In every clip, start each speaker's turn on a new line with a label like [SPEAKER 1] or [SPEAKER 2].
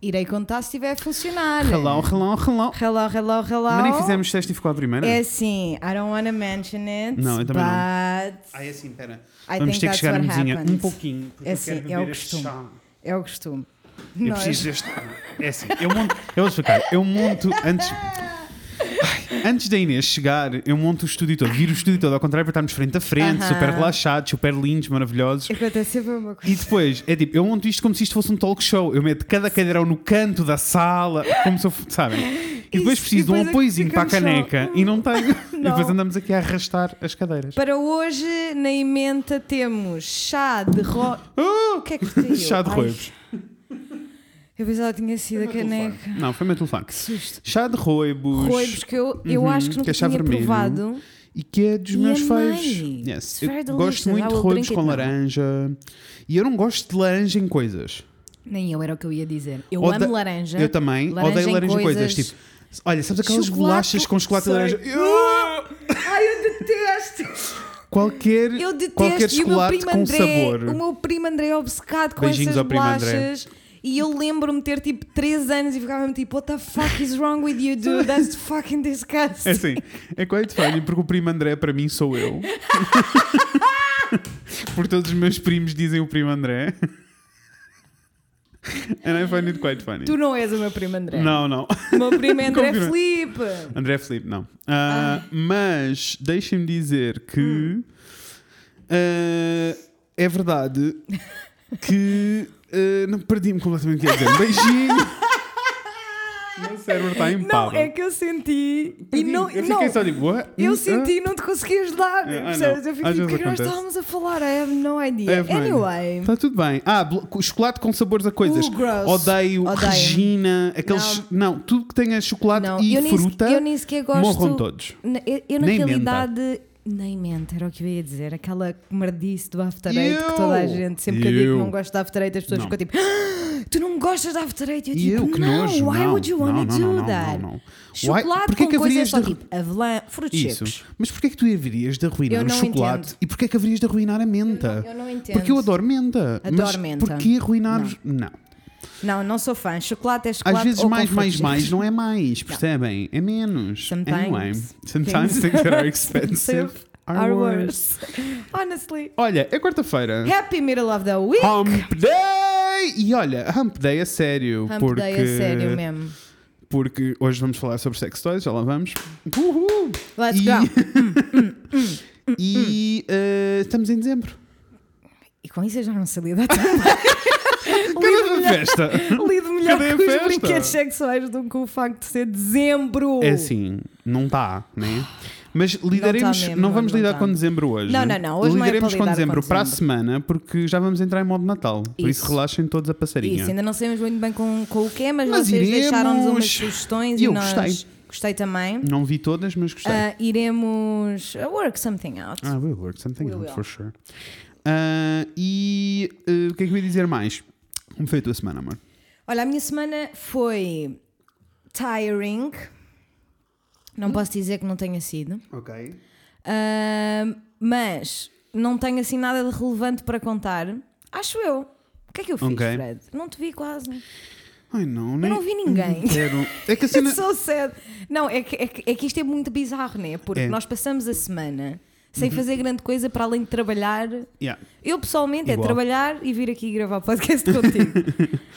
[SPEAKER 1] Irei contar se estiver a funcionar.
[SPEAKER 2] Relão, relão, relão.
[SPEAKER 1] hello, hello, hello.
[SPEAKER 2] Mas nem fizemos teste e ficou a primeira.
[SPEAKER 1] É assim, I don't want to mention it.
[SPEAKER 2] Não, eu também não.
[SPEAKER 1] but
[SPEAKER 2] Ah, é assim, pera.
[SPEAKER 1] I
[SPEAKER 2] Vamos
[SPEAKER 1] think
[SPEAKER 2] ter que
[SPEAKER 1] that's
[SPEAKER 2] chegar à
[SPEAKER 1] what
[SPEAKER 2] mesinha
[SPEAKER 1] happens.
[SPEAKER 2] um pouquinho, porque
[SPEAKER 1] É
[SPEAKER 2] eu
[SPEAKER 1] assim,
[SPEAKER 2] quero
[SPEAKER 1] é o
[SPEAKER 2] beber este
[SPEAKER 1] costume.
[SPEAKER 2] chá.
[SPEAKER 1] É o costume.
[SPEAKER 2] Eu
[SPEAKER 1] Nós-
[SPEAKER 2] preciso deste. É assim, eu monto. Eu vou explicar. Eu monto antes. Ai, Antes da Inês chegar, eu monto o estúdio todo, viro o estúdio todo, ao contrário, para estarmos frente a frente,
[SPEAKER 1] Aham.
[SPEAKER 2] super relaxados, super lindos, maravilhosos.
[SPEAKER 1] Acontece sempre uma coisa.
[SPEAKER 2] E depois, é tipo, eu monto isto como se isto fosse um talk show. Eu meto cada cadeirão no canto da sala, como se eu fosse, sabem? E depois
[SPEAKER 1] Isso,
[SPEAKER 2] preciso
[SPEAKER 1] e
[SPEAKER 2] de um
[SPEAKER 1] depois é
[SPEAKER 2] apoiozinho para a
[SPEAKER 1] ficamos só-
[SPEAKER 2] caneca e não tenho. E
[SPEAKER 1] Não.
[SPEAKER 2] depois andamos aqui a arrastar as cadeiras.
[SPEAKER 1] Para hoje, na emenda, temos chá de ro...
[SPEAKER 2] Oh,
[SPEAKER 1] o que é que saiu?
[SPEAKER 2] Chá de
[SPEAKER 1] Ai,
[SPEAKER 2] roibos.
[SPEAKER 1] Eu pensava que tinha sido a
[SPEAKER 2] Foi meu telefone.
[SPEAKER 1] caneca.
[SPEAKER 2] Não, foi meu telefone.
[SPEAKER 1] Susto.
[SPEAKER 2] Chá de roibos.
[SPEAKER 1] Roibos que eu, eu
[SPEAKER 2] Uhum,
[SPEAKER 1] acho que
[SPEAKER 2] que é
[SPEAKER 1] nunca
[SPEAKER 2] chá
[SPEAKER 1] tinha
[SPEAKER 2] vermelho.
[SPEAKER 1] provado.
[SPEAKER 2] e que é dos
[SPEAKER 1] E
[SPEAKER 2] meus
[SPEAKER 1] é
[SPEAKER 2] faves.
[SPEAKER 1] nice.
[SPEAKER 2] Yes.
[SPEAKER 1] It's
[SPEAKER 2] Eu
[SPEAKER 1] very
[SPEAKER 2] gosto
[SPEAKER 1] delicious. Ah, I
[SPEAKER 2] muito de
[SPEAKER 1] will drink
[SPEAKER 2] roibos
[SPEAKER 1] it
[SPEAKER 2] com
[SPEAKER 1] now.
[SPEAKER 2] laranja. E eu não gosto de laranja em coisas.
[SPEAKER 1] Nem eu era o que eu ia dizer. Eu
[SPEAKER 2] Ode-
[SPEAKER 1] amo laranja.
[SPEAKER 2] Eu também
[SPEAKER 1] Laranja
[SPEAKER 2] odeio
[SPEAKER 1] em
[SPEAKER 2] laranja em coisas.
[SPEAKER 1] coisas.
[SPEAKER 2] Tipo, olha, sabes aquelas
[SPEAKER 1] Chocolate.
[SPEAKER 2] bolachas com chocolate e
[SPEAKER 1] Sorry.
[SPEAKER 2] laranja? Ah! Eu-
[SPEAKER 1] Ai, eu detesto!
[SPEAKER 2] Qualquer,
[SPEAKER 1] Eu detesto!
[SPEAKER 2] qualquer
[SPEAKER 1] e o meu
[SPEAKER 2] chocolate
[SPEAKER 1] primo
[SPEAKER 2] com
[SPEAKER 1] André,
[SPEAKER 2] sabor.
[SPEAKER 1] o meu primo André é obcecado com
[SPEAKER 2] Beijinhos
[SPEAKER 1] essas
[SPEAKER 2] ao primo André.
[SPEAKER 1] bolachas. E eu lembro-me de ter tipo 3 anos e ficava-me tipo, What the fuck is wrong with you, dude? That's fucking
[SPEAKER 2] É
[SPEAKER 1] disgusting.
[SPEAKER 2] assim, é quite funny, porque o primo André para mim sou eu. porque todos os meus primos dizem o primo André. And I find it quite funny.
[SPEAKER 1] Tu não és o meu primo André.
[SPEAKER 2] Não, não.
[SPEAKER 1] O meu primo é André
[SPEAKER 2] Confirma.
[SPEAKER 1] Felipe.
[SPEAKER 2] André Felipe, não. Ah, Mas deixem-me dizer que
[SPEAKER 1] Hum.
[SPEAKER 2] ah, é verdade que ah, não perdi-me completamente. Quer dizer, beijinho. O meu cérebro está em
[SPEAKER 1] Não,
[SPEAKER 2] pau.
[SPEAKER 1] é que eu senti e não,
[SPEAKER 2] eu
[SPEAKER 1] não,
[SPEAKER 2] fiquei só tipo, what?
[SPEAKER 1] eu
[SPEAKER 2] Ah,
[SPEAKER 1] senti e não te consegui ajudar.
[SPEAKER 2] É, I
[SPEAKER 1] percebes?
[SPEAKER 2] know.
[SPEAKER 1] Eu fiquei
[SPEAKER 2] Às
[SPEAKER 1] tipo, o que é
[SPEAKER 2] vezes
[SPEAKER 1] que nós
[SPEAKER 2] acontece.
[SPEAKER 1] estávamos a falar? I have no idea.
[SPEAKER 2] É, fine.
[SPEAKER 1] anyway,
[SPEAKER 2] Está tudo bem. Ah, blo- chocolate com sabores a coisas.
[SPEAKER 1] Uh, gross.
[SPEAKER 2] Odeio,
[SPEAKER 1] Odeio.
[SPEAKER 2] Regina, aqueles. Não. tudo que tenha chocolate
[SPEAKER 1] não,
[SPEAKER 2] tá, e
[SPEAKER 1] eu, nem,
[SPEAKER 2] fruta,
[SPEAKER 1] eu nem sequer gosto. tipo,
[SPEAKER 2] morram todos.
[SPEAKER 1] Na- Eu, eu, na
[SPEAKER 2] Nem
[SPEAKER 1] realidade, nem mente, era o que eu ia dizer. Aquela merdice do After Eight
[SPEAKER 2] Eu!
[SPEAKER 1] que toda a gente, sempre que eu digo
[SPEAKER 2] Eu!
[SPEAKER 1] que não gosto de After Eight, as pessoas
[SPEAKER 2] Não.
[SPEAKER 1] ficam tipo, "Ah, tu não gostas de After Eight? Eu
[SPEAKER 2] E
[SPEAKER 1] tipo,
[SPEAKER 2] eu, que
[SPEAKER 1] não,
[SPEAKER 2] nojo.
[SPEAKER 1] why
[SPEAKER 2] não,
[SPEAKER 1] would you want
[SPEAKER 2] não,
[SPEAKER 1] to
[SPEAKER 2] não,
[SPEAKER 1] do
[SPEAKER 2] não, não,
[SPEAKER 1] that?
[SPEAKER 2] não, não. Why-
[SPEAKER 1] Chocolate
[SPEAKER 2] porquê é
[SPEAKER 1] com
[SPEAKER 2] que
[SPEAKER 1] coisas
[SPEAKER 2] haverias
[SPEAKER 1] só
[SPEAKER 2] de-
[SPEAKER 1] tipo avelã, frutos
[SPEAKER 2] Isso.
[SPEAKER 1] secos.
[SPEAKER 2] Mas porquê é que tu haverias de arruinar
[SPEAKER 1] Eu
[SPEAKER 2] o
[SPEAKER 1] não
[SPEAKER 2] chocolate?
[SPEAKER 1] entendo.
[SPEAKER 2] E porquê é que haverias de arruinar a menta?
[SPEAKER 1] Eu não entendo.
[SPEAKER 2] Porque eu adoro menta.
[SPEAKER 1] Adoro
[SPEAKER 2] mas
[SPEAKER 1] menta.
[SPEAKER 2] Porquê arruinar? os- Não.
[SPEAKER 1] Não, não sou fã. Chocolate é chocolate.
[SPEAKER 2] Às vezes
[SPEAKER 1] ou com
[SPEAKER 2] mais, mais,
[SPEAKER 1] frutos
[SPEAKER 2] mais
[SPEAKER 1] secos.
[SPEAKER 2] não é mais, percebem? É menos.
[SPEAKER 1] Sometimes
[SPEAKER 2] Anyway, sometimes
[SPEAKER 1] things-
[SPEAKER 2] things that are expensive are
[SPEAKER 1] Are
[SPEAKER 2] worse.
[SPEAKER 1] worse. Honestly.
[SPEAKER 2] Olha, é Hum, quarta-feira.
[SPEAKER 1] Happy middle of the week.
[SPEAKER 2] Hump Day! E olha, Hump Day é sério.
[SPEAKER 1] Hump
[SPEAKER 2] porque,
[SPEAKER 1] day a sério mesmo.
[SPEAKER 2] Porque hoje vamos falar sobre sex toys, já lá vamos. Uhul!
[SPEAKER 1] Let's
[SPEAKER 2] e
[SPEAKER 1] go. Hum,
[SPEAKER 2] e eh, estamos em dezembro.
[SPEAKER 1] E com isso eu já não sabia dar
[SPEAKER 2] Cada festa!
[SPEAKER 1] Lido melhor
[SPEAKER 2] Uhum. Cadê
[SPEAKER 1] com
[SPEAKER 2] a
[SPEAKER 1] os
[SPEAKER 2] festa?
[SPEAKER 1] brinquedos sexuais do que o facto de ser dezembro.
[SPEAKER 2] É assim, não está, né? Mas lidaremos,
[SPEAKER 1] Tipo, tá
[SPEAKER 2] não,
[SPEAKER 1] mesmo,
[SPEAKER 2] vamos
[SPEAKER 1] não
[SPEAKER 2] lidar
[SPEAKER 1] tá.
[SPEAKER 2] com dezembro hoje.
[SPEAKER 1] Não, não, não, hoje não é
[SPEAKER 2] lidaremos
[SPEAKER 1] para
[SPEAKER 2] com
[SPEAKER 1] lidar
[SPEAKER 2] dezembro
[SPEAKER 1] com
[SPEAKER 2] para a
[SPEAKER 1] dezembro.
[SPEAKER 2] semana, porque já vamos entrar em modo Natal. Por isso
[SPEAKER 1] Isso.
[SPEAKER 2] relaxem todos a passarinha.
[SPEAKER 1] Isso, ainda não sabemos muito bem com, com o quê, mas,
[SPEAKER 2] Mas
[SPEAKER 1] vocês
[SPEAKER 2] iremos.
[SPEAKER 1] deixaram-nos umas sugestões
[SPEAKER 2] E eu
[SPEAKER 1] e nós
[SPEAKER 2] gostei.
[SPEAKER 1] gostei também.
[SPEAKER 2] Não vi todas, mas gostei.
[SPEAKER 1] Ah, iremos uh, work something out.
[SPEAKER 2] Ah, we'll work something
[SPEAKER 1] We
[SPEAKER 2] out
[SPEAKER 1] will.
[SPEAKER 2] for sure. Ah, e ah, o que é que eu ia dizer mais? Como foi a tua semana, amor?
[SPEAKER 1] Olha, a minha semana foi tiring. Não posso dizer que não tenha sido.
[SPEAKER 2] Ok.
[SPEAKER 1] Ahm, mas não tenho assim nada de relevante para contar. Acho eu. O que é que eu fiz,
[SPEAKER 2] Ok.
[SPEAKER 1] Fred? Não te vi quase.
[SPEAKER 2] Ai não, nem,
[SPEAKER 1] não vi ninguém.
[SPEAKER 2] nem quero. É que a
[SPEAKER 1] It's
[SPEAKER 2] cena.
[SPEAKER 1] so sad. Não, é que, é, que, é que isto é muito bizarro, né? Porque
[SPEAKER 2] É. Uhum.
[SPEAKER 1] nós passamos a semana sem fazer grande coisa para além de trabalhar.
[SPEAKER 2] Yeah.
[SPEAKER 1] Eu pessoalmente
[SPEAKER 2] Igual.
[SPEAKER 1] é trabalhar e vir aqui gravar podcast contigo.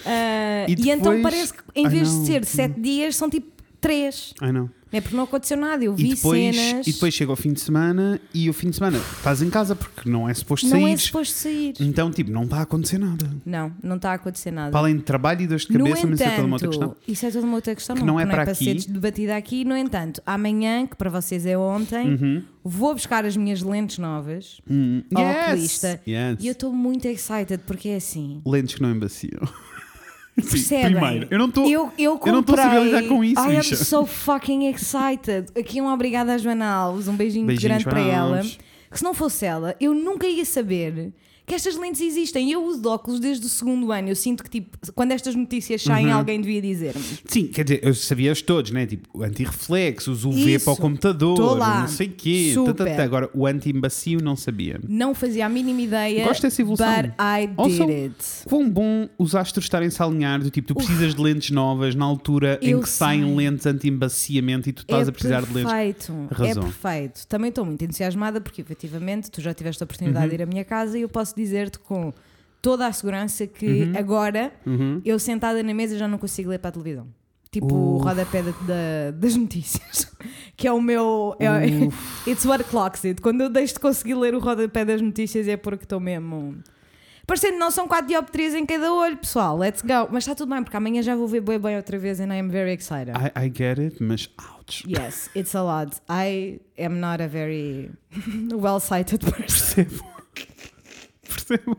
[SPEAKER 1] Ah,
[SPEAKER 2] E
[SPEAKER 1] e, então
[SPEAKER 2] depois-
[SPEAKER 1] parece que em
[SPEAKER 2] Ai,
[SPEAKER 1] vez
[SPEAKER 2] não.
[SPEAKER 1] de ser sete dias, são tipo três.
[SPEAKER 2] Ai não.
[SPEAKER 1] Né? Porque não aconteceu nada. Eu vi
[SPEAKER 2] E depois,
[SPEAKER 1] cenas.
[SPEAKER 2] e depois chega o fim de semana e o fim de semana estás em casa porque não é suposto
[SPEAKER 1] não
[SPEAKER 2] sair.
[SPEAKER 1] é suposto sair.
[SPEAKER 2] Então, tipo, não está a acontecer nada.
[SPEAKER 1] Não, não está a acontecer nada.
[SPEAKER 2] Para além de trabalho e dores de
[SPEAKER 1] No
[SPEAKER 2] cabeça, mas isso é toda uma outra questão.
[SPEAKER 1] entanto, isso é toda uma outra questão,
[SPEAKER 2] Que
[SPEAKER 1] não,
[SPEAKER 2] não é
[SPEAKER 1] que não
[SPEAKER 2] para
[SPEAKER 1] é para ser
[SPEAKER 2] aqui.
[SPEAKER 1] debatida aqui. No entanto, amanhã, que para vocês é ontem,
[SPEAKER 2] Uhum.
[SPEAKER 1] vou buscar as minhas lentes novas
[SPEAKER 2] Hum.
[SPEAKER 1] ao
[SPEAKER 2] Yes!
[SPEAKER 1] oculista
[SPEAKER 2] Yes.
[SPEAKER 1] e eu estou muito excited porque é assim.
[SPEAKER 2] Lentes que não embaciam. Sim,
[SPEAKER 1] Percebem?
[SPEAKER 2] Primeiro, eu não estou.
[SPEAKER 1] eu, eu
[SPEAKER 2] eu não tô a saber
[SPEAKER 1] comprei.
[SPEAKER 2] lidar com isso,
[SPEAKER 1] I am
[SPEAKER 2] bicha.
[SPEAKER 1] so fucking excited. Aqui um obrigado à Joana Alves, um beijinho grande
[SPEAKER 2] Beijinhos,
[SPEAKER 1] para
[SPEAKER 2] Joana
[SPEAKER 1] ela.
[SPEAKER 2] Alves.
[SPEAKER 1] Que se não fosse ela, eu nunca ia saber que estas lentes existem. E eu uso de óculos desde o segundo ano. Eu sinto que, tipo, quando estas notícias saem,
[SPEAKER 2] Uhum.
[SPEAKER 1] alguém devia dizer-me.
[SPEAKER 2] Sim, quer dizer, eu sabia-os todos, né? Tipo, o anti-reflexos, o V
[SPEAKER 1] Isso.
[SPEAKER 2] para o
[SPEAKER 1] Tô
[SPEAKER 2] computador,
[SPEAKER 1] lá.
[SPEAKER 2] não sei o quê.
[SPEAKER 1] Super.
[SPEAKER 2] tá, tá, tá. Agora, o anti-embacio não sabia.
[SPEAKER 1] Não fazia a mínima ideia.
[SPEAKER 2] Gosto dessa evolução.
[SPEAKER 1] But I did
[SPEAKER 2] Also,
[SPEAKER 1] it.
[SPEAKER 2] Quão bom os astros estarem-se a alinhar do tipo, tu precisas de lentes novas na altura em
[SPEAKER 1] Eu
[SPEAKER 2] que saem
[SPEAKER 1] sei.
[SPEAKER 2] lentes anti-embaciamento e tu estás
[SPEAKER 1] é
[SPEAKER 2] a precisar de lentes.
[SPEAKER 1] perfeito, é
[SPEAKER 2] Razão.
[SPEAKER 1] perfeito. Também estou muito entusiasmada porque, efetivamente, tu já tiveste a
[SPEAKER 2] Uhum.
[SPEAKER 1] oportunidade de ir à minha casa e eu posso dizer-te com toda a segurança que
[SPEAKER 2] Uhum.
[SPEAKER 1] agora eu sentada na mesa já não consigo ler para a televisão. Tipo o rodapé da, da- das notícias, que é o meu. É, it's what clocks it. Quando eu deixo de conseguir ler o rodapé das notícias é porque estou mesmo. Parecendo não são 4 dioptrias em cada olho, pessoal. Let's go. Mas está tudo bem, porque amanhã já vou ver bem bem outra vez and I am very excited.
[SPEAKER 2] I, I get it, mas ouch.
[SPEAKER 1] Yes, it's a lot. I am not a very well-sighted person,
[SPEAKER 2] Percebo.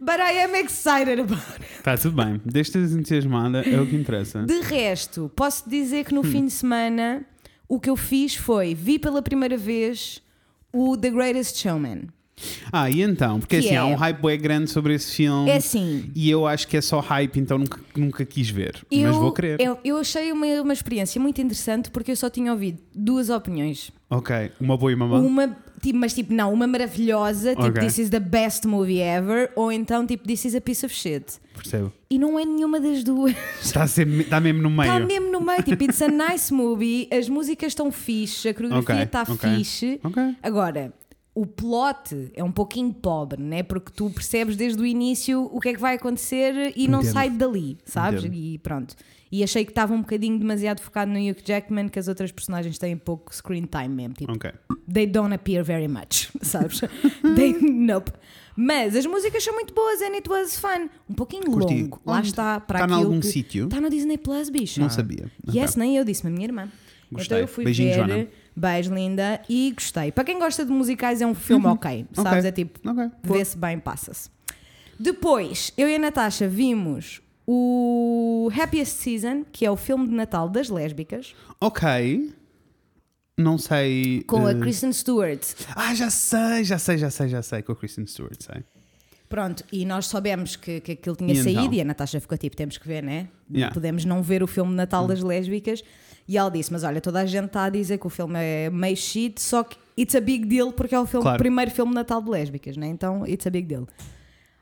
[SPEAKER 1] but I am excited about it.
[SPEAKER 2] Está Tá, tudo bem. Deste entusiasmada é o que interessa.
[SPEAKER 1] De resto, posso dizer que no
[SPEAKER 2] Hum.
[SPEAKER 1] fim de semana o que eu fiz foi vi pela primeira vez o The Greatest Showman.
[SPEAKER 2] Ah, e então? Porque
[SPEAKER 1] Que
[SPEAKER 2] assim,
[SPEAKER 1] é-
[SPEAKER 2] há um hype bué grande sobre esse filme.
[SPEAKER 1] É assim,
[SPEAKER 2] E eu acho que é só hype, então nunca, nunca quis ver.
[SPEAKER 1] eu,
[SPEAKER 2] mas vou querer.
[SPEAKER 1] eu, eu achei uma, uma experiência muito interessante porque eu só tinha ouvido duas opiniões.
[SPEAKER 2] Ok, uma boa e uma má.
[SPEAKER 1] Uma, tipo, mas tipo, não, uma maravilhosa, tipo,
[SPEAKER 2] Ok.
[SPEAKER 1] this is the best movie ever, ou então tipo, this is a piece of shit.
[SPEAKER 2] Percebo.
[SPEAKER 1] E não é nenhuma das duas.
[SPEAKER 2] Está, a ser, está mesmo no meio.
[SPEAKER 1] Está mesmo no meio, tipo, it's a nice movie, as músicas estão fixe, a coreografia
[SPEAKER 2] Ok,
[SPEAKER 1] está
[SPEAKER 2] ok.
[SPEAKER 1] fixe.
[SPEAKER 2] Ok.
[SPEAKER 1] Agora, o plot é um pouquinho pobre, né? Porque tu percebes desde o início o que é que vai acontecer e não
[SPEAKER 2] Entendo.
[SPEAKER 1] sai dali, sabes?
[SPEAKER 2] Entendo.
[SPEAKER 1] E pronto. E achei que estava um bocadinho demasiado focado no Hugh Jackman, que as outras personagens têm pouco screen time mesmo. Tipo,
[SPEAKER 2] Ok.
[SPEAKER 1] they don't appear very much, sabes? they, nope. Mas as músicas são muito boas and it was fun. Um pouquinho
[SPEAKER 2] Curti.
[SPEAKER 1] longo, lá
[SPEAKER 2] Onde?
[SPEAKER 1] está, para
[SPEAKER 2] Está em
[SPEAKER 1] aquilo
[SPEAKER 2] algum
[SPEAKER 1] que-
[SPEAKER 2] sítio?
[SPEAKER 1] Está no Disney Plus, bicho.
[SPEAKER 2] Não sabia.
[SPEAKER 1] Yes, nem eu disse, mas a minha irmã.
[SPEAKER 2] Gostei.
[SPEAKER 1] Então eu fui
[SPEAKER 2] Beijinho,
[SPEAKER 1] ver.
[SPEAKER 2] Joana.
[SPEAKER 1] Beijo, linda. E gostei. Para quem gosta de musicais, é um filme ok.
[SPEAKER 2] Uhum. Ok.
[SPEAKER 1] Sabes? É tipo,
[SPEAKER 2] Ok.
[SPEAKER 1] vê-se bem, passa-se. Depois, eu e a Natasha vimos o Happiest Season, que é o filme de Natal das lésbicas,
[SPEAKER 2] Ok. Não sei.
[SPEAKER 1] com a
[SPEAKER 2] eh,
[SPEAKER 1] Kristen Stewart.
[SPEAKER 2] Ah, já sei, já sei, já sei, já sei. Com a Kristen Stewart, sei.
[SPEAKER 1] Pronto, e nós soubemos que, que aquilo tinha
[SPEAKER 2] E então?
[SPEAKER 1] saído e a Natasha ficou tipo, temos que ver, né?
[SPEAKER 2] Yeah.
[SPEAKER 1] Podemos não ver o filme de Natal das lésbicas. E ela disse, mas olha, toda a gente está a dizer que o filme é meio shit, só que it's a big deal porque é o filme,
[SPEAKER 2] Claro.
[SPEAKER 1] primeiro filme de Natal de lésbicas, né? Então, it's a big deal.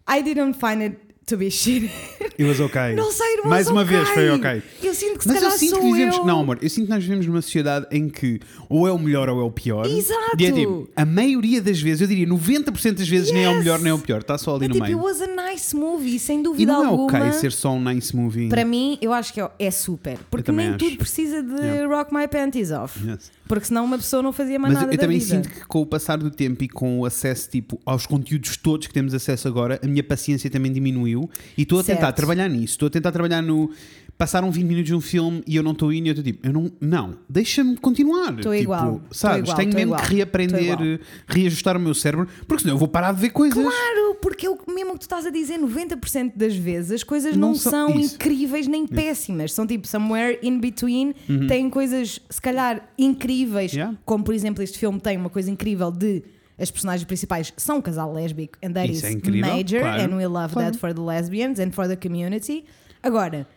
[SPEAKER 1] I didn't find it to be shit.
[SPEAKER 2] It was ok.
[SPEAKER 1] não sei, irmãos,
[SPEAKER 2] Mais uma
[SPEAKER 1] ok.
[SPEAKER 2] vez foi ok.
[SPEAKER 1] Eu sinto que se
[SPEAKER 2] Mas eu
[SPEAKER 1] calhar
[SPEAKER 2] sinto
[SPEAKER 1] sou
[SPEAKER 2] que vivemos.
[SPEAKER 1] eu.
[SPEAKER 2] Não, amor, eu sinto que nós vivemos numa sociedade em que ou é o melhor ou é o pior.
[SPEAKER 1] Exato.
[SPEAKER 2] E é tipo, a maioria das vezes, eu diria 90% das vezes, nem é o
[SPEAKER 1] Yes.
[SPEAKER 2] melhor nem é o pior. Está só ali
[SPEAKER 1] Mas,
[SPEAKER 2] no
[SPEAKER 1] tipo, it
[SPEAKER 2] meio.
[SPEAKER 1] was a nice movie, sem dúvida
[SPEAKER 2] E não é
[SPEAKER 1] alguma.
[SPEAKER 2] ok ser só um nice movie.
[SPEAKER 1] Para mim, eu acho que é- é super. Porque
[SPEAKER 2] também
[SPEAKER 1] nem
[SPEAKER 2] acho.
[SPEAKER 1] tudo precisa de
[SPEAKER 2] Yeah.
[SPEAKER 1] rock my panties off.
[SPEAKER 2] Yes.
[SPEAKER 1] Porque senão uma pessoa não fazia mais
[SPEAKER 2] Mas eu-
[SPEAKER 1] nada
[SPEAKER 2] eu
[SPEAKER 1] da
[SPEAKER 2] também
[SPEAKER 1] vida.
[SPEAKER 2] sinto que com o passar do tempo e com o acesso tipo, aos conteúdos todos que temos acesso agora, a minha paciência também diminuiu e estou a tentar
[SPEAKER 1] Certo.
[SPEAKER 2] trabalhar nisso. Estou a tentar trabalhar no. Passaram 20 minutos de um filme e eu não estou indo e eu estou tipo, eu não, não deixa-me continuar.
[SPEAKER 1] Estou
[SPEAKER 2] tipo,
[SPEAKER 1] igual, estou
[SPEAKER 2] Sabes?
[SPEAKER 1] igual,
[SPEAKER 2] Tenho
[SPEAKER 1] estou
[SPEAKER 2] mesmo
[SPEAKER 1] igual,
[SPEAKER 2] que reaprender,
[SPEAKER 1] estou
[SPEAKER 2] eh, reajustar o meu cérebro, porque senão eu vou parar de ver coisas.
[SPEAKER 1] Claro, porque eu, mesmo que tu estás a dizer 90% das vezes, as coisas não,
[SPEAKER 2] Não são-
[SPEAKER 1] são
[SPEAKER 2] isso. Uhum.
[SPEAKER 1] incríveis nem péssimas. São tipo somewhere in between. Têm coisas, se calhar, incríveis.
[SPEAKER 2] Yeah.
[SPEAKER 1] Como, por exemplo, este filme tem uma coisa incrível de. As personagens principais são um casal lésbico, and that
[SPEAKER 2] Isso
[SPEAKER 1] is
[SPEAKER 2] é incrível,
[SPEAKER 1] major,
[SPEAKER 2] claro,
[SPEAKER 1] and we love
[SPEAKER 2] claro.
[SPEAKER 1] that for the lesbians and for the community. Agora,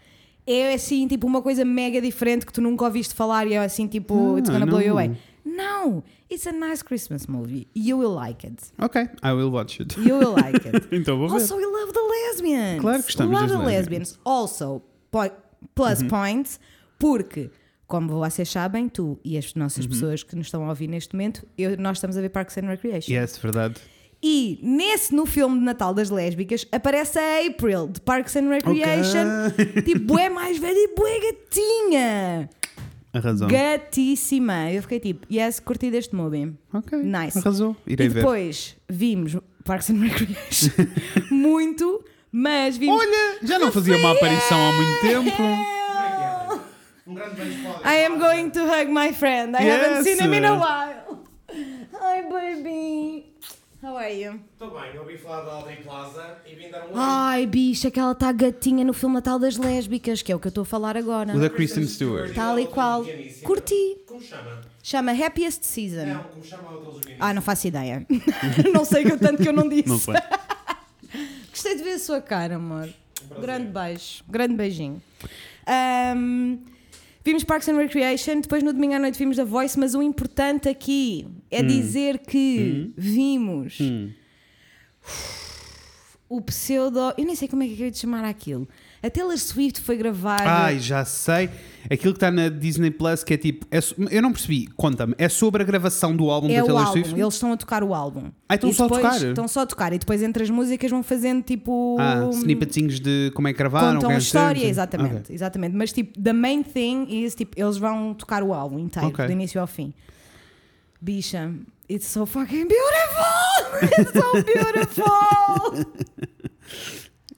[SPEAKER 1] é assim, tipo, uma coisa mega diferente que tu nunca ouviste falar e é assim, tipo, it's gonna blow you
[SPEAKER 2] Ah, não.
[SPEAKER 1] away. Não, it's a nice Christmas movie. You will like it.
[SPEAKER 2] Ok, I will watch it.
[SPEAKER 1] You will like it.
[SPEAKER 2] então vou ver.
[SPEAKER 1] Also, we love the lesbians.
[SPEAKER 2] Claro que estamos
[SPEAKER 1] Love
[SPEAKER 2] das
[SPEAKER 1] the
[SPEAKER 2] lesbians. Uhum.
[SPEAKER 1] lesbians. Also, po- plus points, porque, como vocês sabem, tu e as
[SPEAKER 2] Uhum.
[SPEAKER 1] nossas pessoas que nos estão a ouvir neste momento, eu- nós estamos a ver Parks and Recreation.
[SPEAKER 2] Yes, verdade.
[SPEAKER 1] E nesse, no filme de Natal das lésbicas, aparece a April de Parks and Recreation. Tipo, é mais velha e bué gatinha.
[SPEAKER 2] A razão.
[SPEAKER 1] Gatíssima. Eu fiquei tipo, yes, curti deste movie.
[SPEAKER 2] Ok.
[SPEAKER 1] Nice.
[SPEAKER 2] Arrasou. Irei
[SPEAKER 1] e
[SPEAKER 2] ver.
[SPEAKER 1] depois vimos Parks and Recreation muito, mas vimos.
[SPEAKER 2] Olha, já não fazia uma aparição
[SPEAKER 1] é!
[SPEAKER 2] há muito tempo.
[SPEAKER 1] Rafael!
[SPEAKER 3] Um
[SPEAKER 1] I am going to hug my friend. I
[SPEAKER 2] Yes.
[SPEAKER 1] haven't seen him in a while. Hi, baby. How are you?
[SPEAKER 3] Estou bem, eu ouvi falar da Audrey Plaza e vim dar um olho.
[SPEAKER 1] Ai, bicha, que ela está gatinha no filme Natal das Lésbicas, que é o que eu estou a falar agora.
[SPEAKER 2] O da Kristen Stewart.
[SPEAKER 1] Tal e qual.
[SPEAKER 3] Pequeníssima.
[SPEAKER 1] Curti.
[SPEAKER 3] Como chama? É
[SPEAKER 1] Chama Happiest Season.
[SPEAKER 3] Não, como chama a outra lesbiana?
[SPEAKER 1] Ah, não faço ideia. não sei que eu tanto que eu não disse.
[SPEAKER 2] Não foi.
[SPEAKER 1] gostei de ver a sua cara, amor.
[SPEAKER 2] Um
[SPEAKER 1] Grande beijo, grande beijinho. Ahm, vimos Parks and Recreation, depois no domingo à noite vimos The Voice, mas o importante aqui é
[SPEAKER 2] Hum.
[SPEAKER 1] dizer que vimos o pseudo. Eu nem sei como é que eu ia te chamar aquilo. A Taylor Swift foi gravada.
[SPEAKER 2] Ai, já sei. Aquilo que está na Disney Plus, que é tipo. é so- eu não percebi, conta-me. É sobre a gravação do álbum
[SPEAKER 1] É
[SPEAKER 2] da
[SPEAKER 1] o
[SPEAKER 2] Taylor
[SPEAKER 1] álbum,
[SPEAKER 2] Swift?
[SPEAKER 1] eles estão a tocar o álbum.
[SPEAKER 2] Ah, estão
[SPEAKER 1] E
[SPEAKER 2] só a
[SPEAKER 1] depois-
[SPEAKER 2] tocar?
[SPEAKER 1] Estão só a tocar e depois entre as músicas vão fazendo tipo.
[SPEAKER 2] Ah, snippetzinhos de como é que gravaram,
[SPEAKER 1] contam
[SPEAKER 2] quem
[SPEAKER 1] a
[SPEAKER 2] é que
[SPEAKER 1] história,
[SPEAKER 2] teve.
[SPEAKER 1] exatamente,
[SPEAKER 2] Ok.
[SPEAKER 1] exatamente. Mas tipo, the main thing is tipo, eles vão tocar o álbum inteiro,
[SPEAKER 2] Ok.
[SPEAKER 1] do início ao fim. Bicha, it's so fucking beautiful! It's so beautiful!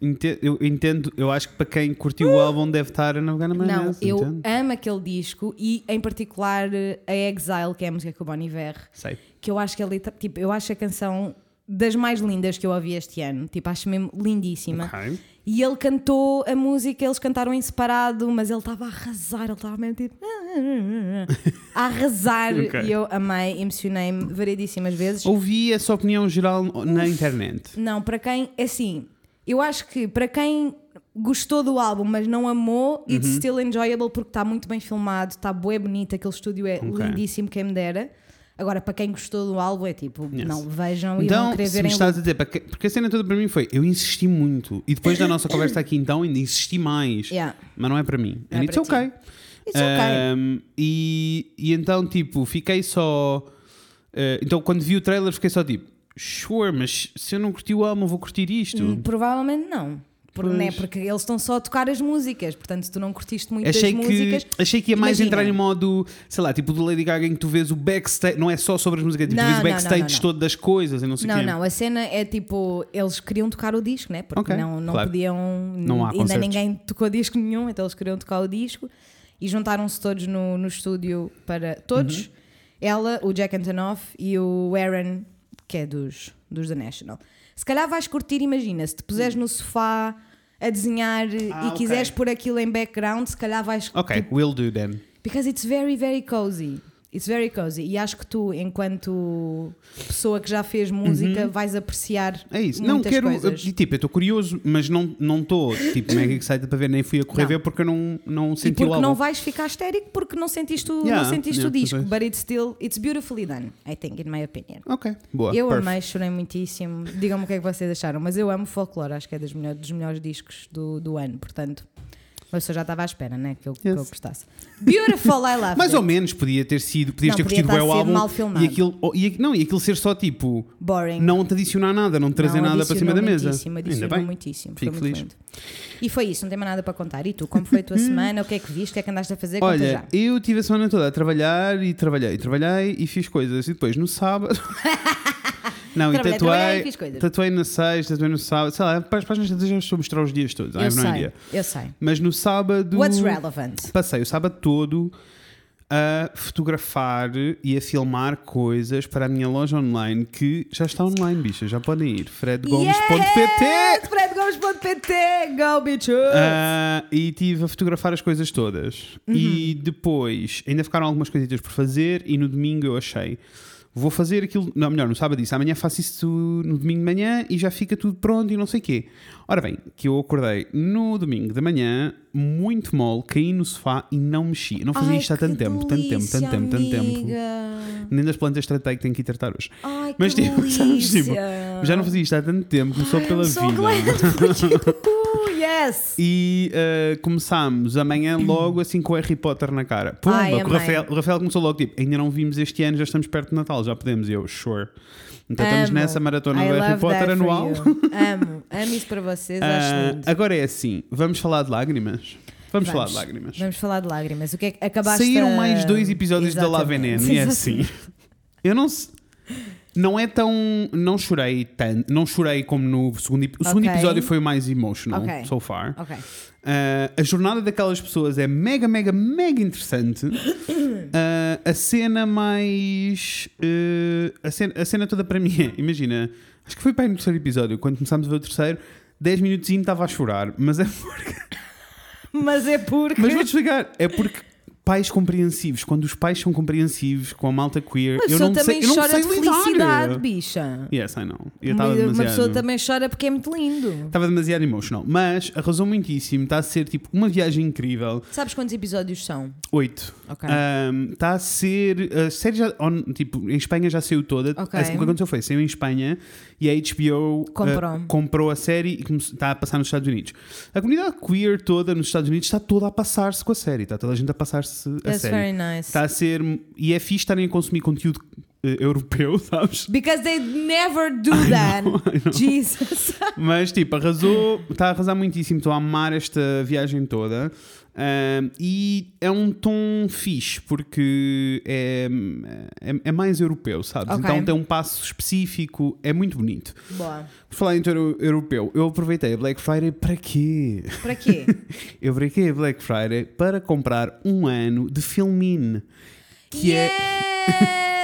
[SPEAKER 2] Ente- eu entendo, eu acho que para quem curtiu o álbum deve estar a navegar na
[SPEAKER 1] Uh! Não,
[SPEAKER 2] maionese.
[SPEAKER 1] eu
[SPEAKER 2] entendo?
[SPEAKER 1] amo aquele disco e em particular a Exile, que é a música com o Bon Iver,
[SPEAKER 2] Sei.
[SPEAKER 1] que eu acho que é liter- tipo, eu acho a canção das mais lindas que eu ouvi este ano, tipo, acho mesmo lindíssima.
[SPEAKER 2] Ok.
[SPEAKER 1] E ele cantou a música, eles cantaram em separado, mas ele estava a arrasar, ele estava mesmo tipo. a arrasar.
[SPEAKER 2] Ok.
[SPEAKER 1] E eu amei, emocionei-me variedíssimas vezes.
[SPEAKER 2] Ouvi essa opinião geral na internet.
[SPEAKER 1] Não, para quem. Assim, eu acho que para quem gostou do álbum, mas não amou, it's
[SPEAKER 2] Uhum.
[SPEAKER 1] still enjoyable porque está muito bem filmado, está bué bonito, aquele estúdio é
[SPEAKER 2] Ok.
[SPEAKER 1] lindíssimo, quem me dera. Agora, para quem gostou do álbum, é tipo,
[SPEAKER 2] Yes.
[SPEAKER 1] não vejam e não
[SPEAKER 2] Então,
[SPEAKER 1] querer
[SPEAKER 2] se
[SPEAKER 1] ver
[SPEAKER 2] me
[SPEAKER 1] em
[SPEAKER 2] estás a dizer, para que- porque a cena toda para mim foi, eu insisti muito. E depois da nossa conversa aqui, então, ainda insisti mais.
[SPEAKER 1] Yeah.
[SPEAKER 2] Mas não é para mim.
[SPEAKER 1] Não
[SPEAKER 2] And
[SPEAKER 1] é
[SPEAKER 2] it's
[SPEAKER 1] para
[SPEAKER 2] ok.
[SPEAKER 1] It's ok.
[SPEAKER 2] Um, e, e então, tipo, fiquei só. eh, então, quando vi o trailer, fiquei só tipo, sure, mas se eu não curti o álbum, vou curtir isto.
[SPEAKER 1] Hum, Provavelmente não. Por,
[SPEAKER 2] Pois.
[SPEAKER 1] né, porque eles estão só a tocar as músicas, portanto, tu não curtiste muito
[SPEAKER 2] Achei
[SPEAKER 1] das
[SPEAKER 2] que,
[SPEAKER 1] músicas.
[SPEAKER 2] achei que ia mais
[SPEAKER 1] Imagina.
[SPEAKER 2] entrar em modo, sei lá, tipo do Lady Gaga em que tu vês o backstage, não é só sobre as músicas, tipo, tu
[SPEAKER 1] Não,
[SPEAKER 2] vês
[SPEAKER 1] não,
[SPEAKER 2] o
[SPEAKER 1] não,
[SPEAKER 2] backstage
[SPEAKER 1] não, não.
[SPEAKER 2] todo das coisas e não sei o
[SPEAKER 1] Não,
[SPEAKER 2] quê.
[SPEAKER 1] não, a cena é tipo, eles queriam tocar o disco, né? Porque
[SPEAKER 2] Ok,
[SPEAKER 1] não, não
[SPEAKER 2] claro.
[SPEAKER 1] podiam.
[SPEAKER 2] Não há
[SPEAKER 1] ainda
[SPEAKER 2] concertos.
[SPEAKER 1] ninguém tocou disco nenhum, então eles queriam tocar o disco e juntaram-se todos no, no estúdio para
[SPEAKER 2] Uhum.
[SPEAKER 1] todos. Ela, o Jack Antonoff e o Aaron, que é dos, dos The National. Se calhar vais curtir, imagina, se te puseres no sofá a desenhar
[SPEAKER 2] Ah,
[SPEAKER 1] e
[SPEAKER 2] ok.
[SPEAKER 1] quiseres pôr aquilo em background, se calhar vais
[SPEAKER 2] Ok, will do then.
[SPEAKER 1] Because it's very, very cozy. It's very cozy. E acho que tu, enquanto pessoa que já fez música, vais apreciar
[SPEAKER 2] Uhum. É isso.
[SPEAKER 1] muitas
[SPEAKER 2] não quero.
[SPEAKER 1] coisas.
[SPEAKER 2] eu- tipo, eu estou curioso, mas não não estou tipo mega excited para ver, nem fui a correr
[SPEAKER 1] Não.
[SPEAKER 2] ver porque eu não, não
[SPEAKER 1] E
[SPEAKER 2] senti o
[SPEAKER 1] porque
[SPEAKER 2] álbum.
[SPEAKER 1] não vais ficar histérico porque não sentiste o,
[SPEAKER 2] Yeah,
[SPEAKER 1] não sentiste
[SPEAKER 2] yeah,
[SPEAKER 1] o disco.
[SPEAKER 2] pois é.
[SPEAKER 1] But it's still, it's beautifully done, I think, in my opinion.
[SPEAKER 2] Ok, boa.
[SPEAKER 1] eu
[SPEAKER 2] perfect.
[SPEAKER 1] amei, chorei muitíssimo. Digam-me o que é que vocês acharam, mas eu amo folclore, acho que é dos melhores, dos melhores discos do, do ano, portanto. Mas eu já estava à espera, né? Que eu, que eu
[SPEAKER 2] Yes.
[SPEAKER 1] gostasse. Beautiful, I love
[SPEAKER 2] Mais
[SPEAKER 1] it.
[SPEAKER 2] ou menos podia ter sido, podias
[SPEAKER 1] Não,
[SPEAKER 2] ter
[SPEAKER 1] podia
[SPEAKER 2] curtido bem
[SPEAKER 1] estar
[SPEAKER 2] o
[SPEAKER 1] a ser
[SPEAKER 2] álbum
[SPEAKER 1] mal filmado.
[SPEAKER 2] e aquilo ou- e, não, e aquilo ser só tipo
[SPEAKER 1] Boring.
[SPEAKER 2] não te adicionar nada, não te trazer
[SPEAKER 1] Não,
[SPEAKER 2] nada para cima
[SPEAKER 1] adicionou
[SPEAKER 2] da mesa.
[SPEAKER 1] Muitíssimo, adicionou
[SPEAKER 2] Ainda bem.
[SPEAKER 1] muitíssimo.
[SPEAKER 2] Fico
[SPEAKER 1] foi
[SPEAKER 2] feliz.
[SPEAKER 1] Muito lindo. E foi isso, não tem mais nada para contar. E tu, como foi a tua semana? O que é que viste? O que é que andaste a fazer? Conta
[SPEAKER 2] Olha,
[SPEAKER 1] já.
[SPEAKER 2] eu tive a semana toda a trabalhar e trabalhei, e trabalhei e fiz coisas. E depois no sábado. Não, e
[SPEAKER 1] Trabalhei,
[SPEAKER 2] tatuei.
[SPEAKER 1] trabalhei e fiz coisas.
[SPEAKER 2] Tatuei na sexta, tatuei no sábado. Sei lá, para as páginas tantas já estou a mostrar os dias todos. ah, I
[SPEAKER 1] eu
[SPEAKER 2] have no
[SPEAKER 1] sei,
[SPEAKER 2] idea.
[SPEAKER 1] eu sei.
[SPEAKER 2] é Mas no sábado.
[SPEAKER 1] What's relevant?
[SPEAKER 2] Passei o sábado todo a fotografar e a filmar coisas para a minha loja online que já está online, bicha. Já podem ir. fredgomes.pt
[SPEAKER 1] Yes! fredgomes.pt Go, bitches!
[SPEAKER 2] Ah, e estive a fotografar as coisas todas. E
[SPEAKER 1] Uhum.
[SPEAKER 2] depois ainda ficaram algumas coisitas por fazer. E no domingo eu achei: vou fazer aquilo. Não, melhor, no sábado disse: amanhã faço isso no domingo de manhã e já fica tudo pronto e não sei o quê. Ora bem, que eu acordei no domingo de manhã, muito mole, caí no sofá e não mexi. Eu Não fazia
[SPEAKER 1] Ai,
[SPEAKER 2] isto há tanto
[SPEAKER 1] que
[SPEAKER 2] tempo, tanto tempo,
[SPEAKER 1] delícia,
[SPEAKER 2] tanto tempo, tanto tempo.
[SPEAKER 1] amiga.
[SPEAKER 2] Nem das plantas tratei que tenho que ir tratar hoje.
[SPEAKER 1] Ai,
[SPEAKER 2] Mas
[SPEAKER 1] que
[SPEAKER 2] tipo, sabes, tipo,
[SPEAKER 1] delícia.
[SPEAKER 2] já não fazia isto há tanto tempo, começou
[SPEAKER 1] Ah. Ai,
[SPEAKER 2] pela
[SPEAKER 1] I'm so
[SPEAKER 2] vida.
[SPEAKER 1] glad for you. Yes!
[SPEAKER 2] E uh, começámos amanhã logo assim com o Harry Potter na cara. Pumba,
[SPEAKER 1] Ai,
[SPEAKER 2] que o,
[SPEAKER 1] amei.
[SPEAKER 2] Rafael, o Rafael começou logo tipo: ainda não vimos este ano, já estamos perto de Natal, já podemos. E eu, sure. Então estamos
[SPEAKER 1] Amo.
[SPEAKER 2] nessa maratona
[SPEAKER 1] I
[SPEAKER 2] do Harry
[SPEAKER 1] love that
[SPEAKER 2] Potter
[SPEAKER 1] for
[SPEAKER 2] anual.
[SPEAKER 1] you. Amo, amo isso para vocês, acho
[SPEAKER 2] Ah,
[SPEAKER 1] lindo.
[SPEAKER 2] agora é assim: vamos falar de lágrimas? Vamos, falar de lágrimas.
[SPEAKER 1] Vamos falar de lágrimas. O que é que acabaste
[SPEAKER 2] Saíram
[SPEAKER 1] a-
[SPEAKER 2] mais dois episódios da La
[SPEAKER 1] Exatamente.
[SPEAKER 2] Veneno, e é assim. Eu não se- Não é tão. Não chorei tanto. Não chorei como no segundo episódio. O segundo
[SPEAKER 1] Ok.
[SPEAKER 2] episódio foi o mais emotional,
[SPEAKER 1] Ok.
[SPEAKER 2] so far.
[SPEAKER 1] Ok.
[SPEAKER 2] Uh, a jornada daquelas pessoas é mega, mega, mega interessante. Uh, a cena mais. uh, a, cena, a cena toda para mim é. Imagina, acho que foi para aí no terceiro episódio, quando começámos a ver o terceiro, 10 minutos estava a chorar. Mas, é,
[SPEAKER 1] Mas é porque.
[SPEAKER 2] mas vou-te explicar, é porque pais compreensivos. Quando os pais são compreensivos com a malta queer,
[SPEAKER 1] Uma
[SPEAKER 2] eu
[SPEAKER 1] pessoa
[SPEAKER 2] não
[SPEAKER 1] também
[SPEAKER 2] sei, eu não
[SPEAKER 1] chora
[SPEAKER 2] sei
[SPEAKER 1] de
[SPEAKER 2] lidar.
[SPEAKER 1] felicidade, bicha.
[SPEAKER 2] Yes, I know. Eu
[SPEAKER 1] Uma,
[SPEAKER 2] estava
[SPEAKER 1] uma pessoa
[SPEAKER 2] demasiado.
[SPEAKER 1] também chora porque é muito lindo.
[SPEAKER 2] Estava demasiado emotional. Mas arrasou muitíssimo. Está a ser tipo uma viagem incrível.
[SPEAKER 1] Sabes quantos episódios são?
[SPEAKER 2] Oito.
[SPEAKER 1] Ok.
[SPEAKER 2] Está Ah, tá a ser. A série já. on- tipo, em Espanha já saiu toda.
[SPEAKER 1] Ok.
[SPEAKER 2] Assim, o que aconteceu foi: saiu em Espanha e a HBO
[SPEAKER 1] Comprou.
[SPEAKER 2] ah, comprou a série e está a passar nos Estados Unidos. A comunidade queer toda nos Estados Unidos está toda a passar-se com a série. Está toda a gente a passar-se a
[SPEAKER 1] That's
[SPEAKER 2] série.
[SPEAKER 1] very nice.
[SPEAKER 2] Está a ser. E é fixe estarem a consumir conteúdo eh, europeu, sabes?
[SPEAKER 1] Because they never do that. Jesus.
[SPEAKER 2] Mas tipo, arrasou, está a arrasar muitíssimo, estou a amar esta viagem toda. Ahm, e é um tom fixe, porque é, é, é mais europeu, sabes?
[SPEAKER 1] Ok.
[SPEAKER 2] Então tem um passo específico, é muito bonito.
[SPEAKER 1] Boa.
[SPEAKER 2] Por falar em tom euro- europeu, eu aproveitei a Black Friday para quê?
[SPEAKER 1] Para quê?
[SPEAKER 2] Eu brinquei a Black Friday para comprar um ano de filmin. Que é.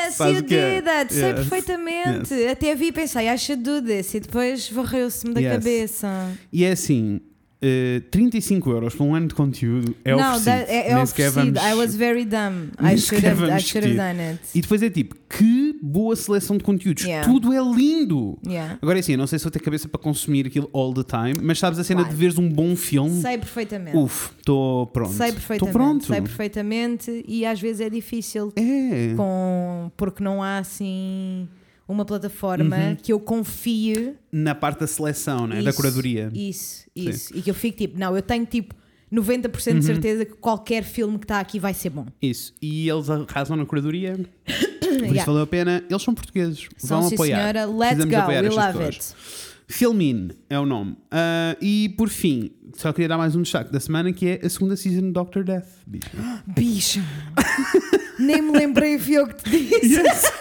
[SPEAKER 1] yes!
[SPEAKER 2] Faz
[SPEAKER 1] you
[SPEAKER 2] o quê?
[SPEAKER 1] did that! Sei
[SPEAKER 2] Yes.
[SPEAKER 1] perfeitamente. Até vi e pensei, I should do this. E depois varreu-se-me da
[SPEAKER 2] Yes.
[SPEAKER 1] cabeça.
[SPEAKER 2] E é assim. eh, 35 euros por um ano de conteúdo é
[SPEAKER 1] não,
[SPEAKER 2] oferecido.
[SPEAKER 1] that- é, é
[SPEAKER 2] Nem sequer
[SPEAKER 1] oferecido.
[SPEAKER 2] vamos-
[SPEAKER 1] I was very dumb.
[SPEAKER 2] Nem
[SPEAKER 1] I should,
[SPEAKER 2] sequer
[SPEAKER 1] have, I
[SPEAKER 2] vamos
[SPEAKER 1] should have
[SPEAKER 2] discutir.
[SPEAKER 1] done it.
[SPEAKER 2] E depois é tipo, que boa seleção de conteúdos.
[SPEAKER 1] Yeah.
[SPEAKER 2] Tudo é lindo.
[SPEAKER 1] Yeah.
[SPEAKER 2] Agora é assim, eu não sei se vou ter cabeça para consumir aquilo all the time, mas sabes a cena
[SPEAKER 1] Claro.
[SPEAKER 2] de veres um bom filme?
[SPEAKER 1] Sei perfeitamente.
[SPEAKER 2] Uf, estou pronto.
[SPEAKER 1] sei
[SPEAKER 2] Estou
[SPEAKER 1] perfeitamente.
[SPEAKER 2] pronto.
[SPEAKER 1] Sei perfeitamente. E às vezes é difícil
[SPEAKER 2] É.
[SPEAKER 1] com, porque não há assim uma plataforma que eu confie.
[SPEAKER 2] Na parte da seleção, né? Uhum. da
[SPEAKER 1] Isso,
[SPEAKER 2] curadoria.
[SPEAKER 1] Isso, isso. E que eu fico tipo, não, eu tenho tipo 90%
[SPEAKER 2] Uhum.
[SPEAKER 1] de certeza que qualquer filme que está aqui vai ser bom.
[SPEAKER 2] Isso. E eles arrasam na curadoria, por
[SPEAKER 1] Yeah.
[SPEAKER 2] isso valeu a pena. Eles são portugueses.
[SPEAKER 1] São,
[SPEAKER 2] Vão
[SPEAKER 1] sim,
[SPEAKER 2] apoiar.
[SPEAKER 1] senhora. Let's
[SPEAKER 2] Precisamos
[SPEAKER 1] go.
[SPEAKER 2] apoiar
[SPEAKER 1] We
[SPEAKER 2] estas
[SPEAKER 1] love
[SPEAKER 2] pessoas.
[SPEAKER 1] it.
[SPEAKER 2] Filmin é o nome. Ah, e por fim, só queria dar mais um destaque da semana que é a segunda season de Doctor Death. bicho.
[SPEAKER 1] Bicha. Nem me lembrei, fui eu que te disse.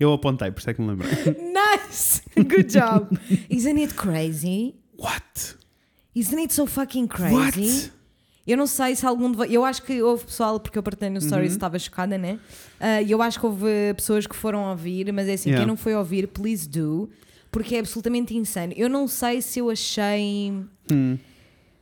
[SPEAKER 2] Eu apontei, por isso é que me lembrei.
[SPEAKER 1] Nice. Good job. Isn't it crazy?
[SPEAKER 2] What?
[SPEAKER 1] Isn't it so fucking crazy?
[SPEAKER 2] What?
[SPEAKER 1] Eu não sei se algum de vo- Eu acho que houve pessoal, porque eu partilhei no
[SPEAKER 2] Uhum.
[SPEAKER 1] Stories, estava chocada, né? Ah, E eu acho que houve pessoas que foram ouvir, mas é assim,
[SPEAKER 2] Yeah.
[SPEAKER 1] quem não foi ouvir, please do, porque é absolutamente insano. Eu não sei se eu achei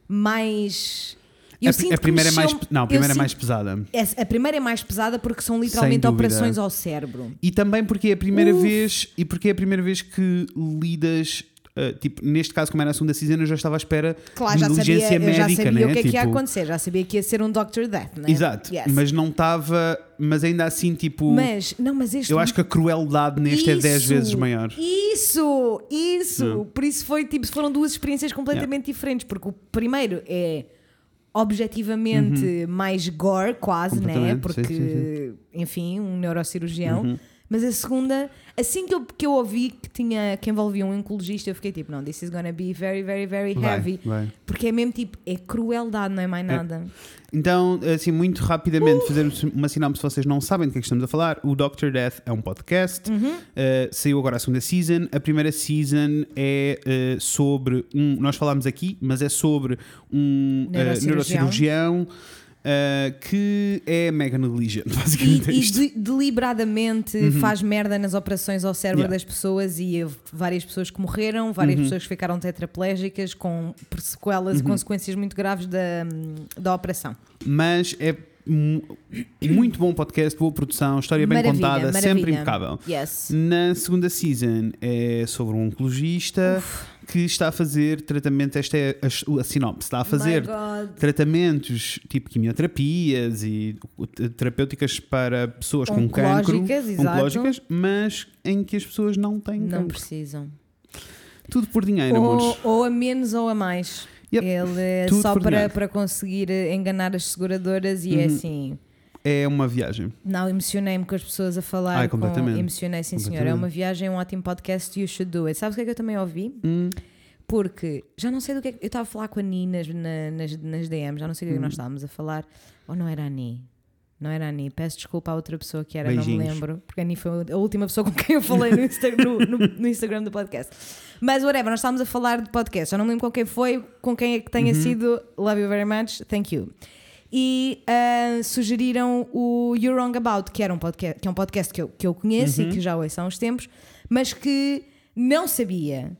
[SPEAKER 1] mais. Eu
[SPEAKER 2] Hum. a,
[SPEAKER 1] sinto
[SPEAKER 2] a
[SPEAKER 1] que
[SPEAKER 2] primeira é mais,
[SPEAKER 1] mexeu-
[SPEAKER 2] não, a
[SPEAKER 1] eu
[SPEAKER 2] primeira é
[SPEAKER 1] sinto-
[SPEAKER 2] mais pesada.
[SPEAKER 1] Essa- A primeira é mais pesada porque são literalmente
[SPEAKER 2] dúvida.
[SPEAKER 1] operações ao cérebro.
[SPEAKER 2] E também porque é a primeira
[SPEAKER 1] Uf.
[SPEAKER 2] vez e porque é a primeira vez que lidas uh, tipo, neste caso, como era a segunda season, eu já estava à espera
[SPEAKER 1] Claro,
[SPEAKER 2] de
[SPEAKER 1] já
[SPEAKER 2] diligência
[SPEAKER 1] sabia, eu já
[SPEAKER 2] médica,
[SPEAKER 1] sabia
[SPEAKER 2] né?
[SPEAKER 1] o que é que ia
[SPEAKER 2] Tipo,
[SPEAKER 1] acontecer, já sabia que ia ser um Dr. Death, né?
[SPEAKER 2] Exato,
[SPEAKER 1] Yes.
[SPEAKER 2] mas não estava, mas ainda assim, tipo,
[SPEAKER 1] Mas, não, mas este
[SPEAKER 2] eu acho que a crueldade neste é 10
[SPEAKER 1] Isso,
[SPEAKER 2] vezes maior.
[SPEAKER 1] Isso, isso. Por isso foi tipo, foram duas experiências completamente diferentes, porque o primeiro é objetivamente mais gore, quase, né?
[SPEAKER 2] Uhum. Completamente,
[SPEAKER 1] Porque,
[SPEAKER 2] sim, sim, Uhum.
[SPEAKER 1] enfim, um neurocirurgião. Mas a segunda, assim que eu, que eu ouvi que tinha que envolvia um oncologista, eu fiquei tipo, não, this is gonna be very, very, very
[SPEAKER 2] Vai,
[SPEAKER 1] heavy.
[SPEAKER 2] vai.
[SPEAKER 1] Porque é mesmo tipo, é crueldade, não é mais nada.
[SPEAKER 2] Então, assim, muito rapidamente, fazermos uma sinopse se vocês não sabem do que é que estamos a falar. O Dr. Death é um podcast,
[SPEAKER 1] Uhum.
[SPEAKER 2] eh, saiu agora a segunda season. A primeira season é eh, sobre um. Nós falámos aqui, mas é sobre um eh,
[SPEAKER 1] Neurocirurgião.
[SPEAKER 2] neurocirurgião. eh, que é mega negligente,
[SPEAKER 1] E,
[SPEAKER 2] basicamente. é
[SPEAKER 1] e
[SPEAKER 2] isto. Uhum.
[SPEAKER 1] de- deliberadamente faz merda nas operações ao cérebro
[SPEAKER 2] Yeah. Uhum.
[SPEAKER 1] das pessoas e houve várias pessoas que morreram, várias pessoas que ficaram tetraplégicas com sequelas e consequências muito graves da, hum, da operação.
[SPEAKER 2] Mas é mu- muito bom podcast, boa produção, história bem
[SPEAKER 1] maravilha,
[SPEAKER 2] contada,
[SPEAKER 1] maravilha.
[SPEAKER 2] sempre impecável.
[SPEAKER 1] Yes.
[SPEAKER 2] Na segunda season é sobre um oncologista que está a fazer tratamento. Esta é a, a sinopse. Está a fazer
[SPEAKER 1] Oh My God.
[SPEAKER 2] tratamentos tipo quimioterapias e terapêuticas para pessoas com cancro.
[SPEAKER 1] Oncológicas, exato.
[SPEAKER 2] Oncológicas, mas em que as pessoas não têm
[SPEAKER 1] Não
[SPEAKER 2] cancro.
[SPEAKER 1] precisam.
[SPEAKER 2] Tudo por dinheiro,
[SPEAKER 1] Ou,
[SPEAKER 2] amores.
[SPEAKER 1] ou a menos ou a mais.
[SPEAKER 2] Yep.
[SPEAKER 1] Ele é
[SPEAKER 2] Tudo
[SPEAKER 1] só
[SPEAKER 2] por
[SPEAKER 1] para,
[SPEAKER 2] dinheiro. Uhum.
[SPEAKER 1] para conseguir eh, enganar as seguradoras e é assim.
[SPEAKER 2] É uma viagem.
[SPEAKER 1] Não, emocionei-me com as pessoas a falar.
[SPEAKER 2] Ai,
[SPEAKER 1] com-
[SPEAKER 2] completamente.
[SPEAKER 1] Emocionei, sim, senhor. É
[SPEAKER 2] Completamente.
[SPEAKER 1] uma viagem, um ótimo podcast. You should do it. Sabes o que é que eu também ouvi?
[SPEAKER 2] Hum.
[SPEAKER 1] Porque já não sei do que é que. Eu estava a falar com a Ni nas, na- nas, nas DMs, já não sei do que é que
[SPEAKER 2] Hum.
[SPEAKER 1] nós estávamos a falar. Ou não era a Ni? Não era a Ni. Peço desculpa à outra pessoa que era, não me
[SPEAKER 2] Beijinhos.
[SPEAKER 1] lembro. Porque a Ni foi a última pessoa com quem eu falei no, Insta- no- no- no Instagram do podcast. Mas whatever, nós estávamos a falar de podcast. Já não me lembro com quem foi, com quem é que tenha sido. Love you very much. Thank you. E ah, sugeriram o You're Wrong About, que, era um podcast, que é um podcast que eu, que eu conheço e que já ouço há uns tempos, mas que não sabia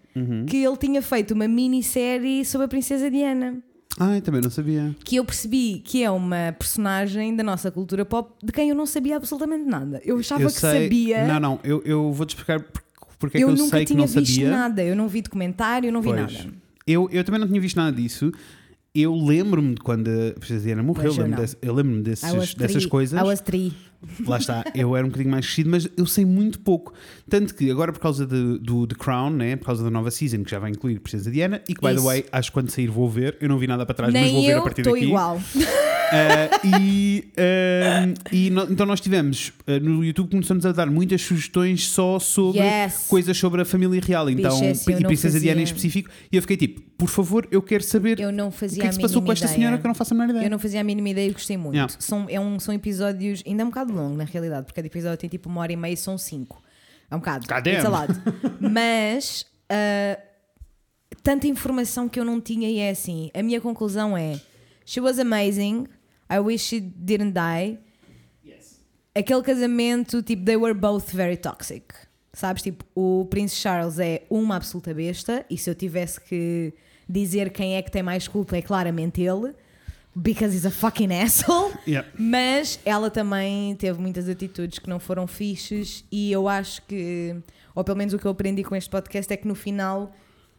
[SPEAKER 1] que ele tinha feito uma minissérie sobre a Princesa Diana.
[SPEAKER 2] Ai, também não sabia.
[SPEAKER 1] que eu percebi que é uma personagem da nossa cultura pop de quem eu não sabia absolutamente nada. Eu achava
[SPEAKER 2] eu
[SPEAKER 1] que
[SPEAKER 2] sei-
[SPEAKER 1] sabia.
[SPEAKER 2] Não, não, eu, eu vou-te explicar por- porque é que
[SPEAKER 1] eu
[SPEAKER 2] eu
[SPEAKER 1] nunca
[SPEAKER 2] sei que
[SPEAKER 1] tinha
[SPEAKER 2] não
[SPEAKER 1] visto
[SPEAKER 2] sabia.
[SPEAKER 1] nada. Eu não vi documentário, eu não vi
[SPEAKER 2] Pois.
[SPEAKER 1] nada.
[SPEAKER 2] Eu, eu também não tinha visto nada disso. Eu lembro-me de quando a Princesa Diana morreu,
[SPEAKER 1] Mas eu
[SPEAKER 2] lembro
[SPEAKER 1] não.
[SPEAKER 2] desse- eu lembro-me
[SPEAKER 1] I was
[SPEAKER 2] desses,
[SPEAKER 1] three.
[SPEAKER 2] dessas coisas.
[SPEAKER 1] I was three.
[SPEAKER 2] Lá está, eu era um bocadinho mais crescido, mas eu sei muito pouco. Tanto que agora, por causa de- do The Crown, né? por causa da nova season, que já vai incluir Princesa Diana, e que, by the
[SPEAKER 1] Isso.
[SPEAKER 2] way, acho que quando sair vou ver, eu não vi nada para trás, mas vou
[SPEAKER 1] Nem
[SPEAKER 2] ver a
[SPEAKER 1] eu
[SPEAKER 2] partir
[SPEAKER 1] estou
[SPEAKER 2] daqui.
[SPEAKER 1] igual.
[SPEAKER 2] Ah, e ah, e no- então nós tivemos ah, no YouTube começamos a dar muitas sugestões só sobre
[SPEAKER 1] Yes.
[SPEAKER 2] coisas sobre a família real então
[SPEAKER 1] Bicho, assim, eu
[SPEAKER 2] e
[SPEAKER 1] não
[SPEAKER 2] Princesa Diana em
[SPEAKER 1] fazia-
[SPEAKER 2] específico e eu fiquei tipo por favor eu quero saber
[SPEAKER 1] Eu não
[SPEAKER 2] o
[SPEAKER 1] fazia
[SPEAKER 2] que é
[SPEAKER 1] a
[SPEAKER 2] que se passou
[SPEAKER 1] mínima
[SPEAKER 2] com esta
[SPEAKER 1] ideia.
[SPEAKER 2] senhora que eu não faço a menor ideia
[SPEAKER 1] Eu não fazia a mínima ideia e gostei muito.
[SPEAKER 2] Yeah.
[SPEAKER 1] São, é um, são episódios, ainda é um bocado longo na realidade, porque cada episódio tem tipo uma hora e meia, são cinco. É um bocado.
[SPEAKER 2] God damn.
[SPEAKER 1] It's a lot. Mas ah, tanta informação que eu não tinha e é assim. A minha conclusão é: She was amazing. I wish she didn't die. Aquele casamento, tipo, they were both very toxic. Sabes? Tipo, o Príncipe Charles é uma absoluta besta e se eu tivesse que dizer quem é que tem mais culpa é claramente ele. Because he's a fucking asshole.
[SPEAKER 2] Yeah.
[SPEAKER 1] Mas ela também teve muitas atitudes que não foram fixes e eu acho que, ou pelo menos o que eu aprendi com este podcast é que no final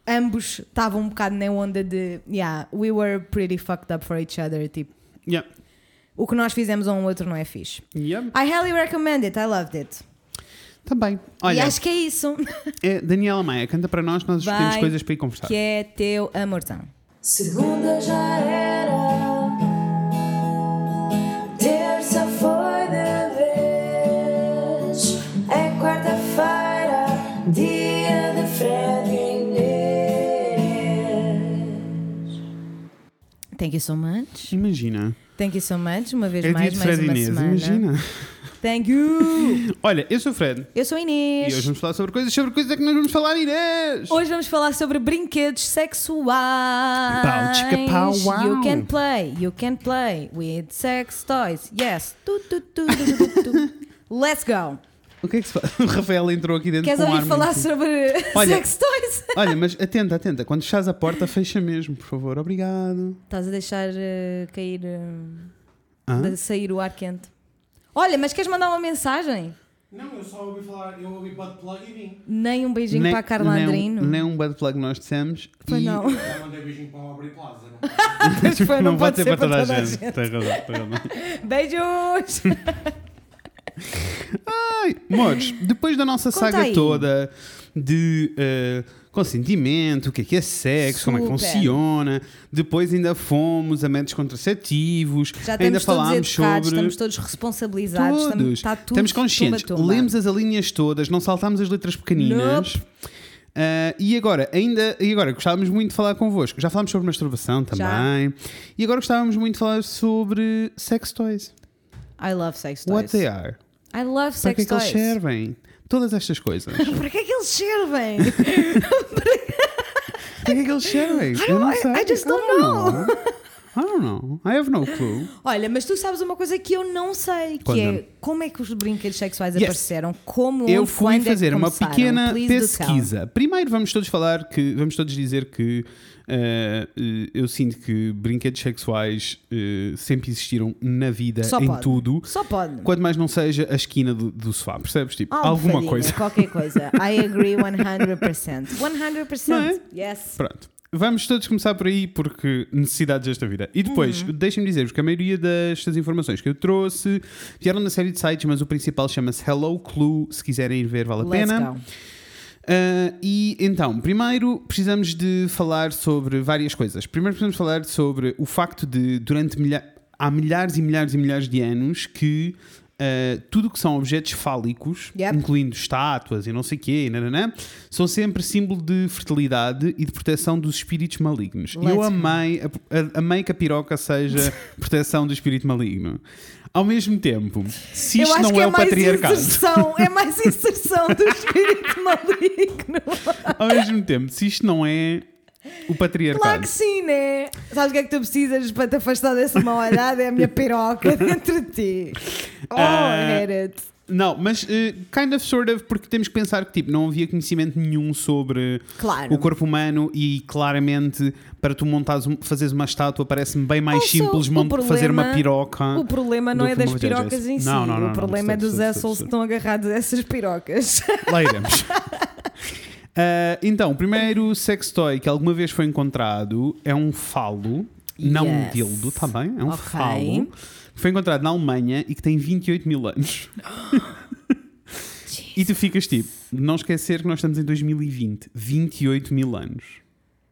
[SPEAKER 1] ambos estavam um bocado na onda de yeah, we were pretty fucked up for each other, tipo,
[SPEAKER 2] Yeah.
[SPEAKER 1] o que nós fizemos a um outro não é fixe.
[SPEAKER 2] Yeah.
[SPEAKER 1] I highly recommend it, I loved it.
[SPEAKER 2] também
[SPEAKER 1] e
[SPEAKER 2] olha
[SPEAKER 1] acho que é isso,
[SPEAKER 2] é Daniela Maia canta para nós nós
[SPEAKER 1] Vai.
[SPEAKER 2] temos coisas para ir conversar
[SPEAKER 1] que é teu amorzão.
[SPEAKER 4] Segunda já era, terça foi de vez, é quarta-feira, dia de Fred e Inês.
[SPEAKER 1] Thank you so much.
[SPEAKER 2] imagina
[SPEAKER 1] Thank you so much. Uma vez
[SPEAKER 2] é dia
[SPEAKER 1] mais,
[SPEAKER 2] de
[SPEAKER 1] mais
[SPEAKER 2] Fred
[SPEAKER 1] uma
[SPEAKER 2] Inês
[SPEAKER 1] semana.
[SPEAKER 2] imagina
[SPEAKER 1] Thank you.
[SPEAKER 2] olha eu sou o Fred
[SPEAKER 1] Eu sou a Inês.
[SPEAKER 2] e hoje vamos falar sobre coisas sobre coisas que nós vamos falar Inês
[SPEAKER 1] Hoje vamos falar sobre brinquedos sexuais.
[SPEAKER 2] Pau, chica, pau, uau.
[SPEAKER 1] You can play, you can play with sex toys. Yes. Tu, tu, tu, tu, tu, tu. Let's go.
[SPEAKER 2] o que é que se faz? o Rafael entrou aqui dentro
[SPEAKER 1] Queres
[SPEAKER 2] com um
[SPEAKER 1] ouvir
[SPEAKER 2] ar
[SPEAKER 1] falar
[SPEAKER 2] muito-
[SPEAKER 1] sobre
[SPEAKER 2] Olha.
[SPEAKER 1] sex toys?
[SPEAKER 2] Olha, mas atenta, atenta. Quando fechas a porta, fecha mesmo, por favor. Obrigado.
[SPEAKER 1] Estás a deixar eh, cair, eh,
[SPEAKER 2] Hã?
[SPEAKER 1] de sair o ar quente. Olha, mas queres mandar uma mensagem?
[SPEAKER 3] Não, eu só ouvi falar, eu ouvi butt plug e vim.
[SPEAKER 1] Nem um beijinho
[SPEAKER 2] Nem-
[SPEAKER 1] para a Carla
[SPEAKER 2] nem um-
[SPEAKER 1] Andrino.
[SPEAKER 2] Nem um bad plug nós dissemos.
[SPEAKER 1] Foi
[SPEAKER 2] e-
[SPEAKER 1] não.
[SPEAKER 3] Já mandei beijinho para o Aubrey Plaza. não? é?
[SPEAKER 1] Pois foi,
[SPEAKER 2] não,
[SPEAKER 1] não pode
[SPEAKER 2] pode ser para toda, a gente.
[SPEAKER 1] gente.
[SPEAKER 2] Tem razão, tem razão.
[SPEAKER 1] Beijos!
[SPEAKER 2] Ai, Mores, depois da nossa
[SPEAKER 1] Conta
[SPEAKER 2] saga
[SPEAKER 1] aí.
[SPEAKER 2] toda de eh, consentimento, o que é que é sexo, como é que
[SPEAKER 1] Super.
[SPEAKER 2] funciona, depois ainda fomos a métodos contraceptivos,
[SPEAKER 1] Já
[SPEAKER 2] ainda
[SPEAKER 1] estamos todos
[SPEAKER 2] falámos
[SPEAKER 1] educados,
[SPEAKER 2] sobre.
[SPEAKER 1] estamos todos responsabilizados, estamos, está tá tudo
[SPEAKER 2] Estamos conscientes.
[SPEAKER 1] tumba, tumba.
[SPEAKER 2] Lemos as linhas todas, não saltámos as letras pequeninas. Ah, e agora, ainda, e agora gostávamos muito de falar convosco. Já falámos sobre masturbação também. E agora gostávamos muito de falar sobre sex toys.
[SPEAKER 1] I love sex toys.
[SPEAKER 2] What they are.
[SPEAKER 1] I love
[SPEAKER 2] Para que
[SPEAKER 1] sex
[SPEAKER 2] é que
[SPEAKER 1] toys.
[SPEAKER 2] eles servem? Todas estas coisas.
[SPEAKER 1] Para que é que eles servem?
[SPEAKER 2] Para que é que eles servem? Eu não
[SPEAKER 1] I-
[SPEAKER 2] sei.
[SPEAKER 1] I just don't know.
[SPEAKER 2] I don't know. I have no clue.
[SPEAKER 1] Olha, mas tu sabes uma coisa que eu não sei, que é
[SPEAKER 2] Conta-me.
[SPEAKER 1] como é que os brinquedos sexuais
[SPEAKER 2] Yes.
[SPEAKER 1] apareceram, como
[SPEAKER 2] Eu
[SPEAKER 1] onde,
[SPEAKER 2] fui
[SPEAKER 1] quando é que
[SPEAKER 2] fazer uma
[SPEAKER 1] começaram?
[SPEAKER 2] pequena
[SPEAKER 1] Please do tell.
[SPEAKER 2] pesquisa. Primeiro vamos todos falar que vamos todos dizer que eh, eh, eu sinto que brinquedos sexuais eh, sempre existiram na vida
[SPEAKER 1] Só
[SPEAKER 2] em
[SPEAKER 1] pode.
[SPEAKER 2] tudo.
[SPEAKER 1] Só pode.
[SPEAKER 2] Quanto mais não seja a esquina do, do sofá, percebes? Tipo,
[SPEAKER 1] Ah,
[SPEAKER 2] alguma
[SPEAKER 1] almofadinha,
[SPEAKER 2] coisa.
[SPEAKER 1] Qualquer coisa. I agree 100%. 100%.
[SPEAKER 2] é?
[SPEAKER 1] Yes.
[SPEAKER 2] Pronto. Vamos todos começar por aí porque necessidades desta vida. E depois,
[SPEAKER 1] Uhum.
[SPEAKER 2] deixem-me dizer-vos que a maioria destas informações que eu trouxe vieram da série de sites, mas o principal chama-se Hello Clue. Se quiserem ir ver, vale a
[SPEAKER 1] Let's
[SPEAKER 2] pena.
[SPEAKER 1] go.
[SPEAKER 2] Ah, e então, primeiro precisamos de falar sobre várias coisas. Primeiro precisamos falar sobre o facto de, durante milha- há milhares e milhares e milhares de anos, que ah, tudo o que são objetos fálicos,
[SPEAKER 1] Yep.
[SPEAKER 2] incluindo estátuas e não sei o quê, nananã, são sempre símbolo de fertilidade e de proteção dos espíritos malignos. E eu
[SPEAKER 1] Let's
[SPEAKER 2] amei, a, a- amei que a piroca seja proteção do espírito maligno. Ao mesmo tempo, se
[SPEAKER 1] eu
[SPEAKER 2] isto
[SPEAKER 1] acho
[SPEAKER 2] não
[SPEAKER 1] que
[SPEAKER 2] é,
[SPEAKER 1] é,
[SPEAKER 2] o
[SPEAKER 1] mais
[SPEAKER 2] patriarcado.
[SPEAKER 1] inserção, é mais inserção do espírito maligno.
[SPEAKER 2] Ao mesmo tempo, se isto não é o
[SPEAKER 1] Claro
[SPEAKER 2] patriarcado.
[SPEAKER 1] que sim, né? Sabes o que é que tu precisas para te afastar dessa má olhada? É a minha piroca dentro de ti. Oh,
[SPEAKER 2] Ah.
[SPEAKER 1] I hate it.
[SPEAKER 2] Não, mas eh, kind of, sort of, porque temos que pensar que tipo, não havia conhecimento nenhum sobre
[SPEAKER 1] Claro.
[SPEAKER 2] o corpo humano e claramente para tu montares, um- fazeres uma estátua parece-me bem mais
[SPEAKER 1] Also,
[SPEAKER 2] simples
[SPEAKER 1] o
[SPEAKER 2] mont- fazer uma
[SPEAKER 1] problema-
[SPEAKER 2] piroca.
[SPEAKER 1] O problema não
[SPEAKER 2] do
[SPEAKER 1] é
[SPEAKER 2] que uma
[SPEAKER 1] das
[SPEAKER 2] vagina
[SPEAKER 1] pirocas
[SPEAKER 2] Jess.
[SPEAKER 1] em si.
[SPEAKER 2] Não, não, não,
[SPEAKER 1] o
[SPEAKER 2] não,
[SPEAKER 1] problema é
[SPEAKER 2] absurdo,
[SPEAKER 1] dos
[SPEAKER 2] absurdo,
[SPEAKER 1] assholes que
[SPEAKER 2] absurdo.
[SPEAKER 1] estão agarrados a essas pirocas.
[SPEAKER 2] Lá iremos. Ah, então, o primeiro sex toy que alguma vez foi encontrado é um falo, não um
[SPEAKER 1] Yes.
[SPEAKER 2] dildo, está bem? É um
[SPEAKER 1] Ok.
[SPEAKER 2] falo que foi encontrado na Alemanha e que tem 28 mil anos. e tu ficas tipo, não esquecer que nós estamos em 2020, 28 mil anos.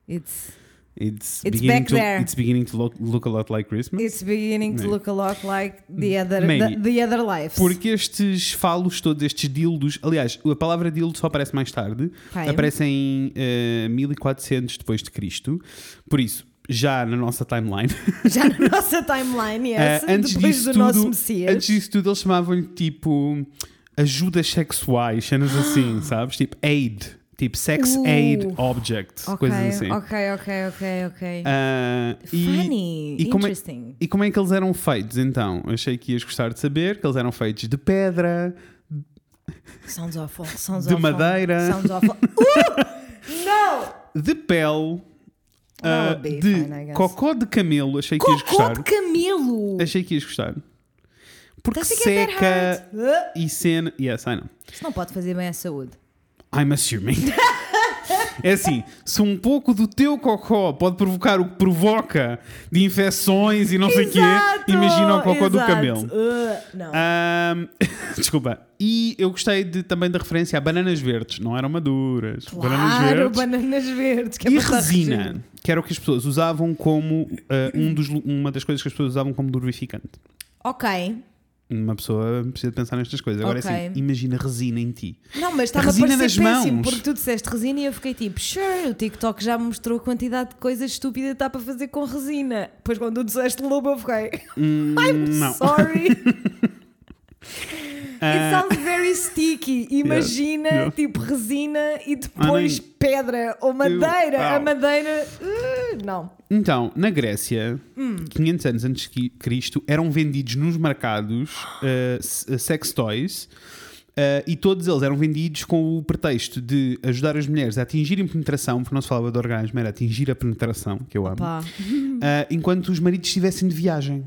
[SPEAKER 1] It's,
[SPEAKER 2] It's,
[SPEAKER 1] It's
[SPEAKER 2] beginning,
[SPEAKER 1] back
[SPEAKER 2] to,
[SPEAKER 1] there.
[SPEAKER 2] it's beginning to look, look a lot like Christmas.
[SPEAKER 1] it's beginning to
[SPEAKER 2] Maybe.
[SPEAKER 1] look a lot like the other,
[SPEAKER 2] Maybe.
[SPEAKER 1] the, the other lives.
[SPEAKER 2] Porque estes falos todos, estes dildos, aliás, a palavra dildo só aparece mais tarde,
[SPEAKER 1] Ok.
[SPEAKER 2] aparece em eh, 1400 depois de Cristo. Por isso, já na nossa timeline.
[SPEAKER 1] Já na nossa timeline, yes,
[SPEAKER 2] eh, antes
[SPEAKER 1] É, depois
[SPEAKER 2] disso
[SPEAKER 1] do
[SPEAKER 2] tudo,
[SPEAKER 1] nosso Messias.
[SPEAKER 2] antes disso tudo eles chamavam-lhe tipo ajudas sexuais, cenas assim, sabes? Tipo aid, tipo sex
[SPEAKER 1] Uh.
[SPEAKER 2] aid object,
[SPEAKER 1] Ok,
[SPEAKER 2] coisas assim.
[SPEAKER 1] ok, ok, ok, ok.
[SPEAKER 2] Ah, e-
[SPEAKER 1] Funny,
[SPEAKER 2] e como é-
[SPEAKER 1] interesting.
[SPEAKER 2] E como é que eles eram feitos então? Achei que ias gostar de saber que eles eram feitos de pedra,
[SPEAKER 1] Sounds awful, sounds
[SPEAKER 2] De
[SPEAKER 1] awful.
[SPEAKER 2] madeira.
[SPEAKER 1] Sounds awful. Uh! Não!
[SPEAKER 2] de pele,
[SPEAKER 1] That
[SPEAKER 2] ah,
[SPEAKER 1] would be
[SPEAKER 2] de
[SPEAKER 1] fine, I guess.
[SPEAKER 2] cocó de camelo. Achei que ias
[SPEAKER 1] Cocô
[SPEAKER 2] gostar.
[SPEAKER 1] de camelo!
[SPEAKER 2] Achei que ias gostar. Porque
[SPEAKER 1] Does it get that
[SPEAKER 2] seca
[SPEAKER 1] hard? Uh!
[SPEAKER 2] e cena. Yes, I know.
[SPEAKER 1] Isto não pode fazer bem à saúde.
[SPEAKER 2] I'm assuming. É assim, se um pouco do teu cocó pode provocar o que provoca de infecções e não sei o quê,
[SPEAKER 1] Exato,
[SPEAKER 2] imagina o cocó do
[SPEAKER 1] exato.
[SPEAKER 2] camelo. Ah,
[SPEAKER 1] Uh, não.
[SPEAKER 2] Ahm, desculpa. E eu gostei de- também da referência a bananas verdes, não eram maduras.
[SPEAKER 1] claro,
[SPEAKER 2] bananas verdes.
[SPEAKER 1] bananas verdes, que é
[SPEAKER 2] e
[SPEAKER 1] para estar
[SPEAKER 2] resina,
[SPEAKER 1] regido.
[SPEAKER 2] que era o que as pessoas usavam como ah, um dos, lu- uma das coisas que as pessoas usavam como lubrificante.
[SPEAKER 1] Ok.
[SPEAKER 2] Uma pessoa precisa de pensar nestas coisas. Agora
[SPEAKER 1] Ok.
[SPEAKER 2] é assim, imagina resina em ti.
[SPEAKER 1] Não, mas estava a
[SPEAKER 2] Resina
[SPEAKER 1] parecer
[SPEAKER 2] nas
[SPEAKER 1] péssimo
[SPEAKER 2] mãos.
[SPEAKER 1] porque tu disseste resina e eu fiquei tipo, sure, o TikTok já me mostrou a quantidade de coisas estúpidas que está para fazer com resina. Depois quando tu disseste lobo eu fiquei, I'm
[SPEAKER 2] Hum, não.
[SPEAKER 1] sorry. It
[SPEAKER 2] Ah.
[SPEAKER 1] sounds very sticky. Imagina,
[SPEAKER 2] Yeah.
[SPEAKER 1] tipo, resina e
[SPEAKER 2] Ah,
[SPEAKER 1] depois pedra ou madeira.
[SPEAKER 2] Eu-
[SPEAKER 1] A
[SPEAKER 2] Au.
[SPEAKER 1] madeira. uh, não.
[SPEAKER 2] Então, na Grécia,
[SPEAKER 1] Hum.
[SPEAKER 2] 500 anos antes de Cristo, eram vendidos nos mercados uh, s- uh, sex toys uh, e todos eles eram vendidos com o pretexto de ajudar as mulheres a atingirem penetração, porque não se falava de orgasmo, era atingir a penetração, que eu amo,
[SPEAKER 1] Pá.
[SPEAKER 2] uh, enquanto os maridos estivessem de viagem.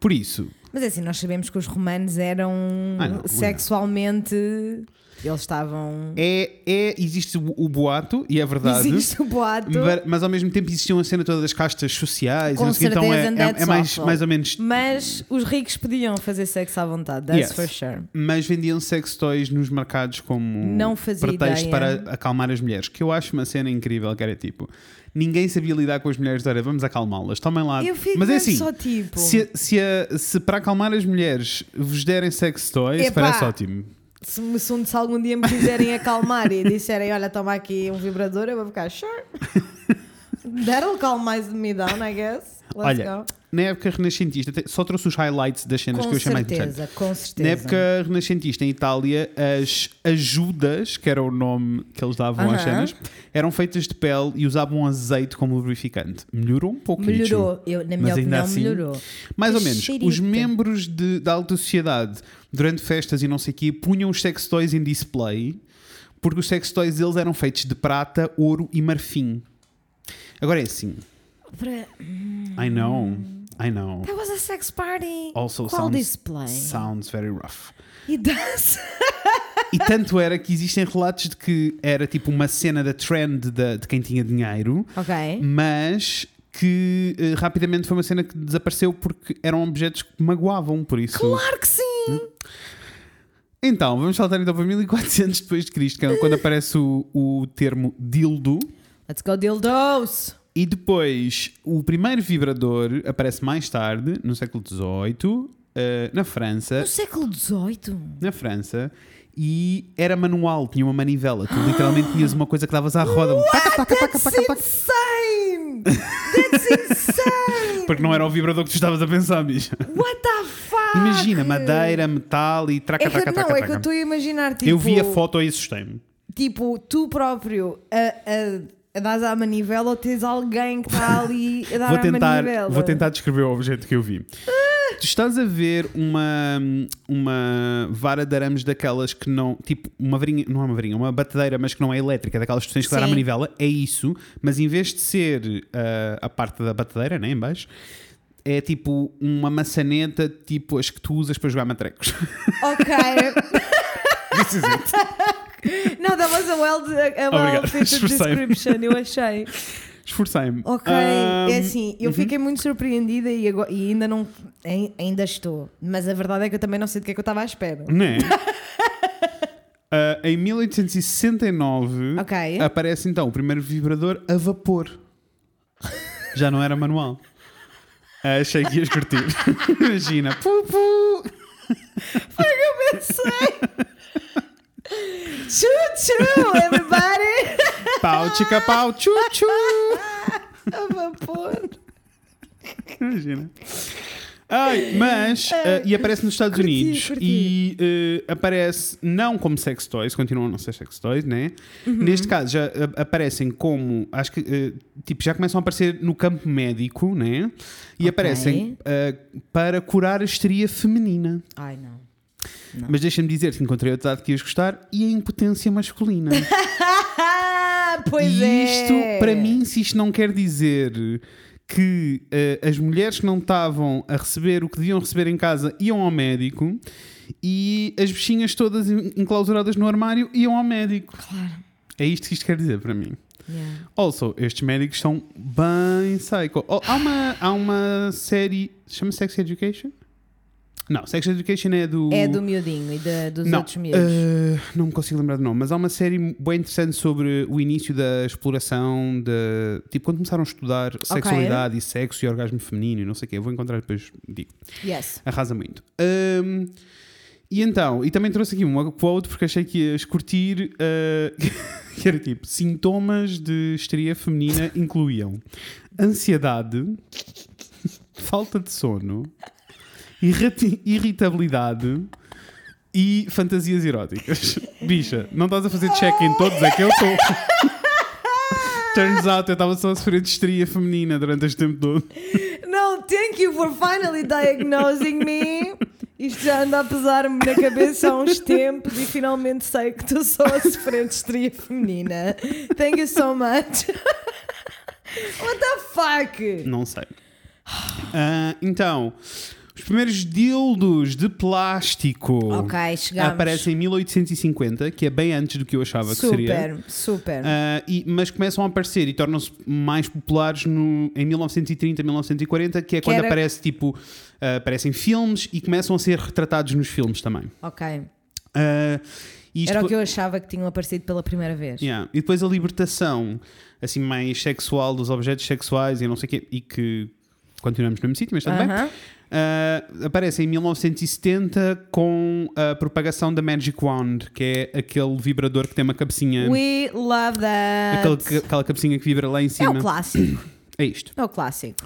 [SPEAKER 2] Por isso,
[SPEAKER 1] Mas é assim, nós sabemos que os romanos eram
[SPEAKER 2] Ah, não, não.
[SPEAKER 1] sexualmente. Eles estavam.
[SPEAKER 2] é, é- existe o, o boato, e é verdade.
[SPEAKER 1] Existe o boato.
[SPEAKER 2] Mas, mas ao mesmo tempo existiam a cena toda das castas sociais,
[SPEAKER 1] Com
[SPEAKER 2] e não sei o quê, então é,
[SPEAKER 1] certeza, and
[SPEAKER 2] é- é
[SPEAKER 1] that's
[SPEAKER 2] mais,
[SPEAKER 1] awful.
[SPEAKER 2] mais ou menos
[SPEAKER 1] Mas os ricos podiam fazer sexo à vontade, that's
[SPEAKER 2] Yes.
[SPEAKER 1] for sure.
[SPEAKER 2] mas vendiam sex toys nos mercados como
[SPEAKER 1] Não fazia
[SPEAKER 2] pretexto
[SPEAKER 1] ideia.
[SPEAKER 2] para acalmar as mulheres, que eu acho uma cena incrível, que era tipo, ninguém sabia lidar com as mulheres, olha, vamos acalmá-las, tomem lá.
[SPEAKER 1] Eu fico
[SPEAKER 2] mas é
[SPEAKER 1] mesmo
[SPEAKER 2] assim,
[SPEAKER 1] só tipo-
[SPEAKER 2] se, se a- se para acalmar as mulheres vos derem sex toys,
[SPEAKER 1] Epá.
[SPEAKER 2] parece ótimo.
[SPEAKER 1] Se, me- se um- se algum dia me quiserem acalmar e disserem, olha, toma aqui um vibrador, eu vou ficar, sure. That'll calm mais me down, I guess. Let's
[SPEAKER 2] olha,
[SPEAKER 1] go.
[SPEAKER 2] na época renascentista, te- só trouxe os highlights das cenas
[SPEAKER 1] Com
[SPEAKER 2] que eu achei mais interessantes.
[SPEAKER 1] certeza, com certeza.
[SPEAKER 2] Na época renascentista, em Itália, as ajudas, que era o nome que eles davam às
[SPEAKER 1] Aham.
[SPEAKER 2] cenas, eram feitas de pele e usavam azeite como lubrificante. Melhorou um pouco
[SPEAKER 1] melhorou, eu, na minha
[SPEAKER 2] Mas ainda
[SPEAKER 1] opinião,
[SPEAKER 2] assim-
[SPEAKER 1] melhorou.
[SPEAKER 2] Mais ou
[SPEAKER 1] Que
[SPEAKER 2] menos.
[SPEAKER 1] cheirito.
[SPEAKER 2] Os membros de- da alta sociedade, durante festas e não sei o quê, punham os sex toys em display, porque os sex toys deles eram feitos de prata, ouro e marfim. Agora é assim.
[SPEAKER 1] Para-
[SPEAKER 2] I know. I know.
[SPEAKER 1] That was a sex party.
[SPEAKER 2] Also
[SPEAKER 1] Hum. Qual
[SPEAKER 2] sounds,
[SPEAKER 1] display?
[SPEAKER 2] sounds very rough.
[SPEAKER 1] E dança.
[SPEAKER 2] E tanto era que existem relatos de que era tipo uma cena da trend da- de quem tinha dinheiro, Hum.
[SPEAKER 1] Ok.
[SPEAKER 2] mas que eh, rapidamente foi uma cena que desapareceu porque eram objetos que magoavam, por isso.
[SPEAKER 1] Claro que
[SPEAKER 2] Hum.
[SPEAKER 1] sim!
[SPEAKER 2] Então, vamos saltar então para 1400 depois de Cristo, que é quando aparece o, o termo dildo.
[SPEAKER 1] Let's go dildos!
[SPEAKER 2] E depois, o primeiro vibrador aparece mais tarde, no século XVIII, eh, na França.
[SPEAKER 1] No século XVIII?
[SPEAKER 2] Na França. E era manual, tinha uma manivela. Tu literalmente tinhas uma coisa que davas à roda. um taca, taca, taca, taca, taca.
[SPEAKER 1] Ah, Insane! That's insane!
[SPEAKER 2] Porque não era o vibrador que tu estavas a pensar, bicha.
[SPEAKER 1] What the fuck?
[SPEAKER 2] Imagina, madeira, metal e traca,
[SPEAKER 1] Ah, É que,
[SPEAKER 2] traca,
[SPEAKER 1] não,
[SPEAKER 2] traca,
[SPEAKER 1] é que eu
[SPEAKER 2] traca.
[SPEAKER 1] estou a imaginar tipo.
[SPEAKER 2] Eu vi a foto e assustei-me.
[SPEAKER 1] Tipo, tu próprio a, a, a dás à manivela ou tens alguém que está ali a dar
[SPEAKER 2] Vou
[SPEAKER 1] à
[SPEAKER 2] tentar,
[SPEAKER 1] manivela?
[SPEAKER 2] vou tentar descrever o objeto que eu vi. Tu estás a ver uma, uma vara de arames daquelas que não. Tipo, uma varinha. Não é uma varinha, uma batedeira, mas que não é elétrica, daquelas que tu tens que dar a
[SPEAKER 1] Sim.
[SPEAKER 2] manivela. É isso, mas em vez de ser ah, a parte da batedeira, né, em baixo, é tipo uma maçaneta, tipo as que tu usas para jogar matrecos.
[SPEAKER 1] Ok.
[SPEAKER 2] This is it.
[SPEAKER 1] Não, that was a well, a well
[SPEAKER 2] Obrigado.
[SPEAKER 1] fitted
[SPEAKER 2] Esforcei-me.
[SPEAKER 1] description, eu achei.
[SPEAKER 2] Esforcei-me.
[SPEAKER 1] Ok,
[SPEAKER 2] Ah,
[SPEAKER 1] é assim, eu fiquei muito surpreendida e, agora- e ainda não. ai- Ainda estou. Mas a verdade é que eu também não sei do que é que eu estava à espera.
[SPEAKER 2] Né? Ah, em 1869
[SPEAKER 1] Ok.
[SPEAKER 2] aparece então o primeiro vibrador a vapor. Já não era manual. Ah, achei que ias curtir. Imagina. Pu, pu.
[SPEAKER 1] Foi o que eu pensei! Choo choo, everybody!
[SPEAKER 2] Pau, chica, pau, tchu, tchu.
[SPEAKER 1] A vapor!
[SPEAKER 2] Imagina. Ai, mas, ah, e aparece nos Estados
[SPEAKER 1] curti,
[SPEAKER 2] Unidos
[SPEAKER 1] curti.
[SPEAKER 2] e eh, aparece não como sex toys, continuam a não ser sex toys, né?
[SPEAKER 1] Uhum.
[SPEAKER 2] Neste caso já a- aparecem como, acho que, eh, tipo, já começam a aparecer no campo médico, né? E aparecem ah, para curar a histeria feminina.
[SPEAKER 1] Ai não. Ah.
[SPEAKER 2] Mas deixa-me dizer que encontrei outro dado que ias gostar e a impotência masculina.
[SPEAKER 1] Ah, pois
[SPEAKER 2] e
[SPEAKER 1] é!
[SPEAKER 2] isto, para mim, se isto não quer dizer que eh, as mulheres que não estavam a receber o que deviam receber em casa iam ao médico e as bichinhas todas en- enclausuradas no armário iam ao médico.
[SPEAKER 1] Claro.
[SPEAKER 2] É isto que isto quer dizer para mim.
[SPEAKER 1] Yeah.
[SPEAKER 2] Also, estes médicos são bem psycho. Oh, há, uma, há uma série. chama Sex Education? Não, Sex Education é do.
[SPEAKER 1] É do miudinho e da- dos outros miúdos.
[SPEAKER 2] eh, não me consigo lembrar do nome, mas há uma série bem interessante sobre o início da exploração de tipo quando começaram a estudar sexualidade e sexo e orgasmo feminino e não sei o quê. Eu vou encontrar depois digo.
[SPEAKER 1] Yes.
[SPEAKER 2] Arrasa muito. Ahm, e então, e também trouxe aqui uma quote porque achei que ias curtir ah, que era tipo sintomas de histeria feminina incluíam ansiedade, falta de sono, irrati- irritabilidade e fantasias eróticas. Bicha, não estás a fazer check em todos, é que eu estou. Turns out, eu estava só a sofrer de histeria feminina durante este tempo todo.
[SPEAKER 1] Não, thank you for finally diagnosing me. Isto já anda a pesar-me na cabeça há uns tempos e finalmente sei que tu só a sofrer de histeria feminina. Thank you so much. What the fuck?
[SPEAKER 2] Não sei. Ah, então, os primeiros dildos de plástico
[SPEAKER 1] Ok, chegamos.
[SPEAKER 2] aparecem em 1850, que é bem antes do que eu achava que seria.
[SPEAKER 1] Super, super.
[SPEAKER 2] Ah, e- mas começam a aparecer e tornam-se mais populares no, em 1930, 1940, que é quando
[SPEAKER 1] era-
[SPEAKER 2] aparece tipo ah, aparecem filmes e começam a ser retratados nos filmes também.
[SPEAKER 1] ok.
[SPEAKER 2] Ah, e isto-
[SPEAKER 1] Era o que eu achava que tinham aparecido pela primeira vez.
[SPEAKER 2] Yeah. E depois a libertação assim mais sexual dos objetos sexuais e não sei o quê, e que continuamos no mesmo sítio, mas tudo bem.
[SPEAKER 1] Aham.
[SPEAKER 2] Ah, aparece em 1970 com a propagação da Magic Wand, que é aquele vibrador que tem uma cabecinha,
[SPEAKER 1] We love that.
[SPEAKER 2] aquele que- aquela cabecinha que vibra lá em
[SPEAKER 1] É
[SPEAKER 2] cima.
[SPEAKER 1] o clássico.
[SPEAKER 2] É isto.
[SPEAKER 1] É o clássico.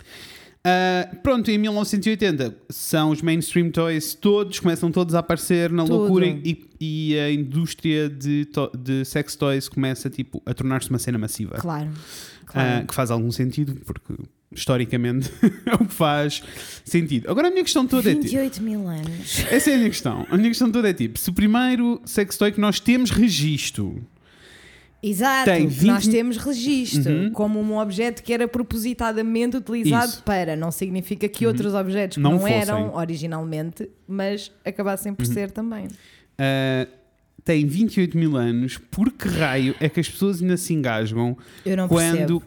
[SPEAKER 2] Ah, pronto, em 1980 são os mainstream toys todos, começam todos a aparecer na
[SPEAKER 1] Tudo.
[SPEAKER 2] loucura e, e a indústria de, to- de sex toys começa tipo, a tornar-se uma cena massiva.
[SPEAKER 1] Claro.
[SPEAKER 2] Ah,
[SPEAKER 1] claro.
[SPEAKER 2] que faz algum sentido, porque historicamente é o que faz sentido. Agora a minha questão toda é tipo.
[SPEAKER 1] 28 mil anos.
[SPEAKER 2] Essa é a minha questão. A minha questão toda é tipo: se o primeiro sextoy que nós temos registro,
[SPEAKER 1] Exato,
[SPEAKER 2] Tem 20
[SPEAKER 1] nós temos registro como um objeto que era propositadamente utilizado
[SPEAKER 2] Isso. Uhum.
[SPEAKER 1] para. Não significa que outros objetos que
[SPEAKER 2] Não
[SPEAKER 1] não,
[SPEAKER 2] fossem. Uhum.
[SPEAKER 1] eram originalmente, mas acabassem por ser também.
[SPEAKER 2] ah, tem 28 mil anos, por que raio é que as pessoas ainda se engasgam
[SPEAKER 1] Eu não
[SPEAKER 2] quando.
[SPEAKER 1] percebo.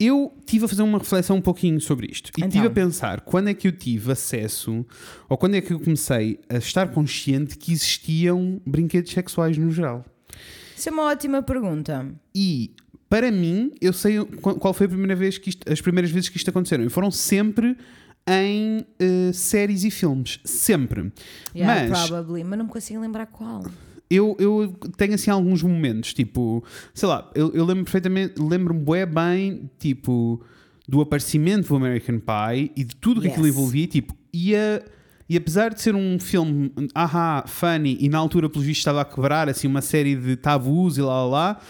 [SPEAKER 2] Eu tive a fazer uma reflexão um pouquinho sobre isto e
[SPEAKER 1] Então.
[SPEAKER 2] tive a pensar quando é que eu tive acesso ou quando é que eu comecei a estar consciente que existiam brinquedos sexuais no geral.
[SPEAKER 1] Isso é uma ótima pergunta.
[SPEAKER 2] E para mim, eu sei qu- qual foi a primeira vez que isto, as primeiras vezes que isto aconteceram. E foram sempre em eh, séries e filmes. Sempre.
[SPEAKER 1] Yeah,
[SPEAKER 2] Mas
[SPEAKER 1] probably, mas não me consigo lembrar qual.
[SPEAKER 2] eu, eu tenho assim alguns momentos, tipo, sei lá, eu, eu lembro perfeitamente, lembro-me bué bem, tipo, do aparecimento do American Pie e de tudo que aquilo
[SPEAKER 1] Yes.
[SPEAKER 2] envolvia, tipo, e a- E apesar de ser um filme, ahá, funny, e na altura, pelo visto, estava a quebrar assim uma série de tabus e lá lá lá,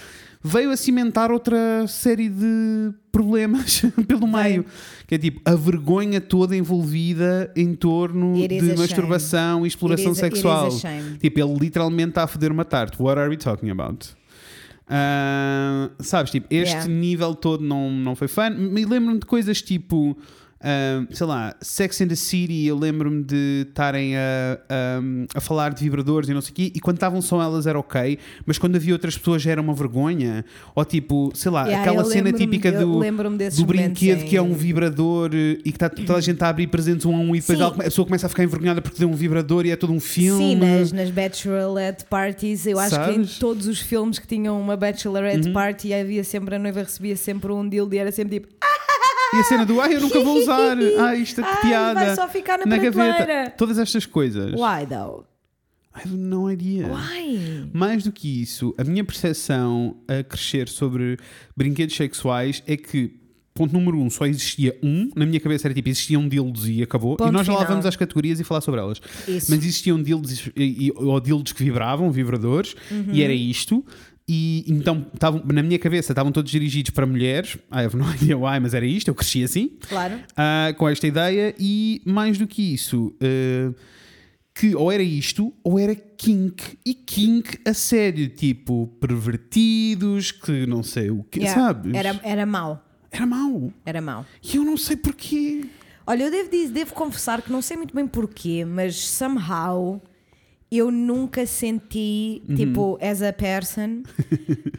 [SPEAKER 2] veio a cimentar outra série de problemas pelo meio. Que é tipo a vergonha toda envolvida em torno
[SPEAKER 1] It is a
[SPEAKER 2] de
[SPEAKER 1] shame.
[SPEAKER 2] masturbação e exploração
[SPEAKER 1] It is a- it is
[SPEAKER 2] sexual.
[SPEAKER 1] a shame.
[SPEAKER 2] Tipo, ele literalmente está a foder uma tarte. What are we talking about? Ah, sabes, tipo, este
[SPEAKER 1] Yeah.
[SPEAKER 2] nível todo não, não foi fã. Me lembro-me de coisas tipo, ah, sei lá, Sex and the City. Eu lembro-me de estarem a, a, a falar de vibradores e não sei o quê. E quando estavam só elas era ok, mas quando havia outras pessoas já era uma vergonha. Ou tipo, sei lá,
[SPEAKER 1] Yeah,
[SPEAKER 2] aquela
[SPEAKER 1] eu
[SPEAKER 2] cena
[SPEAKER 1] lembro-me-
[SPEAKER 2] típica
[SPEAKER 1] eu
[SPEAKER 2] do,
[SPEAKER 1] lembro-me desses
[SPEAKER 2] do
[SPEAKER 1] momentos
[SPEAKER 2] brinquedo que é
[SPEAKER 1] em-
[SPEAKER 2] um vibrador eh, e que tá, toda a gente está a abrir presentes um a um e depois
[SPEAKER 1] Sim.
[SPEAKER 2] ela come- a pessoa começa a ficar envergonhada porque deu um vibrador e é todo um filme.
[SPEAKER 1] Sim, nas, nas bachelorette parties, eu acho que em
[SPEAKER 2] Sabes? Uhum.
[SPEAKER 1] todos os filmes que tinham uma bachelorette party, havia sempre a noiva recebia sempre um deal e era sempre tipo, ah,
[SPEAKER 2] E a cena do ai, eu nunca vou usar, ai, isto é
[SPEAKER 1] Ai,
[SPEAKER 2] que piada.
[SPEAKER 1] vai só ficar na prateleira.
[SPEAKER 2] Todas estas coisas.
[SPEAKER 1] why though?
[SPEAKER 2] I have no idea.
[SPEAKER 1] Why?
[SPEAKER 2] Mais do que isso, a minha percepção a crescer sobre brinquedos sexuais é que, ponto número um, só existia um. Na minha cabeça era tipo, existiam dildos e acabou.
[SPEAKER 1] Ponto
[SPEAKER 2] e nós já lá
[SPEAKER 1] final.
[SPEAKER 2] vamos às categorias e falar sobre elas.
[SPEAKER 1] Isso.
[SPEAKER 2] Mas existiam dildos e, e- ou dildos que vibravam, vibradores,
[SPEAKER 1] Uhum.
[SPEAKER 2] e era isto. E então, estavam na minha cabeça, estavam todos dirigidos para mulheres. I have no idea why, mas era isto. Eu cresci assim.
[SPEAKER 1] Claro.
[SPEAKER 2] Ah, com esta ideia e mais do que isso ah, que ou era isto ou era kink e kink a sério tipo pervertidos que não sei o que
[SPEAKER 1] Yeah,
[SPEAKER 2] sabes
[SPEAKER 1] Era, era mau.
[SPEAKER 2] era mau
[SPEAKER 1] Era mau.
[SPEAKER 2] e eu não sei porquê
[SPEAKER 1] Olha, eu devo, dizer- devo confessar que não sei muito bem porquê, mas somehow eu nunca senti, tipo, as a person,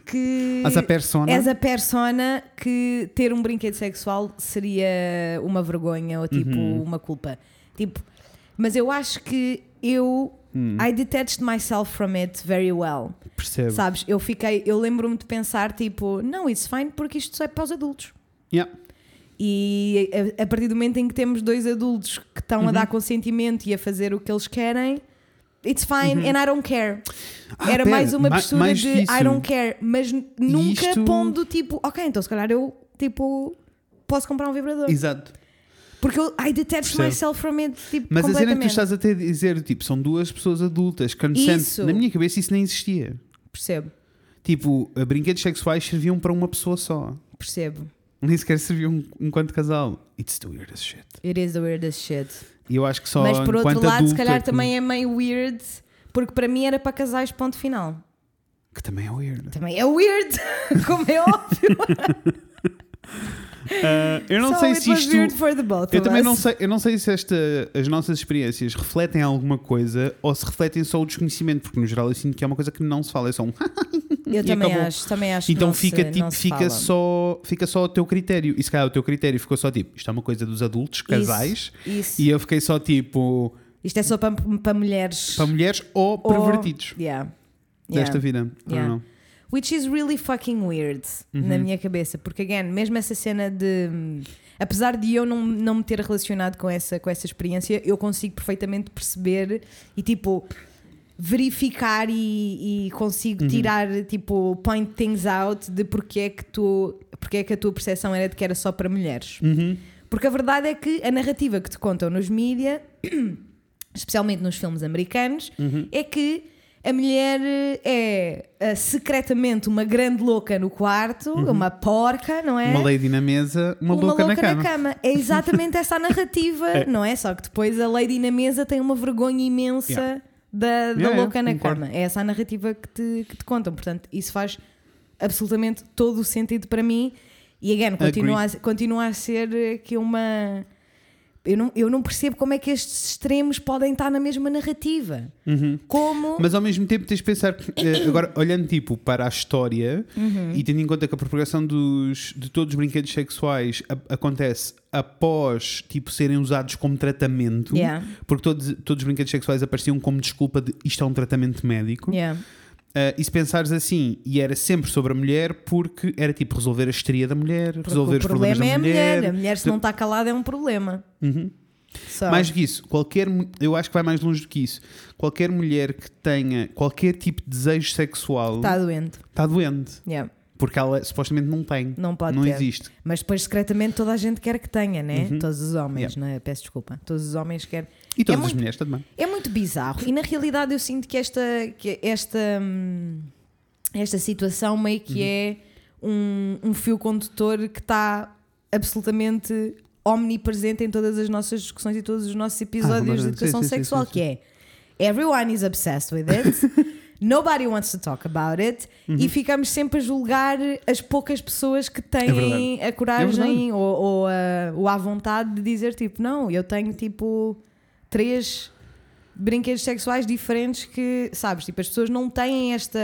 [SPEAKER 1] que.
[SPEAKER 2] Uhum. As a persona.
[SPEAKER 1] As a persona, que ter um brinquedo sexual seria uma vergonha ou, tipo,
[SPEAKER 2] Uhum.
[SPEAKER 1] uma culpa. Tipo, mas eu acho que eu.
[SPEAKER 2] Hum.
[SPEAKER 1] I detached myself from it very well.
[SPEAKER 2] percebo
[SPEAKER 1] Sabes? Eu fiquei. Eu lembro-me de pensar, tipo, não, it's fine porque isto só é para os adultos.
[SPEAKER 2] Yeah.
[SPEAKER 1] E a, a partir do momento em que temos dois adultos que estão a
[SPEAKER 2] Uhum.
[SPEAKER 1] dar consentimento e a fazer o que eles querem, it's fine and I don't care.
[SPEAKER 2] Uhum. Ah,
[SPEAKER 1] Era
[SPEAKER 2] pera,
[SPEAKER 1] mais uma
[SPEAKER 2] ma-
[SPEAKER 1] postura
[SPEAKER 2] mais
[SPEAKER 1] de
[SPEAKER 2] disso.
[SPEAKER 1] I don't care, mas n- nunca
[SPEAKER 2] isto-
[SPEAKER 1] pondo tipo, ok, então se calhar eu tipo posso comprar um vibrador.
[SPEAKER 2] exato
[SPEAKER 1] Porque eu I detach
[SPEAKER 2] Percebo.
[SPEAKER 1] myself from it, tipo,
[SPEAKER 2] mas a cena é que tu
[SPEAKER 1] completamente.
[SPEAKER 2] estás até a dizer tipo são duas pessoas adultas consent
[SPEAKER 1] Isso.
[SPEAKER 2] na minha cabeça isso nem existia
[SPEAKER 1] Percebo,
[SPEAKER 2] tipo ah, brinquedos sexuais serviam para uma pessoa só
[SPEAKER 1] percebo.
[SPEAKER 2] nem sequer serviam enquanto casal it's the weirdest shit
[SPEAKER 1] It is the weirdest shit.
[SPEAKER 2] E eu acho que só
[SPEAKER 1] mas por outro
[SPEAKER 2] enquanto
[SPEAKER 1] lado,
[SPEAKER 2] adulto
[SPEAKER 1] se calhar
[SPEAKER 2] é que,
[SPEAKER 1] também é meio weird, porque para mim era para casais, ponto final.
[SPEAKER 2] que também é weird.
[SPEAKER 1] Também é weird, como é óbvio.
[SPEAKER 2] Ah, eu não
[SPEAKER 1] So
[SPEAKER 2] sei
[SPEAKER 1] it
[SPEAKER 2] se
[SPEAKER 1] was
[SPEAKER 2] isto
[SPEAKER 1] weird for the é? both of
[SPEAKER 2] Eu também
[SPEAKER 1] us.
[SPEAKER 2] não sei, eu não sei se esta, as nossas experiências refletem alguma coisa ou se refletem só o desconhecimento, porque no geral eu sinto que é uma coisa que não se fala, é só um
[SPEAKER 1] Eu
[SPEAKER 2] E
[SPEAKER 1] também
[SPEAKER 2] acabou.
[SPEAKER 1] acho, também acho que
[SPEAKER 2] Então
[SPEAKER 1] não
[SPEAKER 2] fica
[SPEAKER 1] se,
[SPEAKER 2] tipo,
[SPEAKER 1] não se
[SPEAKER 2] fica
[SPEAKER 1] fala.
[SPEAKER 2] só, fica só o teu critério. E se calhar o teu critério ficou só tipo, isto é uma coisa dos adultos, casais.
[SPEAKER 1] isso.
[SPEAKER 2] E eu fiquei só tipo,
[SPEAKER 1] Isto é só para, para mulheres
[SPEAKER 2] para mulheres ou
[SPEAKER 1] Ou-
[SPEAKER 2] pervertidos
[SPEAKER 1] Yeah. Yeah.
[SPEAKER 2] desta vida. I don't
[SPEAKER 1] Yeah.
[SPEAKER 2] know.
[SPEAKER 1] Which is really fucking weird
[SPEAKER 2] Uhum.
[SPEAKER 1] na minha cabeça, porque again, mesmo essa cena de hum, apesar de eu não, não me ter relacionado com essa, com essa experiência, eu consigo perfeitamente perceber e tipo verificar e, e consigo tirar tipo point things out de porque é que tu porque é que a tua percepção era de que era só para mulheres. Porque a verdade é que a narrativa que te contam nos mídia especialmente nos filmes americanos, é que a mulher eh, é eh, secretamente uma grande louca no quarto, uma porca, não é?
[SPEAKER 2] Uma lady na mesa, uma,
[SPEAKER 1] Uma
[SPEAKER 2] louca, na cama.
[SPEAKER 1] É exatamente essa a narrativa,
[SPEAKER 2] É.
[SPEAKER 1] não é? Só que depois a lady na mesa tem uma vergonha imensa
[SPEAKER 2] Yeah.
[SPEAKER 1] da, da
[SPEAKER 2] Yeah,
[SPEAKER 1] louca
[SPEAKER 2] yeah,
[SPEAKER 1] na
[SPEAKER 2] concordo.
[SPEAKER 1] cama. É essa a narrativa que te, que te contam. Portanto, isso faz absolutamente todo o sentido para mim. E again, continua a, continua a ser eh, que uma. Eu não, eu não percebo como é que estes extremos podem estar na mesma narrativa. Como.
[SPEAKER 2] Uhum. Mas ao mesmo tempo tens de pensar que, eh, agora olhando tipo para a história
[SPEAKER 1] Uhum.
[SPEAKER 2] e tendo em conta que a propagação dos, de todos os brinquedos sexuais a- acontece após tipo serem usados como tratamento,
[SPEAKER 1] Yeah.
[SPEAKER 2] porque todos, todos os brinquedos sexuais apareciam como desculpa de isto é um tratamento médico.
[SPEAKER 1] Yeah.
[SPEAKER 2] Eh, e se pensares assim, e era sempre sobre a mulher porque era tipo resolver a histeria da mulher,
[SPEAKER 1] Porque
[SPEAKER 2] resolver
[SPEAKER 1] o
[SPEAKER 2] os problemas
[SPEAKER 1] problema
[SPEAKER 2] da
[SPEAKER 1] é a
[SPEAKER 2] mulher. Uhum.
[SPEAKER 1] mulher. A mulher, se não está calada, é um problema. Só.
[SPEAKER 2] Mais do que isso, qualquer, mu- eu acho que vai mais longe do que isso. Qualquer mulher que tenha qualquer tipo de desejo sexual
[SPEAKER 1] Está doente.
[SPEAKER 2] Está Tá doente.
[SPEAKER 1] Yeah.
[SPEAKER 2] Porque ela supostamente não tem.
[SPEAKER 1] Não pode
[SPEAKER 2] Não
[SPEAKER 1] ter.
[SPEAKER 2] existe. Uhum.
[SPEAKER 1] Mas depois, secretamente, toda a gente quer que tenha, né? Todos os homens, né? Peço desculpa. Todos os homens querem.
[SPEAKER 2] E todas
[SPEAKER 1] é
[SPEAKER 2] as
[SPEAKER 1] muito,
[SPEAKER 2] mulheres tá também.
[SPEAKER 1] É muito bizarro. E na realidade, eu
[SPEAKER 2] Uhum.
[SPEAKER 1] sinto que esta, que esta, hum, esta situação meio que é um, um fio condutor que está absolutamente omnipresente em todas as nossas discussões e todos os nossos episódios de
[SPEAKER 2] completamente.
[SPEAKER 1] educação
[SPEAKER 2] Ah, é Sim, sim, sim,
[SPEAKER 1] sexual,
[SPEAKER 2] sim,
[SPEAKER 1] que é everyone is obsessed with it. Nobody wants to talk about it
[SPEAKER 2] Uhum.
[SPEAKER 1] e ficamos sempre a julgar as poucas pessoas que têm
[SPEAKER 2] É verdade.
[SPEAKER 1] a coragem ou, ou a, ou a vontade de dizer tipo, não, eu tenho tipo três brinquedos sexuais diferentes que, sabes, tipo, as pessoas não têm esta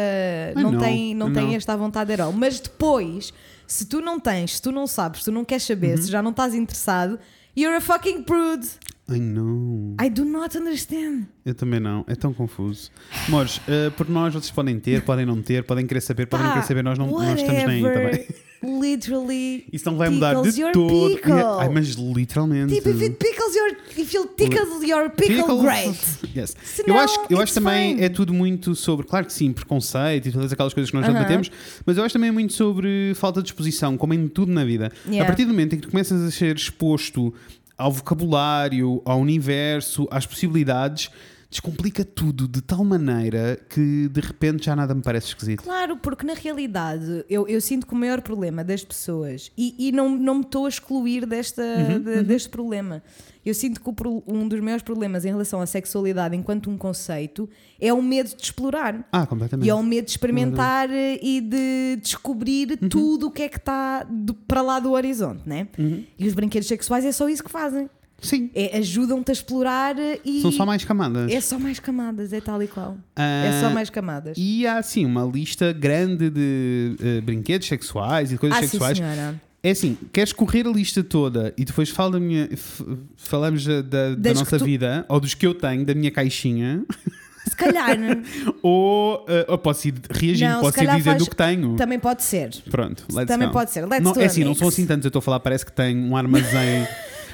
[SPEAKER 2] Ah,
[SPEAKER 1] não,
[SPEAKER 2] não,
[SPEAKER 1] têm, não têm
[SPEAKER 2] não.
[SPEAKER 1] esta vontade at all. Mas depois, se tu não tens, se tu não sabes, se tu não queres saber,
[SPEAKER 2] Uhum.
[SPEAKER 1] se já não estás interessado, you're a fucking prude.
[SPEAKER 2] Ai não.
[SPEAKER 1] I do not understand.
[SPEAKER 2] Eu também não, é tão confuso. Mores, eh, por nós vocês podem ter, podem não ter, podem querer saber, podem não
[SPEAKER 1] Pá,
[SPEAKER 2] querer saber, nós não, não estamos nem aí
[SPEAKER 1] whatever.
[SPEAKER 2] também.
[SPEAKER 1] Literally.
[SPEAKER 2] Isso não vai mudar
[SPEAKER 1] tickles
[SPEAKER 2] de
[SPEAKER 1] your
[SPEAKER 2] todo. é-
[SPEAKER 1] pickle.
[SPEAKER 2] Ai, mas literalmente.
[SPEAKER 1] Tipo, if it tickles your, if it tickles your pickle,
[SPEAKER 2] Pickles.
[SPEAKER 1] great.
[SPEAKER 2] Yes.
[SPEAKER 1] Se
[SPEAKER 2] eu
[SPEAKER 1] não,
[SPEAKER 2] acho, que- eu acho
[SPEAKER 1] it's
[SPEAKER 2] também
[SPEAKER 1] fine.
[SPEAKER 2] é tudo muito sobre, claro que sim, preconceito e todas aquelas coisas que nós já
[SPEAKER 1] Aham.
[SPEAKER 2] debatemos, mas eu acho também muito sobre falta de exposição, como em tudo na vida.
[SPEAKER 1] Yeah.
[SPEAKER 2] A partir do momento em que tu começas a ser exposto ao vocabulário, ao universo, às possibilidades, descomplica tudo de tal maneira que de repente já nada me parece esquisito.
[SPEAKER 1] Claro, porque na realidade eu, eu sinto que o maior problema das pessoas, e, e não, não me estou a excluir desta,
[SPEAKER 2] Uhum,
[SPEAKER 1] de- deste problema, eu sinto que o pro- um dos maiores problemas em relação à sexualidade enquanto um conceito é o medo de explorar.
[SPEAKER 2] Ah, completamente.
[SPEAKER 1] E é o medo de experimentar eh, e de descobrir
[SPEAKER 2] Uhum.
[SPEAKER 1] tudo o que é que está do- para lá do horizonte, né?
[SPEAKER 2] Uhum.
[SPEAKER 1] E os brinquedos sexuais é só isso que fazem.
[SPEAKER 2] Sim.
[SPEAKER 1] É, Ajudam-te a explorar eh, e.
[SPEAKER 2] São só mais camadas.
[SPEAKER 1] É só mais camadas, é tal e qual.
[SPEAKER 2] Ah,
[SPEAKER 1] é só mais camadas.
[SPEAKER 2] E há assim uma lista grande de eh, brinquedos sexuais e de coisas
[SPEAKER 1] Ah, sim,
[SPEAKER 2] sexuais.
[SPEAKER 1] senhora.
[SPEAKER 2] É assim, queres correr a lista toda e depois fala da minha, f- falamos da, da- da
[SPEAKER 1] Das que
[SPEAKER 2] nossa
[SPEAKER 1] tu-
[SPEAKER 2] vida, ou dos que eu tenho, da minha caixinha,
[SPEAKER 1] Se calhar. né?
[SPEAKER 2] ou, eh, ou posso ir reagindo,
[SPEAKER 1] Não, se
[SPEAKER 2] posso ir
[SPEAKER 1] calhar
[SPEAKER 2] dizendo
[SPEAKER 1] faz-
[SPEAKER 2] o que tenho.
[SPEAKER 1] Também pode ser. é
[SPEAKER 2] Pronto, let's
[SPEAKER 1] Também
[SPEAKER 2] go.
[SPEAKER 1] pode ser. Let's
[SPEAKER 2] não,
[SPEAKER 1] do
[SPEAKER 2] É
[SPEAKER 1] a
[SPEAKER 2] assim, não
[SPEAKER 1] mix.
[SPEAKER 2] são assim tantos, eu estou a falar, parece que tenho um armazém,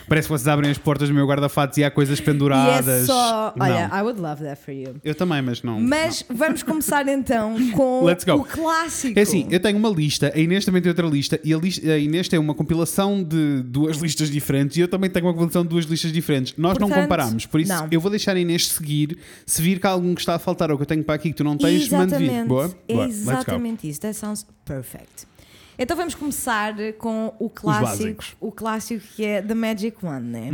[SPEAKER 2] parece que vocês abrem as portas do meu guarda-fatos e há coisas penduradas.
[SPEAKER 1] E é só.
[SPEAKER 2] Não.
[SPEAKER 1] Olha, I would love that for you.
[SPEAKER 2] Eu também, mas não.
[SPEAKER 1] Mas vamos começar então com
[SPEAKER 2] Let's go.
[SPEAKER 1] o clássico.
[SPEAKER 2] É assim, eu tenho uma lista, a Inês também tem outra lista, e a, lis- a Inês tem uma compilação de duas listas diferentes, e eu também tenho uma compilação de duas listas diferentes. Nós não
[SPEAKER 1] Portanto,
[SPEAKER 2] comparámos, por isso
[SPEAKER 1] não.
[SPEAKER 2] eu vou deixar a Inês seguir. Se vir que há algum que está a faltar ou que eu tenho para aqui que tu não tens, mande vir.
[SPEAKER 1] Exatamente.
[SPEAKER 2] Boa?
[SPEAKER 1] É
[SPEAKER 2] Boa. Let's go.
[SPEAKER 1] Exatamente isso. That sounds perfect. Então vamos começar com o
[SPEAKER 2] básicos. Uhum.
[SPEAKER 1] clássico, o clássico que é The Magic One, né?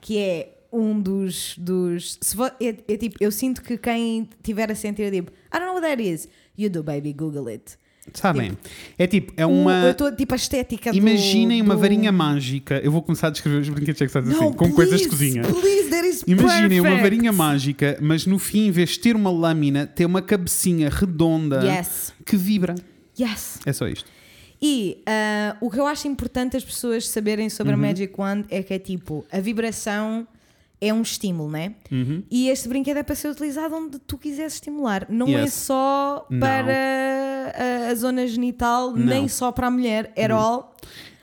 [SPEAKER 1] Que é um dos dos se vo- é, é tipo, eu sinto que quem tiver a sentir tipo, I don't know what that is. You do baby, Google it.
[SPEAKER 2] Sabem? É tipo, é
[SPEAKER 1] O- eu
[SPEAKER 2] uma.
[SPEAKER 1] estou tipo a estética do-
[SPEAKER 2] Imaginem uma
[SPEAKER 1] do-
[SPEAKER 2] varinha mágica. Eu vou começar a descrever os brinquedos sexuais assim,
[SPEAKER 1] Não,
[SPEAKER 2] com coisas de
[SPEAKER 1] please,
[SPEAKER 2] cozinha.
[SPEAKER 1] Please, that is
[SPEAKER 2] Imaginem uma
[SPEAKER 1] perfect.
[SPEAKER 2] varinha mágica, mas no fim, em vez de ter uma lâmina, tem uma cabecinha redonda
[SPEAKER 1] Yes.
[SPEAKER 2] que vibra.
[SPEAKER 1] Yes.
[SPEAKER 2] É só isto.
[SPEAKER 1] E ah, o que eu acho importante as pessoas saberem
[SPEAKER 2] Uhum.
[SPEAKER 1] sobre a Magic Wand é que é tipo, a vibração é um estímulo, né?
[SPEAKER 2] Uhum.
[SPEAKER 1] E este brinquedo é para ser utilizado onde tu quiseres estimular. Não é
[SPEAKER 2] Yes.
[SPEAKER 1] só
[SPEAKER 2] Não.
[SPEAKER 1] para a, a zona genital, nem só para a mulher, at
[SPEAKER 2] Uhum.
[SPEAKER 1] all.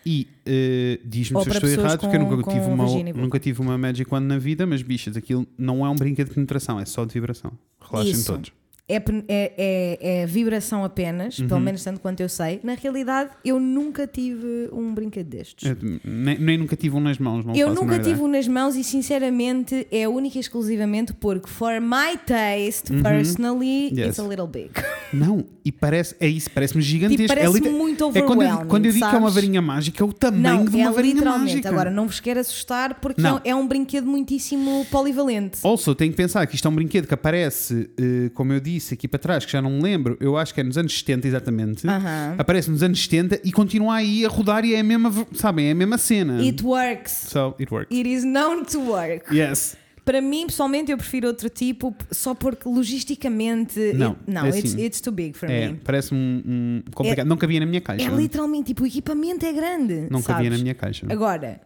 [SPEAKER 2] E eh, diz-me
[SPEAKER 1] Ou
[SPEAKER 2] se eu
[SPEAKER 1] para
[SPEAKER 2] estou
[SPEAKER 1] pessoas
[SPEAKER 2] errado, porque eu
[SPEAKER 1] com-
[SPEAKER 2] nunca tive,
[SPEAKER 1] com
[SPEAKER 2] uma,
[SPEAKER 1] vagina e vulva.
[SPEAKER 2] nunca tive uma Magic Wand na vida, mas bichas, aquilo não é um brinquedo de penetração, é só de vibração. Relaxem
[SPEAKER 1] Isso.
[SPEAKER 2] todos.
[SPEAKER 1] É, pen- é- é- é vibração apenas,
[SPEAKER 2] Uhum.
[SPEAKER 1] pelo menos tanto quanto eu sei. Na realidade, eu nunca tive um brinquedo destes.
[SPEAKER 2] Eu nem, nem nunca tive um nas mãos, não
[SPEAKER 1] Eu
[SPEAKER 2] faço a
[SPEAKER 1] nunca
[SPEAKER 2] menor
[SPEAKER 1] tive
[SPEAKER 2] ideia.
[SPEAKER 1] um nas mãos e sinceramente é única e exclusivamente porque for my taste personally
[SPEAKER 2] Uhum. Yes.
[SPEAKER 1] it's a little big.
[SPEAKER 2] Não, e parece, é isso, parece-me gigantesco.
[SPEAKER 1] Tipo, parece
[SPEAKER 2] é liter-
[SPEAKER 1] muito
[SPEAKER 2] é quando eu,
[SPEAKER 1] overwhelming,
[SPEAKER 2] quando eu digo que é uma
[SPEAKER 1] sabes?
[SPEAKER 2] varinha mágica, é o tamanho
[SPEAKER 1] Não,
[SPEAKER 2] de uma
[SPEAKER 1] é
[SPEAKER 2] varinha
[SPEAKER 1] literalmente.
[SPEAKER 2] mágica.
[SPEAKER 1] Agora não vos quero assustar porque
[SPEAKER 2] Não.
[SPEAKER 1] é um- é um brinquedo muitíssimo polivalente.
[SPEAKER 2] Also, tenho que pensar que isto é um brinquedo que aparece, eh, como eu disse aqui para trás, que já não me lembro, eu acho que é nos anos 70 exatamente.
[SPEAKER 1] Aham.
[SPEAKER 2] Aparece nos anos 70 e continua aí a rodar e é a mesma, ver- sabem, é a mesma cena.
[SPEAKER 1] It works.
[SPEAKER 2] So, it works.
[SPEAKER 1] It is known to work.
[SPEAKER 2] Yes.
[SPEAKER 1] Para mim, pessoalmente, eu prefiro outro tipo só porque logisticamente.
[SPEAKER 2] Não,
[SPEAKER 1] it- não
[SPEAKER 2] é
[SPEAKER 1] it's,
[SPEAKER 2] assim.
[SPEAKER 1] it's too big for
[SPEAKER 2] É,
[SPEAKER 1] me.
[SPEAKER 2] parece um, um complicado. não cabia na minha caixa.
[SPEAKER 1] É literalmente, tipo, o equipamento é grande.
[SPEAKER 2] não cabia
[SPEAKER 1] sabes?
[SPEAKER 2] na minha caixa.
[SPEAKER 1] Agora,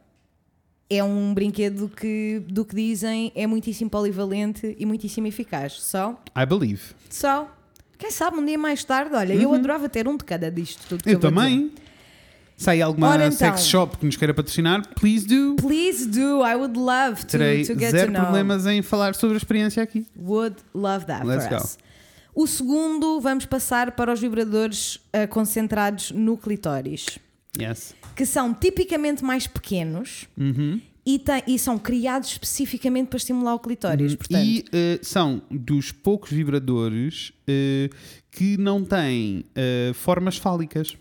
[SPEAKER 1] é um brinquedo que, do que dizem, é muitíssimo polivalente e muitíssimo eficaz. Só,
[SPEAKER 2] I believe.
[SPEAKER 1] só, quem sabe um dia mais tarde, olha, eu adorava ter um de cada disto. Tudo que
[SPEAKER 2] Uhum. Eu,
[SPEAKER 1] vou dizer.
[SPEAKER 2] também. Se há alguma
[SPEAKER 1] Ora, então.
[SPEAKER 2] sex shop que nos queira patrocinar, please do.
[SPEAKER 1] Please do, I would love to,
[SPEAKER 2] Terei
[SPEAKER 1] to get
[SPEAKER 2] zero
[SPEAKER 1] to know.
[SPEAKER 2] problemas em falar sobre a experiência aqui.
[SPEAKER 1] Would love that
[SPEAKER 2] Let's
[SPEAKER 1] for
[SPEAKER 2] go.
[SPEAKER 1] us. O segundo, vamos passar para os vibradores ah, concentrados no clitóris.
[SPEAKER 2] Yes.
[SPEAKER 1] que são tipicamente mais pequenos
[SPEAKER 2] Uhum.
[SPEAKER 1] e, tem- e são criados especificamente para estimular o clitóris. Portanto,
[SPEAKER 2] E eh, são dos poucos vibradores eh, que não têm eh, formas fálicas.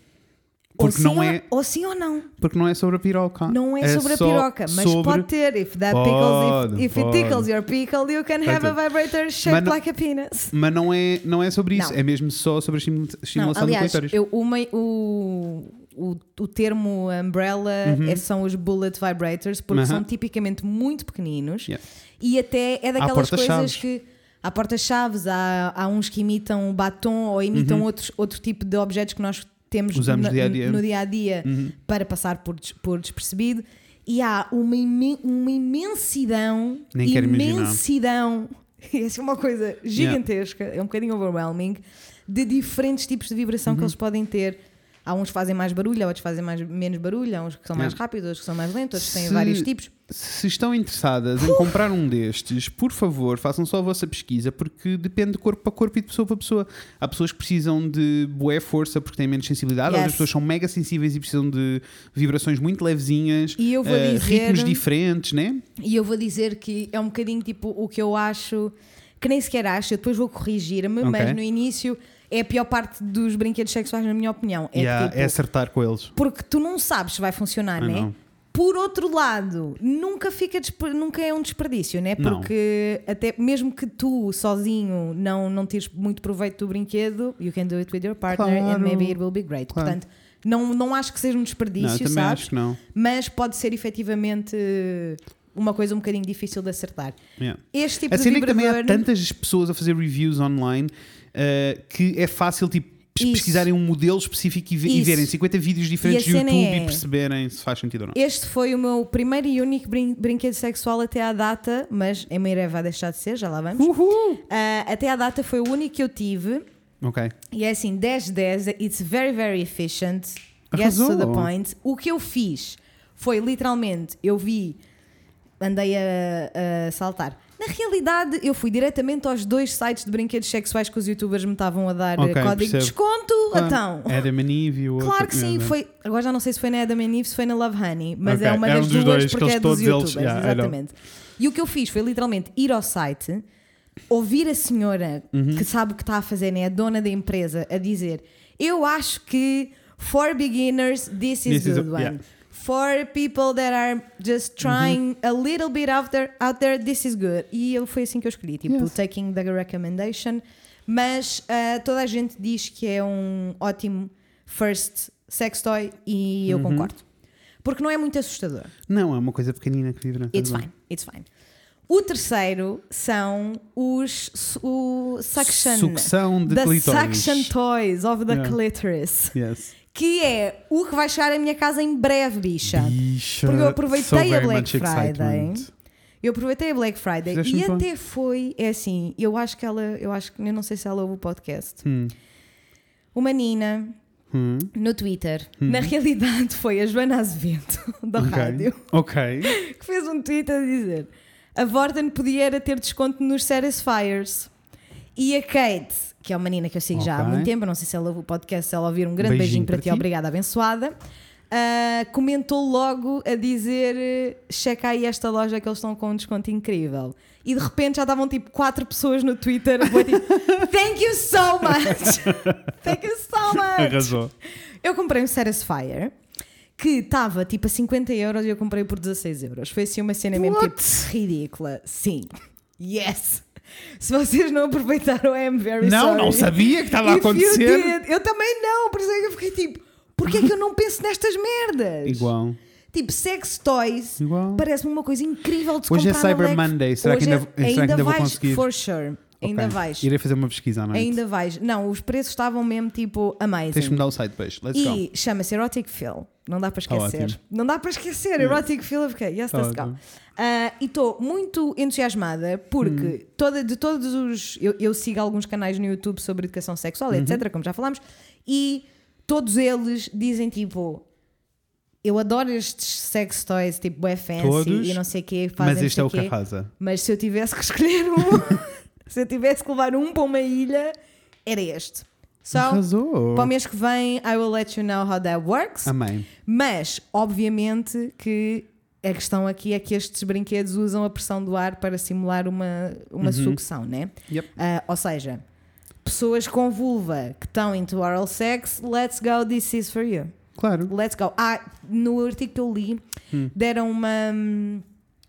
[SPEAKER 2] Porque
[SPEAKER 1] ou
[SPEAKER 2] não
[SPEAKER 1] sim,
[SPEAKER 2] é-
[SPEAKER 1] Ou, ou sim ou não.
[SPEAKER 2] Porque não é sobre a piroca.
[SPEAKER 1] Não é, sobre a
[SPEAKER 2] só
[SPEAKER 1] piroca, mas
[SPEAKER 2] sobre-
[SPEAKER 1] pode ter. If that
[SPEAKER 2] Pode,
[SPEAKER 1] pickles, if, if
[SPEAKER 2] pode.
[SPEAKER 1] it tickles your pickle, you can have a
[SPEAKER 2] Pode.
[SPEAKER 1] vibrator shaped
[SPEAKER 2] Mas não-
[SPEAKER 1] like a penis.
[SPEAKER 2] Mas não é, não é sobre isso,
[SPEAKER 1] Não.
[SPEAKER 2] é mesmo só sobre a estimula-
[SPEAKER 1] Não,
[SPEAKER 2] estimulação
[SPEAKER 1] aliás,
[SPEAKER 2] do clitóris.
[SPEAKER 1] eu, o, mei- o, o, o termo umbrella é- são os bullet vibrators, porque
[SPEAKER 2] Uhum. Aham.
[SPEAKER 1] são tipicamente muito pequeninos
[SPEAKER 2] Yeah.
[SPEAKER 1] e até é daquelas coisas
[SPEAKER 2] portas-chaves.
[SPEAKER 1] que. Há portas-chaves, há, há uns que imitam o batom ou imitam outros, outro tipo de objetos que nós temos
[SPEAKER 2] Uhum. Usamos
[SPEAKER 1] na-
[SPEAKER 2] dia-a-dia.
[SPEAKER 1] no dia a dia
[SPEAKER 2] Uhum.
[SPEAKER 1] para passar por, des- por despercebido. E há uma, imen- uma imensidão,
[SPEAKER 2] Nem quero imaginar.
[SPEAKER 1] imensidão, essa é uma coisa gigantesca, é um bocadinho overwhelming, de diferentes tipos de vibração
[SPEAKER 2] Uhum.
[SPEAKER 1] que eles podem ter. Há uns que fazem mais barulho, há outros que fazem mais, menos barulho, há uns que são mais
[SPEAKER 2] Yeah.
[SPEAKER 1] rápidos, outros que são mais lentos, outros que têm
[SPEAKER 2] Se-
[SPEAKER 1] vários tipos.
[SPEAKER 2] Se estão interessadas em comprar um destes, por favor, façam só a vossa pesquisa, porque depende de corpo para corpo e de pessoa para pessoa. Há pessoas que precisam de boa força porque têm menos sensibilidade,
[SPEAKER 1] Yes.
[SPEAKER 2] outras pessoas são mega sensíveis e precisam de vibrações muito levezinhas,
[SPEAKER 1] E eu vou
[SPEAKER 2] eh,
[SPEAKER 1] dizer-
[SPEAKER 2] ritmos diferentes, né?
[SPEAKER 1] E eu vou dizer que é um bocadinho tipo o que eu acho, que nem sequer acho, eu depois vou corrigir-me,
[SPEAKER 2] Ok.
[SPEAKER 1] mas no início é a pior parte dos brinquedos sexuais, na minha opinião. É
[SPEAKER 2] Yeah,
[SPEAKER 1] tipo,
[SPEAKER 2] é acertar com eles.
[SPEAKER 1] porque tu não sabes se vai funcionar,
[SPEAKER 2] Ah,
[SPEAKER 1] né?
[SPEAKER 2] não.
[SPEAKER 1] Por outro lado, nunca fica desper- nunca é um desperdício, né?
[SPEAKER 2] Não.
[SPEAKER 1] Porque até mesmo que tu sozinho não não tires muito proveito do brinquedo, you can do it with your partner
[SPEAKER 2] Claro.
[SPEAKER 1] and maybe it will be great.
[SPEAKER 2] Claro.
[SPEAKER 1] Portanto, não não acho que seja um desperdício,
[SPEAKER 2] Não, eu também
[SPEAKER 1] sabes?
[SPEAKER 2] acho que não.
[SPEAKER 1] Mas pode ser efetivamente uma coisa um bocadinho difícil de acertar.
[SPEAKER 2] Yeah.
[SPEAKER 1] Este tipo
[SPEAKER 2] A
[SPEAKER 1] de
[SPEAKER 2] cena é que também há
[SPEAKER 1] vibrador
[SPEAKER 2] tantas pessoas a fazer reviews online uh, que é fácil, tipo, pes-
[SPEAKER 1] Isso.
[SPEAKER 2] pesquisarem um modelo específico e, ve- e
[SPEAKER 1] Isso.
[SPEAKER 2] verem 50 vídeos diferentes
[SPEAKER 1] E a
[SPEAKER 2] do
[SPEAKER 1] cena
[SPEAKER 2] YouTube
[SPEAKER 1] é-
[SPEAKER 2] e perceberem se faz sentido ou não.
[SPEAKER 1] Este foi o meu primeiro e único brin- brinquedo sexual até à data, mas em breve vai deixar de ser, já lá
[SPEAKER 2] Uh!
[SPEAKER 1] vamos. Ah, até à data foi o único que eu tive.
[SPEAKER 2] Ok.
[SPEAKER 1] E é assim, 10-10, it's very, very efficient. Gets to the
[SPEAKER 2] Arrasou.
[SPEAKER 1] point. O que eu fiz foi literalmente, eu vi, andei a, a saltar. Na realidade, eu fui diretamente aos dois sites de brinquedos sexuais que os youtubers me estavam a dar
[SPEAKER 2] Ok,
[SPEAKER 1] eh, código de
[SPEAKER 2] percebo.
[SPEAKER 1] desconto. Então,
[SPEAKER 2] É Adam and Eve e o outro-
[SPEAKER 1] Claro que sim,
[SPEAKER 2] Yeah, yeah.
[SPEAKER 1] foi. Agora já não sei se foi na Adam and Eve, se foi na Love Honey, mas
[SPEAKER 2] Ok,
[SPEAKER 1] é uma
[SPEAKER 2] é um
[SPEAKER 1] das
[SPEAKER 2] dos
[SPEAKER 1] duas
[SPEAKER 2] dois, que
[SPEAKER 1] porque
[SPEAKER 2] eles
[SPEAKER 1] é dos
[SPEAKER 2] todos eles-
[SPEAKER 1] youtubers,
[SPEAKER 2] yeah, I know.
[SPEAKER 1] exatamente. E o que eu fiz foi literalmente ir ao site, ouvir a senhora
[SPEAKER 2] Uhum.
[SPEAKER 1] que sabe o que está a fazer, né, a dona da empresa, a dizer: Eu acho que for beginners, this is
[SPEAKER 2] This is
[SPEAKER 1] good
[SPEAKER 2] a-
[SPEAKER 1] one.
[SPEAKER 2] yeah. Uhum.
[SPEAKER 1] For people that are just trying a little bit out there, out there, this is good. E eu- foi assim que eu escolhi, tipo,
[SPEAKER 2] Yes.
[SPEAKER 1] taking the recommendation. Mas ah, toda a gente diz que é um ótimo first sex toy e
[SPEAKER 2] Uhum.
[SPEAKER 1] eu concordo. Porque não é muito assustador.
[SPEAKER 2] Não, é uma coisa pequenina que vibra.
[SPEAKER 1] It's
[SPEAKER 2] Tá bem.
[SPEAKER 1] fine, it's fine. O terceiro são os su- o suction.
[SPEAKER 2] Sucção de
[SPEAKER 1] the
[SPEAKER 2] clitóris.
[SPEAKER 1] suction toys of the
[SPEAKER 2] Yeah.
[SPEAKER 1] clitoris.
[SPEAKER 2] Yes.
[SPEAKER 1] Que é o que vai chegar à minha casa em breve, bicha.
[SPEAKER 2] Bicha,
[SPEAKER 1] Porque eu
[SPEAKER 2] so
[SPEAKER 1] aproveitei a
[SPEAKER 2] very
[SPEAKER 1] Black
[SPEAKER 2] much
[SPEAKER 1] Friday.
[SPEAKER 2] excitement.
[SPEAKER 1] Eu aproveitei a Black Friday
[SPEAKER 2] Fizeste um
[SPEAKER 1] e
[SPEAKER 2] muito
[SPEAKER 1] até foi, é assim, eu acho que ela, eu acho que eu não sei se ela ouve o podcast.
[SPEAKER 2] Hum.
[SPEAKER 1] Uma Nina
[SPEAKER 2] Hum.
[SPEAKER 1] no Twitter, na realidade foi a Joana Azevedo da
[SPEAKER 2] Ok.
[SPEAKER 1] rádio,
[SPEAKER 2] Ok.
[SPEAKER 1] que fez um tweet a dizer: "A Vorden podia era ter desconto nos Satisfiers". E a Kate, que é uma menina que eu sigo já há
[SPEAKER 2] Ok.
[SPEAKER 1] muito tempo, eu não sei se ela ouve o podcast, se ela ouvir um grande beijinho, para, ti, obrigada, abençoada. ah, comentou logo a dizer: eh, checa aí esta loja que eles estão com um desconto incrível. E de repente já estavam tipo quatro pessoas no Twitter. a dizer, Thank you so much! Thank you so much!
[SPEAKER 2] Arrasou.
[SPEAKER 1] Eu comprei um Satisfyer que estava tipo a 50 euros e eu comprei por 16 euros. Foi assim uma cena mesmo tipo ridícula. Sim. Yes! Se vocês não aproveitaram, I am very
[SPEAKER 2] Não,
[SPEAKER 1] sorry.
[SPEAKER 2] não sabia que estava a
[SPEAKER 1] If you
[SPEAKER 2] acontecer.
[SPEAKER 1] did. Eu também não, por isso é que eu fiquei tipo, porquê é que eu não penso nestas merdas?
[SPEAKER 2] Igual.
[SPEAKER 1] Tipo, sex toys
[SPEAKER 2] Igual.
[SPEAKER 1] parece-me uma coisa incrível de se
[SPEAKER 2] Hoje é
[SPEAKER 1] comprar na
[SPEAKER 2] Cyber
[SPEAKER 1] Black-
[SPEAKER 2] Monday, será que
[SPEAKER 1] Hoje
[SPEAKER 2] ainda-
[SPEAKER 1] é-
[SPEAKER 2] será que ainda vou
[SPEAKER 1] vais,
[SPEAKER 2] conseguir?
[SPEAKER 1] For sure. Ainda
[SPEAKER 2] Ok.
[SPEAKER 1] vais.
[SPEAKER 2] Irei fazer uma pesquisa à noite.
[SPEAKER 1] Ainda vais. Não, os preços estavam mesmo tipo amazing.
[SPEAKER 2] Tens de mudar o site depois. Let's go.
[SPEAKER 1] E chama-se Erotic Phil. Não dá para esquecer.
[SPEAKER 2] Tá ótimo. Tá
[SPEAKER 1] não dá para esquecer. Erotic Phil, eu fiquei, yes, let's go.
[SPEAKER 2] Ótimo.
[SPEAKER 1] Ah, e estou muito entusiasmada
[SPEAKER 2] Hum.
[SPEAKER 1] porque toda, de todos os. Eu, eu sigo alguns canais no YouTube sobre educação sexual,
[SPEAKER 2] Uhum.
[SPEAKER 1] etc., como já falámos, e todos eles dizem tipo. Eu adoro estes sex toys, tipo bué fancy
[SPEAKER 2] Todos,
[SPEAKER 1] e não sei o quê. Fazem
[SPEAKER 2] Mas
[SPEAKER 1] não
[SPEAKER 2] este
[SPEAKER 1] sei
[SPEAKER 2] é o que
[SPEAKER 1] quê.
[SPEAKER 2] arrasa.
[SPEAKER 1] Mas se eu tivesse que escolher um, se eu tivesse que levar um para uma ilha, era este. Só
[SPEAKER 2] Arrasou.
[SPEAKER 1] Então, para o mês que vem, I will let you know how that works.
[SPEAKER 2] Amém.
[SPEAKER 1] Mas, obviamente, que a questão aqui é que estes brinquedos usam a pressão do ar para simular uma, uma sucção, né?
[SPEAKER 2] Yep.
[SPEAKER 1] Ah, ou seja, pessoas com vulva que estão into oral sex, let's go, this is for you.
[SPEAKER 2] Claro.
[SPEAKER 1] Let's go. Ah, no artigo que eu li, deram uma,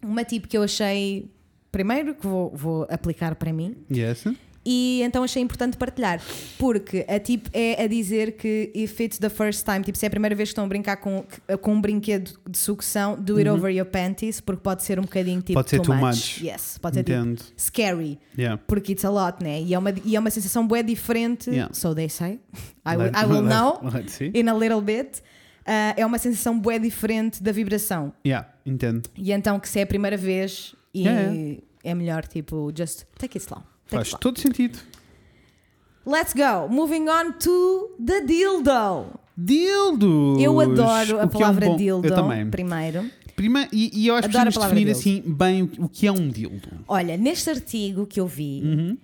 [SPEAKER 1] uma tip que eu achei, primeiro, que vou, vou aplicar para mim,
[SPEAKER 2] Yes.
[SPEAKER 1] e então achei importante partilhar, porque a tip é a dizer que if it's the first time, tipo, se é a primeira vez que estão a brincar com, com um brinquedo de sucção, do it over your panties, porque pode ser um bocadinho tipo
[SPEAKER 2] Uhum. Pode ser too much.
[SPEAKER 1] Yes, pode ser tipo,
[SPEAKER 2] Entendo.
[SPEAKER 1] scary.
[SPEAKER 2] Yeah.
[SPEAKER 1] Porque it's a lot, né? E é uma, e é uma sensação bué diferente.
[SPEAKER 2] Yeah.
[SPEAKER 1] So they say. I, will-
[SPEAKER 2] Let-
[SPEAKER 1] I will
[SPEAKER 2] let-
[SPEAKER 1] know
[SPEAKER 2] let's see.
[SPEAKER 1] in a little bit. Ah, é uma sensação bué diferente da vibração.
[SPEAKER 2] Yeah, entendo.
[SPEAKER 1] E então que se é a primeira vez e
[SPEAKER 2] Yeah,
[SPEAKER 1] é melhor tipo just take it slow. Take it
[SPEAKER 2] Faz
[SPEAKER 1] slow.
[SPEAKER 2] todo sentido.
[SPEAKER 1] Let's go. Moving on to the dildo.
[SPEAKER 2] Dildos!
[SPEAKER 1] Eu adoro a
[SPEAKER 2] O que é um
[SPEAKER 1] palavra
[SPEAKER 2] bom-
[SPEAKER 1] dildo.
[SPEAKER 2] Eu também.
[SPEAKER 1] primeiro.
[SPEAKER 2] Prima, e, e eu acho que
[SPEAKER 1] Adoro a
[SPEAKER 2] precisamos
[SPEAKER 1] palavra
[SPEAKER 2] definir
[SPEAKER 1] dildo.
[SPEAKER 2] assim bem o, o que é um dildo.
[SPEAKER 1] Olha, neste artigo que eu vi,
[SPEAKER 2] Uhum.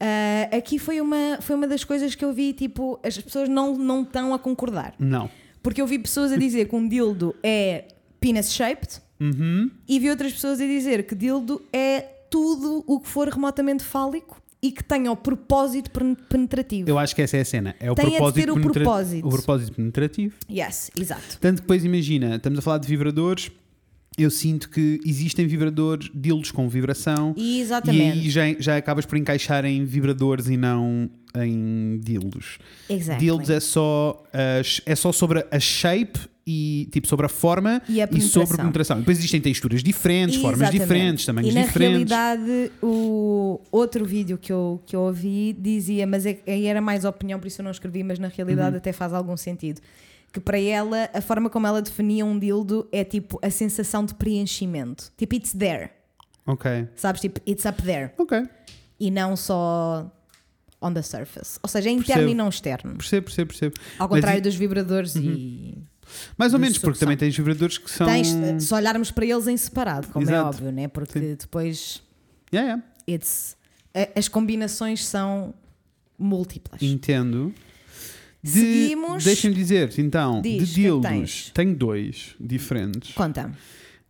[SPEAKER 1] ah, aqui foi uma, foi uma das coisas que eu vi, tipo, as pessoas não não estão a concordar.
[SPEAKER 2] Não.
[SPEAKER 1] Porque eu vi pessoas a dizer que um dildo é penis shaped
[SPEAKER 2] Uhum.
[SPEAKER 1] e vi outras pessoas a dizer que dildo é tudo o que for remotamente fálico e que tenha o propósito pen- penetrativo.
[SPEAKER 2] Eu acho que essa é a cena. É o
[SPEAKER 1] Tem é de
[SPEAKER 2] propósito
[SPEAKER 1] ter o
[SPEAKER 2] penetra-
[SPEAKER 1] propósito.
[SPEAKER 2] O propósito penetrativo.
[SPEAKER 1] Yes, exato.
[SPEAKER 2] Tanto que depois imagina, estamos a falar de vibradores. Eu sinto que existem vibradores, dildos com vibração.
[SPEAKER 1] Exatamente.
[SPEAKER 2] E aí já, já acabas por encaixar em vibradores e não em dildos.
[SPEAKER 1] Exactly.
[SPEAKER 2] Dildos é só, as- é só sobre a shape e tipo sobre a forma
[SPEAKER 1] E a
[SPEAKER 2] sobre
[SPEAKER 1] penetração.
[SPEAKER 2] a penetração. Depois existem texturas diferentes, formas
[SPEAKER 1] Exatamente.
[SPEAKER 2] diferentes, tamanhos
[SPEAKER 1] E na
[SPEAKER 2] diferentes.
[SPEAKER 1] realidade, o outro vídeo que eu, que eu ouvi dizia, mas é- aí era mais opinião, por isso eu não escrevi, mas na realidade
[SPEAKER 2] Uhum.
[SPEAKER 1] até faz algum sentido. Que para ela, a forma como ela definia um dildo é tipo a sensação de preenchimento. Tipo, it's there.
[SPEAKER 2] Ok.
[SPEAKER 1] Sabes? Tipo, it's up there.
[SPEAKER 2] Ok.
[SPEAKER 1] E não só on the surface. Ou seja, é interno
[SPEAKER 2] Percebo.
[SPEAKER 1] e não externo.
[SPEAKER 2] Percebo, percebo, percebo.
[SPEAKER 1] Ao
[SPEAKER 2] Mas
[SPEAKER 1] contrário
[SPEAKER 2] e- Uhum.
[SPEAKER 1] dos vibradores e.
[SPEAKER 2] mais ou
[SPEAKER 1] de
[SPEAKER 2] menos, porque
[SPEAKER 1] sucção.
[SPEAKER 2] também tens vibradores que são.
[SPEAKER 1] Tens, eh, se olharmos para eles em separado, como é
[SPEAKER 2] Então Exato.
[SPEAKER 1] óbvio, né? Porque depois.
[SPEAKER 2] Yeah, yeah.
[SPEAKER 1] It's- a- as combinações são múltiplas.
[SPEAKER 2] Entendo. De-
[SPEAKER 1] Seguimos.
[SPEAKER 2] Deixem-me dizer, então,
[SPEAKER 1] Diz,
[SPEAKER 2] de
[SPEAKER 1] o que é que
[SPEAKER 2] dildos,
[SPEAKER 1] tens?
[SPEAKER 2] tenho dois diferentes.
[SPEAKER 1] Conta.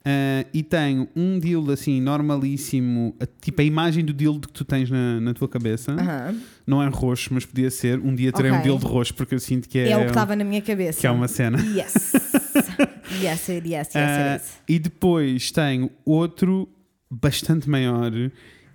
[SPEAKER 2] Ah, e tenho um dildo assim, normalíssimo, a- tipo a imagem do dildo que tu tens na, na tua cabeça.
[SPEAKER 1] Aham.
[SPEAKER 2] Não é roxo, mas podia ser. Um dia terei um
[SPEAKER 1] Ok.
[SPEAKER 2] dildo roxo, porque eu sinto que é,
[SPEAKER 1] É, o que assim. estava na minha cabeça.
[SPEAKER 2] que é uma cena.
[SPEAKER 1] Yes. yes, it, yes, yes,
[SPEAKER 2] Ah,
[SPEAKER 1] it is.
[SPEAKER 2] e depois tenho outro bastante maior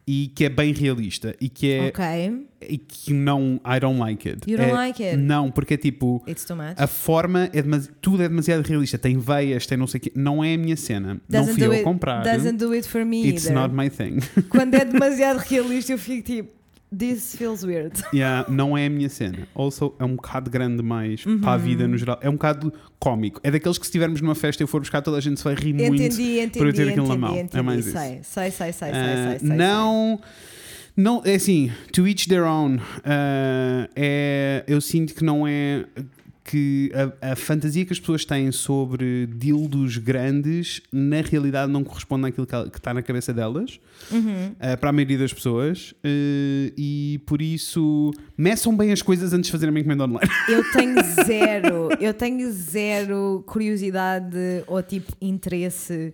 [SPEAKER 2] e que é bem realista e que é
[SPEAKER 1] Ok.
[SPEAKER 2] e que não I don't like it.
[SPEAKER 1] You don't
[SPEAKER 2] É-
[SPEAKER 1] like it?
[SPEAKER 2] Não, porque é tipo
[SPEAKER 1] It's too much.
[SPEAKER 2] a forma é demasi- tudo é demasiado realista, tem veias, tem não sei o quê, não é a minha cena. não
[SPEAKER 1] Doesn't
[SPEAKER 2] fui
[SPEAKER 1] do
[SPEAKER 2] eu
[SPEAKER 1] it-
[SPEAKER 2] a comprar.
[SPEAKER 1] Doesn't do it for me
[SPEAKER 2] It's
[SPEAKER 1] either.
[SPEAKER 2] not my thing.
[SPEAKER 1] Quando é demasiado realista, eu fico tipo, this feels weird.
[SPEAKER 2] Yeah, não é a minha cena. Also, é um bocado grande demais
[SPEAKER 1] Uhum.
[SPEAKER 2] para a vida no geral. É um bocado cómico. É daqueles que se estivermos numa festa e eu for buscar, toda a gente se vai rir muito.
[SPEAKER 1] entendi, entendi.
[SPEAKER 2] por eu ter
[SPEAKER 1] entendi,
[SPEAKER 2] aquilo na mão. É
[SPEAKER 1] entendi,
[SPEAKER 2] mais isso.
[SPEAKER 1] sei, sei, sei, sei, sei,
[SPEAKER 2] Ah,
[SPEAKER 1] sei, sei,
[SPEAKER 2] não, não, é assim, to each their own. Ah, é, eu sinto que não é que a, a fantasia que as pessoas têm sobre dildos grandes na realidade não corresponde àquilo que, ela- que está na cabeça delas
[SPEAKER 1] Uhum.
[SPEAKER 2] ah, para a maioria das pessoas ah, e por isso meçam bem as coisas antes de fazerem uma encomenda online
[SPEAKER 1] Eu tenho zero, eu tenho zero curiosidade ou tipo interesse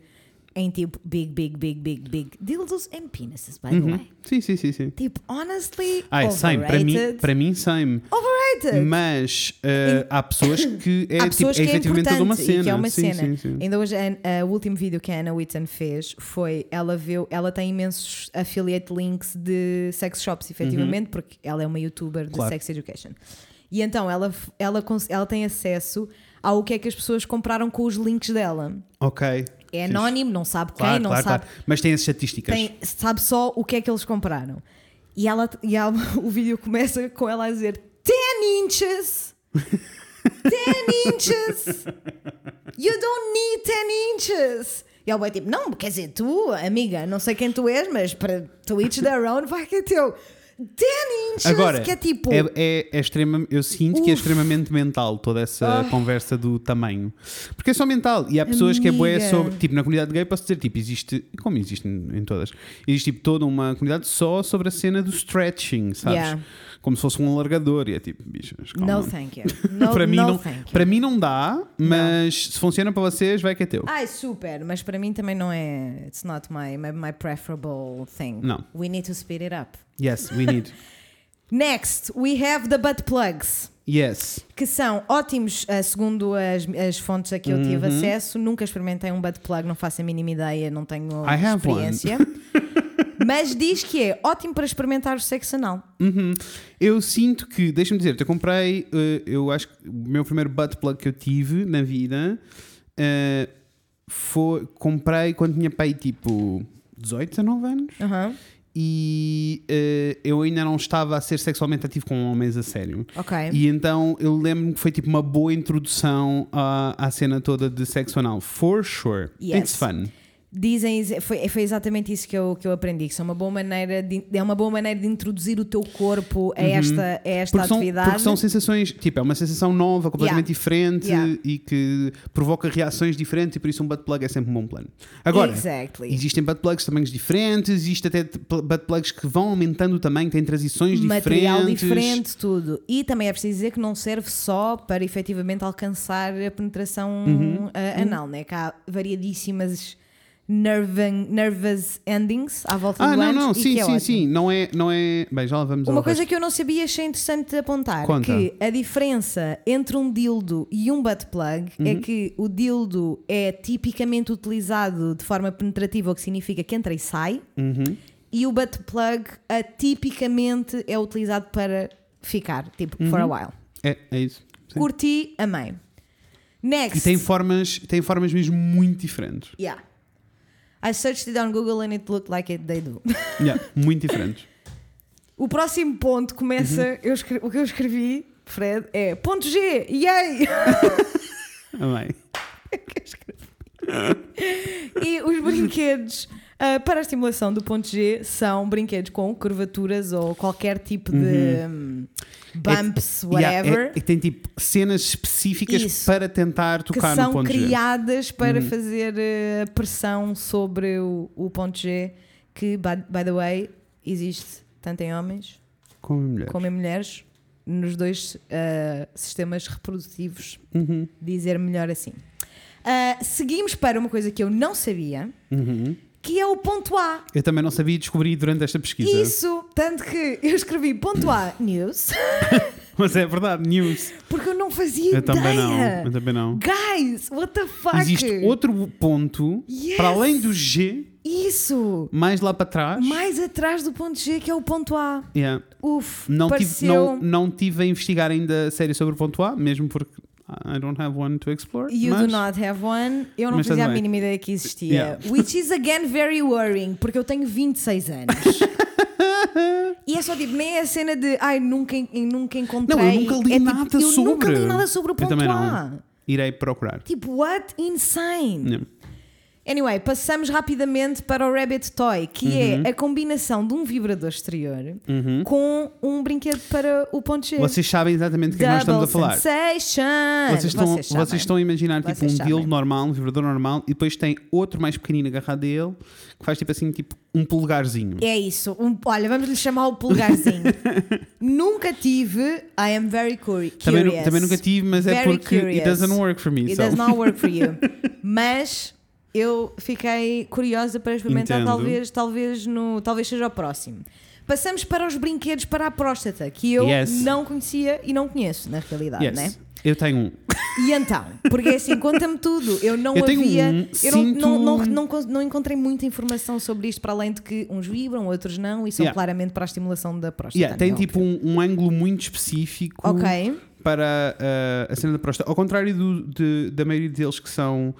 [SPEAKER 1] em tipo big, big, big, big, big dildos and penises, by the way.
[SPEAKER 2] Uhum. sim, sim, sim, sim
[SPEAKER 1] Tipo, honestly,
[SPEAKER 2] Ai, sem, para mim,
[SPEAKER 1] overrated.
[SPEAKER 2] para mim sem
[SPEAKER 1] Overrated!
[SPEAKER 2] mas ah, há pessoas que é,
[SPEAKER 1] Há pessoas
[SPEAKER 2] tipo, é
[SPEAKER 1] que é
[SPEAKER 2] efetivamente
[SPEAKER 1] importante
[SPEAKER 2] toda uma
[SPEAKER 1] e
[SPEAKER 2] cena
[SPEAKER 1] que é uma
[SPEAKER 2] Sim,
[SPEAKER 1] cena.
[SPEAKER 2] sim, sim.
[SPEAKER 1] Ainda hoje, a- a- o último vídeo que a Anna Whitten fez foi, ela viu, ela tem imensos affiliate links de sex shops, efetivamente, porque ela é uma youtuber
[SPEAKER 2] Uhum. Claro.
[SPEAKER 1] de sex education. E então, ela, f- ela, cons- ela tem acesso ao que é que as pessoas compraram com os links dela.
[SPEAKER 2] Ok.
[SPEAKER 1] É
[SPEAKER 2] Fixe.
[SPEAKER 1] anónimo, não sabe
[SPEAKER 2] Claro,
[SPEAKER 1] quem, não
[SPEAKER 2] claro,
[SPEAKER 1] sabe...
[SPEAKER 2] claro. Mas tem as estatísticas.
[SPEAKER 1] tem- sabe só o que é que eles compraram. E, ela, e ela- o vídeo começa com ela a dizer 10 inches! 10 inches! You don't need 10 inches! E ela vai tipo, não, quer dizer, tu, amiga, não sei quem tu és, mas para tu each their own, vai que é teu. 10 inches!
[SPEAKER 2] Agora,
[SPEAKER 1] que é tipo.
[SPEAKER 2] é, é, é extrema- eu sinto que
[SPEAKER 1] Uf. Ah.
[SPEAKER 2] é extremamente mental toda essa conversa do tamanho. Porque é só mental. E há pessoas que é boé
[SPEAKER 1] Amiga.
[SPEAKER 2] sobre. Tipo, na comunidade gay, posso dizer, tipo, existe. Como existe em em todas? Existe tipo, toda uma comunidade só sobre a cena do stretching, sabes?
[SPEAKER 1] Yeah.
[SPEAKER 2] Como se fosse um alargador. E é tipo, bichas.
[SPEAKER 1] No
[SPEAKER 2] calma.
[SPEAKER 1] thank you. No,
[SPEAKER 2] para, mim
[SPEAKER 1] no
[SPEAKER 2] não,
[SPEAKER 1] thank you.
[SPEAKER 2] para mim não dá, mas se funciona para vocês, vai que é teu.
[SPEAKER 1] Ai, super, mas para mim também não é. It's not my, my, my preferable thing.
[SPEAKER 2] Não.
[SPEAKER 1] We need to speed it up.
[SPEAKER 2] Yes, we need.
[SPEAKER 1] Next, we have the butt plugs.
[SPEAKER 2] Yes.
[SPEAKER 1] Que são ótimos, ah, segundo as, as fontes a que eu
[SPEAKER 2] Uhum.
[SPEAKER 1] tive acesso. Nunca experimentei um butt plug, não faço a mínima ideia, não tenho
[SPEAKER 2] I have
[SPEAKER 1] experiência. Mas diz que é ótimo para experimentar o sexo anal.
[SPEAKER 2] Uhum. Eu sinto que, deixa-me dizer, eu comprei, eh, eu acho que o meu primeiro butt plug que eu tive na vida eh, foi, comprei quando tinha pai tipo 18, 19 anos
[SPEAKER 1] Aham.
[SPEAKER 2] e eh, eu ainda não estava a ser sexualmente ativo com homens a sério.
[SPEAKER 1] Ok.
[SPEAKER 2] E então eu lembro-me que foi tipo uma boa introdução à, à cena toda de sexo anal. For sure.
[SPEAKER 1] Yes.
[SPEAKER 2] It's fun.
[SPEAKER 1] Dizem, foi, foi exatamente isso que eu, que eu aprendi, que isso é uma boa maneira de, é uma boa maneira de introduzir o teu corpo a esta, a esta
[SPEAKER 2] Uhum. Porque são,
[SPEAKER 1] atividade.
[SPEAKER 2] porque são sensações, tipo, é uma sensação nova, completamente
[SPEAKER 1] Yeah.
[SPEAKER 2] diferente
[SPEAKER 1] Yeah.
[SPEAKER 2] e que provoca reações diferentes e por isso um butt plug é sempre um bom plano. Agora,
[SPEAKER 1] Exactly.
[SPEAKER 2] existem butt plugs de tamanhos diferentes, existem até t- pl- butt plugs que vão aumentando o tamanho, têm transições
[SPEAKER 1] material
[SPEAKER 2] diferentes.
[SPEAKER 1] diferente, tudo. E também é preciso dizer que não serve só para efetivamente alcançar a penetração
[SPEAKER 2] Uhum.
[SPEAKER 1] ah, anal, né? Que há variadíssimas nervan- nervous endings à volta
[SPEAKER 2] Ah,
[SPEAKER 1] do
[SPEAKER 2] não,
[SPEAKER 1] ânus
[SPEAKER 2] não,
[SPEAKER 1] e
[SPEAKER 2] sim,
[SPEAKER 1] que é
[SPEAKER 2] sim,
[SPEAKER 1] ótimo.
[SPEAKER 2] sim. Não é, não é. Bem, já lá vamos
[SPEAKER 1] Uma
[SPEAKER 2] ao
[SPEAKER 1] coisa
[SPEAKER 2] resto.
[SPEAKER 1] que eu não sabia e achei interessante de apontar
[SPEAKER 2] Conta.
[SPEAKER 1] que a diferença entre um dildo e um butt plug é
[SPEAKER 2] Uhum.
[SPEAKER 1] que o dildo é tipicamente utilizado de forma penetrativa, o que significa que entra e sai,
[SPEAKER 2] Uhum.
[SPEAKER 1] e o butt plug ah, tipicamente é utilizado para ficar, tipo, for a while.
[SPEAKER 2] É, é isso. Sim.
[SPEAKER 1] Curti, amei. Next.
[SPEAKER 2] E tem formas, tem formas mesmo muito diferentes.
[SPEAKER 1] Yeah. I searched it on Google and it looked like it they do.
[SPEAKER 2] Yeah, muito diferentes.
[SPEAKER 1] O próximo ponto começa.
[SPEAKER 2] Uhum.
[SPEAKER 1] eu escre- o que eu escrevi, Fred, é ponto G, yay!
[SPEAKER 2] Amém.
[SPEAKER 1] e os brinquedos ah, para a estimulação do ponto G são brinquedos com curvaturas ou qualquer tipo de hum, bumps,
[SPEAKER 2] Uhum. É Yeah,
[SPEAKER 1] whatever,
[SPEAKER 2] é- é- tem tipo cenas específicas
[SPEAKER 1] Isso.
[SPEAKER 2] para tentar
[SPEAKER 1] que
[SPEAKER 2] tocar no
[SPEAKER 1] são
[SPEAKER 2] ponto G. Uhum.
[SPEAKER 1] criadas para fazer ah, pressão sobre o, o ponto G, que, by, by the way, existe tanto em homens
[SPEAKER 2] Como mulher.
[SPEAKER 1] como em mulheres, nos dois ah, sistemas reprodutivos,
[SPEAKER 2] Uhum.
[SPEAKER 1] dizer melhor assim. Ah, seguimos para uma coisa que eu não sabia,
[SPEAKER 2] Uhum.
[SPEAKER 1] que é o ponto A.
[SPEAKER 2] Eu também não sabia e descobri durante esta pesquisa.
[SPEAKER 1] Isso, tanto que eu escrevi ponto A news,
[SPEAKER 2] Mas é verdade, news.
[SPEAKER 1] porque eu não fazia
[SPEAKER 2] Eu
[SPEAKER 1] ideia.
[SPEAKER 2] também não. Eu também não.
[SPEAKER 1] Guys, what the fuck?
[SPEAKER 2] Existe outro ponto
[SPEAKER 1] Yes.
[SPEAKER 2] para além do G,
[SPEAKER 1] Isso,
[SPEAKER 2] mais lá para trás.
[SPEAKER 1] mais atrás do ponto G, que é o ponto A.
[SPEAKER 2] Yeah.
[SPEAKER 1] Uf,
[SPEAKER 2] Não, tive,
[SPEAKER 1] pareceu...
[SPEAKER 2] não, não tive a investigar ainda a série sobre o ponto A, mesmo porque I don't have one to explore.
[SPEAKER 1] You
[SPEAKER 2] mas
[SPEAKER 1] do not have one. Eu não
[SPEAKER 2] Mas
[SPEAKER 1] fazia a
[SPEAKER 2] tudo bem.
[SPEAKER 1] mínima ideia que existia.
[SPEAKER 2] Yeah.
[SPEAKER 1] Which is again very worrying, porque eu tenho 26 anos. e é só tipo, nem é a cena de ai, nunca, en- nunca encontrei.
[SPEAKER 2] Não, eu nunca li
[SPEAKER 1] É tipo,
[SPEAKER 2] nada
[SPEAKER 1] eu
[SPEAKER 2] sobre.
[SPEAKER 1] nunca li nada sobre o
[SPEAKER 2] Eu
[SPEAKER 1] ponto
[SPEAKER 2] também
[SPEAKER 1] A.
[SPEAKER 2] não. Irei procurar.
[SPEAKER 1] Tipo, what? Insane.
[SPEAKER 2] Yeah.
[SPEAKER 1] Anyway, passamos rapidamente para o Rabbit Toy, que
[SPEAKER 2] Uhum.
[SPEAKER 1] é a combinação de um vibrador exterior com um brinquedo para o ponto G.
[SPEAKER 2] Vocês sabem exatamente o que é que nós estamos a falar.
[SPEAKER 1] Sensation.
[SPEAKER 2] Vocês estão,
[SPEAKER 1] É, Vocês
[SPEAKER 2] vocês,
[SPEAKER 1] sabem.
[SPEAKER 2] estão a imaginar tipo
[SPEAKER 1] Vocês
[SPEAKER 2] um
[SPEAKER 1] sabem.
[SPEAKER 2] deal normal, um vibrador normal, e depois tem outro mais pequenino agarrado a ele, que faz tipo assim, tipo um polegarzinho.
[SPEAKER 1] É isso. Um- olha, vamos lhe chamar o polegarzinho. nunca tive. I am very curi- curious.
[SPEAKER 2] Também, nu- também nunca tive, mas é
[SPEAKER 1] Very
[SPEAKER 2] porque it
[SPEAKER 1] curious.
[SPEAKER 2] doesn't work for me.
[SPEAKER 1] It
[SPEAKER 2] so.
[SPEAKER 1] does not work for you. Mas eu fiquei curiosa para experimentar,
[SPEAKER 2] Entendo.
[SPEAKER 1] talvez, talvez, no, talvez seja o próximo. Passamos para os brinquedos para a próstata, que eu
[SPEAKER 2] Yes.
[SPEAKER 1] não conhecia e não conheço, na realidade,
[SPEAKER 2] Yes.
[SPEAKER 1] né?
[SPEAKER 2] Eu tenho um.
[SPEAKER 1] E então, porque é assim, conta-me tudo. Eu não
[SPEAKER 2] Eu tenho
[SPEAKER 1] havia. eu
[SPEAKER 2] um,
[SPEAKER 1] não,
[SPEAKER 2] sinto-
[SPEAKER 1] não, não, não con- não encontrei muita informação sobre isto, para além de que uns vibram, outros não, e são
[SPEAKER 2] Yeah.
[SPEAKER 1] claramente para a estimulação da próstata.
[SPEAKER 2] Yeah, tem
[SPEAKER 1] não é
[SPEAKER 2] tipo um, um ângulo muito específico
[SPEAKER 1] Ok.
[SPEAKER 2] para ah, a cena da próstata. Ao contrário do- de- da maioria deles que são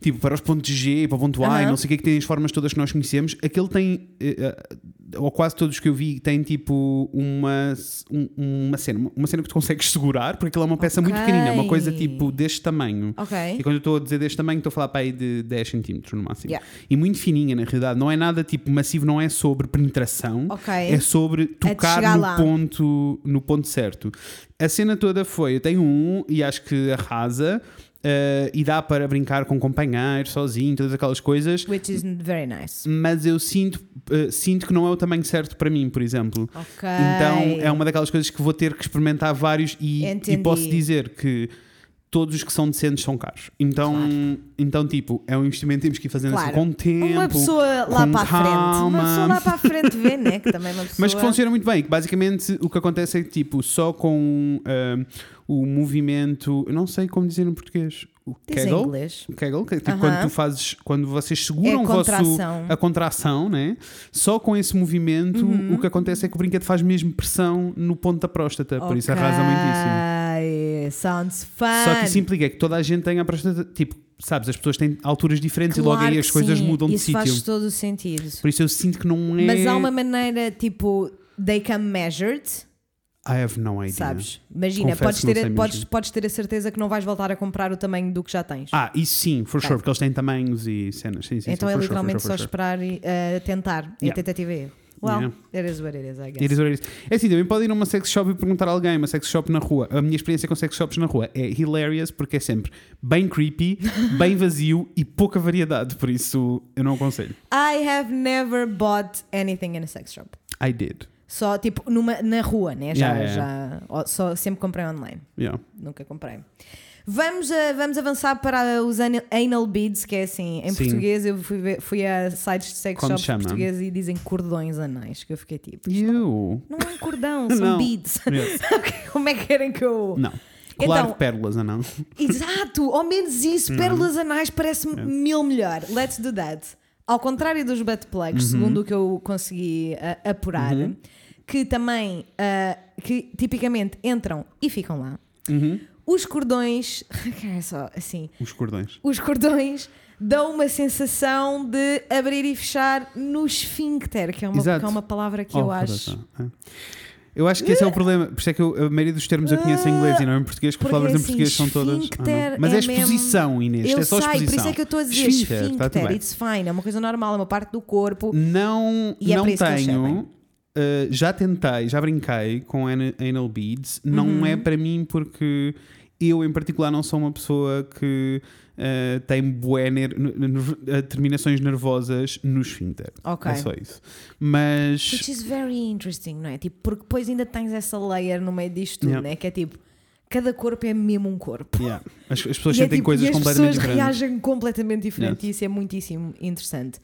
[SPEAKER 2] tipo para os pontos G, para o ponto A e
[SPEAKER 1] Aham.
[SPEAKER 2] não sei o que, que têm as formas todas que nós conhecemos. Aquele tem, eh, ah, ou quase todos que eu vi, tem tipo uma, um- uma cena, uma cena que tu consegues segurar, porque aquilo é uma peça muito
[SPEAKER 1] Ok.
[SPEAKER 2] pequenina, é uma coisa tipo deste tamanho.
[SPEAKER 1] Ok.
[SPEAKER 2] E quando eu estou a dizer deste tamanho, estou a falar para aí de 10 centímetros no máximo.
[SPEAKER 1] Yeah.
[SPEAKER 2] E muito fininha, na realidade. Não é nada tipo massivo, não é sobre penetração.
[SPEAKER 1] Ok.
[SPEAKER 2] É sobre tocar
[SPEAKER 1] chegar
[SPEAKER 2] no
[SPEAKER 1] lá.
[SPEAKER 2] ponto, no ponto certo. A cena toda foi: eu tenho um e acho que arrasa. eh, e dá para brincar com companheiro, sozinho, todas aquelas coisas.
[SPEAKER 1] que- Which is very nice.
[SPEAKER 2] Mas eu sinto, eh, sinto que não é o tamanho certo para mim, por exemplo. é
[SPEAKER 1] Ok.
[SPEAKER 2] Então é uma daquelas coisas que vou ter que experimentar vários e, e
[SPEAKER 1] Entendi.
[SPEAKER 2] posso dizer que todos os que são decentes são caros. Então, então tipo, é um investimento que temos que ir fazendo assim
[SPEAKER 1] Claro.
[SPEAKER 2] com tempo.
[SPEAKER 1] uma pessoa lá
[SPEAKER 2] com
[SPEAKER 1] para a frente. Uma
[SPEAKER 2] calma.
[SPEAKER 1] pessoa lá para a frente vê, né? Que também é uma pessoa.
[SPEAKER 2] Mas que funciona muito bem, que basicamente o que acontece é que tipo, só com ah, o movimento, eu não sei como dizer em português, o
[SPEAKER 1] Diz em
[SPEAKER 2] Kegel,
[SPEAKER 1] inglês.
[SPEAKER 2] o Kegel, que é, tipo,
[SPEAKER 1] Aham.
[SPEAKER 2] quando tu fazes, quando vocês seguram
[SPEAKER 1] É
[SPEAKER 2] o vosso-
[SPEAKER 1] contração.
[SPEAKER 2] a contração, né? Só com esse movimento,
[SPEAKER 1] Uhum.
[SPEAKER 2] o que acontece é que o brinquedo faz mesmo pressão no ponto da próstata, por isso arrasa muitíssimo.
[SPEAKER 1] Ai, Sounds fun.
[SPEAKER 2] Só que isso implica que toda a gente tem a próstata, tipo, sabes, as pessoas têm alturas diferentes e logo
[SPEAKER 1] Claro
[SPEAKER 2] aí as
[SPEAKER 1] que
[SPEAKER 2] coisas
[SPEAKER 1] sim,
[SPEAKER 2] mudam de
[SPEAKER 1] Isso faz
[SPEAKER 2] sítio.
[SPEAKER 1] todo o sentido.
[SPEAKER 2] Por isso eu sinto que não é.
[SPEAKER 1] Mas há uma maneira tipo they come measured,
[SPEAKER 2] I have no idea.
[SPEAKER 1] sabes? Imagina,
[SPEAKER 2] Confesso
[SPEAKER 1] podes
[SPEAKER 2] que não
[SPEAKER 1] ter,
[SPEAKER 2] sei
[SPEAKER 1] a, podes,
[SPEAKER 2] mesmo.
[SPEAKER 1] podes ter a certeza que não vais voltar a comprar o tamanho do que já tens.
[SPEAKER 2] Ah, isso sim, for sure, porque eles têm tamanhos e cenas. Sim, sim,
[SPEAKER 1] então
[SPEAKER 2] sim,
[SPEAKER 1] é
[SPEAKER 2] for
[SPEAKER 1] literalmente
[SPEAKER 2] sure,
[SPEAKER 1] só
[SPEAKER 2] for sure, for
[SPEAKER 1] esperar e eh, tentar. É
[SPEAKER 2] Yeah.
[SPEAKER 1] tentativa e erro. Well,
[SPEAKER 2] Yeah.
[SPEAKER 1] it is what it is, I
[SPEAKER 2] sure. It
[SPEAKER 1] guess.
[SPEAKER 2] is what it is. É assim, também podem ir a uma sex shop e perguntar a alguém, uma sex shop na rua. A minha experiência com sex shops na rua é hilarious porque é sempre bem creepy, bem vazio e pouca variedade, por isso eu não aconselho.
[SPEAKER 1] I have never bought anything in a sex shop.
[SPEAKER 2] I did.
[SPEAKER 1] Só tipo numa, na rua, né? Já,
[SPEAKER 2] Yeah, yeah,
[SPEAKER 1] já ó, só sempre comprei online.
[SPEAKER 2] Yeah.
[SPEAKER 1] Nunca comprei. Vamos, a- vamos avançar para os anal- anal beads, que é assim, em
[SPEAKER 2] Sim.
[SPEAKER 1] português eu fui, ver- fui a sites de sex
[SPEAKER 2] Como
[SPEAKER 1] shops
[SPEAKER 2] chama?
[SPEAKER 1] português e dizem cordões anais, que eu fiquei tipo,
[SPEAKER 2] You.
[SPEAKER 1] não é um cordão, são
[SPEAKER 2] Não.
[SPEAKER 1] beads.
[SPEAKER 2] Yes.
[SPEAKER 1] Como é que querem que eu...
[SPEAKER 2] Não. Colar
[SPEAKER 1] Então-
[SPEAKER 2] de pérolas, ou não?
[SPEAKER 1] Exato, ao menos
[SPEAKER 2] Uhum.
[SPEAKER 1] isso, pérolas anais parece-me
[SPEAKER 2] É.
[SPEAKER 1] mil melhor. Let's do that. Ao contrário dos butt
[SPEAKER 2] Uhum.
[SPEAKER 1] plugs, segundo o que eu consegui ah, apurar, que também, ah, que tipicamente entram e ficam lá.
[SPEAKER 2] Uhum.
[SPEAKER 1] Os cordões, é só assim,
[SPEAKER 2] Os cordões.
[SPEAKER 1] os cordões dão uma sensação de abrir e fechar no esfíncter, que é uma,
[SPEAKER 2] Exato.
[SPEAKER 1] que é uma palavra que
[SPEAKER 2] Oh,
[SPEAKER 1] eu acho. Eh,
[SPEAKER 2] coração. É. Eu acho que esse é o problema. Por isso é que eu- a maioria dos termos eu conheço em inglês e não em português,
[SPEAKER 1] Porque,
[SPEAKER 2] porque as palavras em
[SPEAKER 1] assim,
[SPEAKER 2] português são todas. Ah, não.
[SPEAKER 1] esfíncter
[SPEAKER 2] Mas é,
[SPEAKER 1] é mesmo-
[SPEAKER 2] exposição, Inês.
[SPEAKER 1] Eu
[SPEAKER 2] é só
[SPEAKER 1] sei,
[SPEAKER 2] exposição.
[SPEAKER 1] por isso é que eu estou a dizer
[SPEAKER 2] Esfíncter, tá tudo
[SPEAKER 1] esfíncter,
[SPEAKER 2] bem.
[SPEAKER 1] it's fine, é uma coisa normal, é uma parte do corpo.
[SPEAKER 2] Não,
[SPEAKER 1] E é
[SPEAKER 2] não
[SPEAKER 1] para isso que eles
[SPEAKER 2] tenho.
[SPEAKER 1] servem.
[SPEAKER 2] uh, já tentei, já brinquei com ana- anal beads. Não
[SPEAKER 1] Uhum.
[SPEAKER 2] é para mim porque eu, em particular, não sou uma pessoa que uh, tem bué ner- n- n- uh, terminações nervosas no esfíncter.
[SPEAKER 1] Ok.
[SPEAKER 2] É só isso. Mas.
[SPEAKER 1] Which is very interesting, não é? Tipo, porque depois ainda tens essa layer no meio disto tudo,
[SPEAKER 2] Yeah.
[SPEAKER 1] né? Que é tipo, cada corpo é mesmo um corpo.
[SPEAKER 2] yeah, as, as pessoas
[SPEAKER 1] E é
[SPEAKER 2] sentem
[SPEAKER 1] tipo-
[SPEAKER 2] coisas
[SPEAKER 1] e as
[SPEAKER 2] completamente
[SPEAKER 1] pessoas
[SPEAKER 2] diferentes.
[SPEAKER 1] reagem completamente diferente e isso é muitíssimo interessante.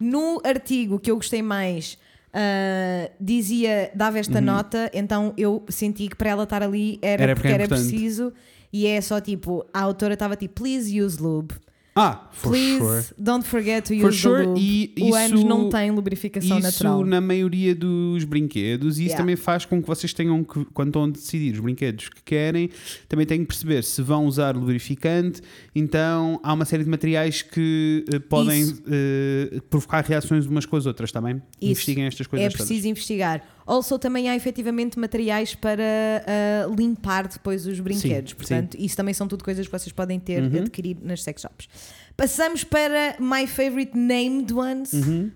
[SPEAKER 1] No artigo que eu gostei mais, ah, dizia, dava esta nota, então eu senti que para ela estar ali era,
[SPEAKER 2] Uhum.
[SPEAKER 1] porque
[SPEAKER 2] Era porque é
[SPEAKER 1] era
[SPEAKER 2] importante.
[SPEAKER 1] preciso e é só tipo, a autora estava tipo, please use lube.
[SPEAKER 2] Ah, for
[SPEAKER 1] Please
[SPEAKER 2] sure.
[SPEAKER 1] don't forget to use
[SPEAKER 2] For
[SPEAKER 1] the
[SPEAKER 2] sure,
[SPEAKER 1] lube.
[SPEAKER 2] e
[SPEAKER 1] o ânus
[SPEAKER 2] isso-
[SPEAKER 1] não tem lubrificação
[SPEAKER 2] isso
[SPEAKER 1] natural. né?
[SPEAKER 2] na maioria dos brinquedos e isso
[SPEAKER 1] Yeah.
[SPEAKER 2] também faz com que vocês tenham que, quando estão a decidir os brinquedos que querem, também têm que perceber se vão usar lubrificante, então há uma série de materiais que eh, podem
[SPEAKER 1] Isso.
[SPEAKER 2] eh, provocar reações umas com as outras, está bem?
[SPEAKER 1] Isso.
[SPEAKER 2] Investiguem estas coisas
[SPEAKER 1] É preciso investigar. Also, também há efetivamente materiais para ah, limpar depois os brinquedos.
[SPEAKER 2] Sim, Uhum.
[SPEAKER 1] Portanto, isso também são tudo coisas que vocês podem ter adquirido nas sex shops. Passamos para my favorite named ones,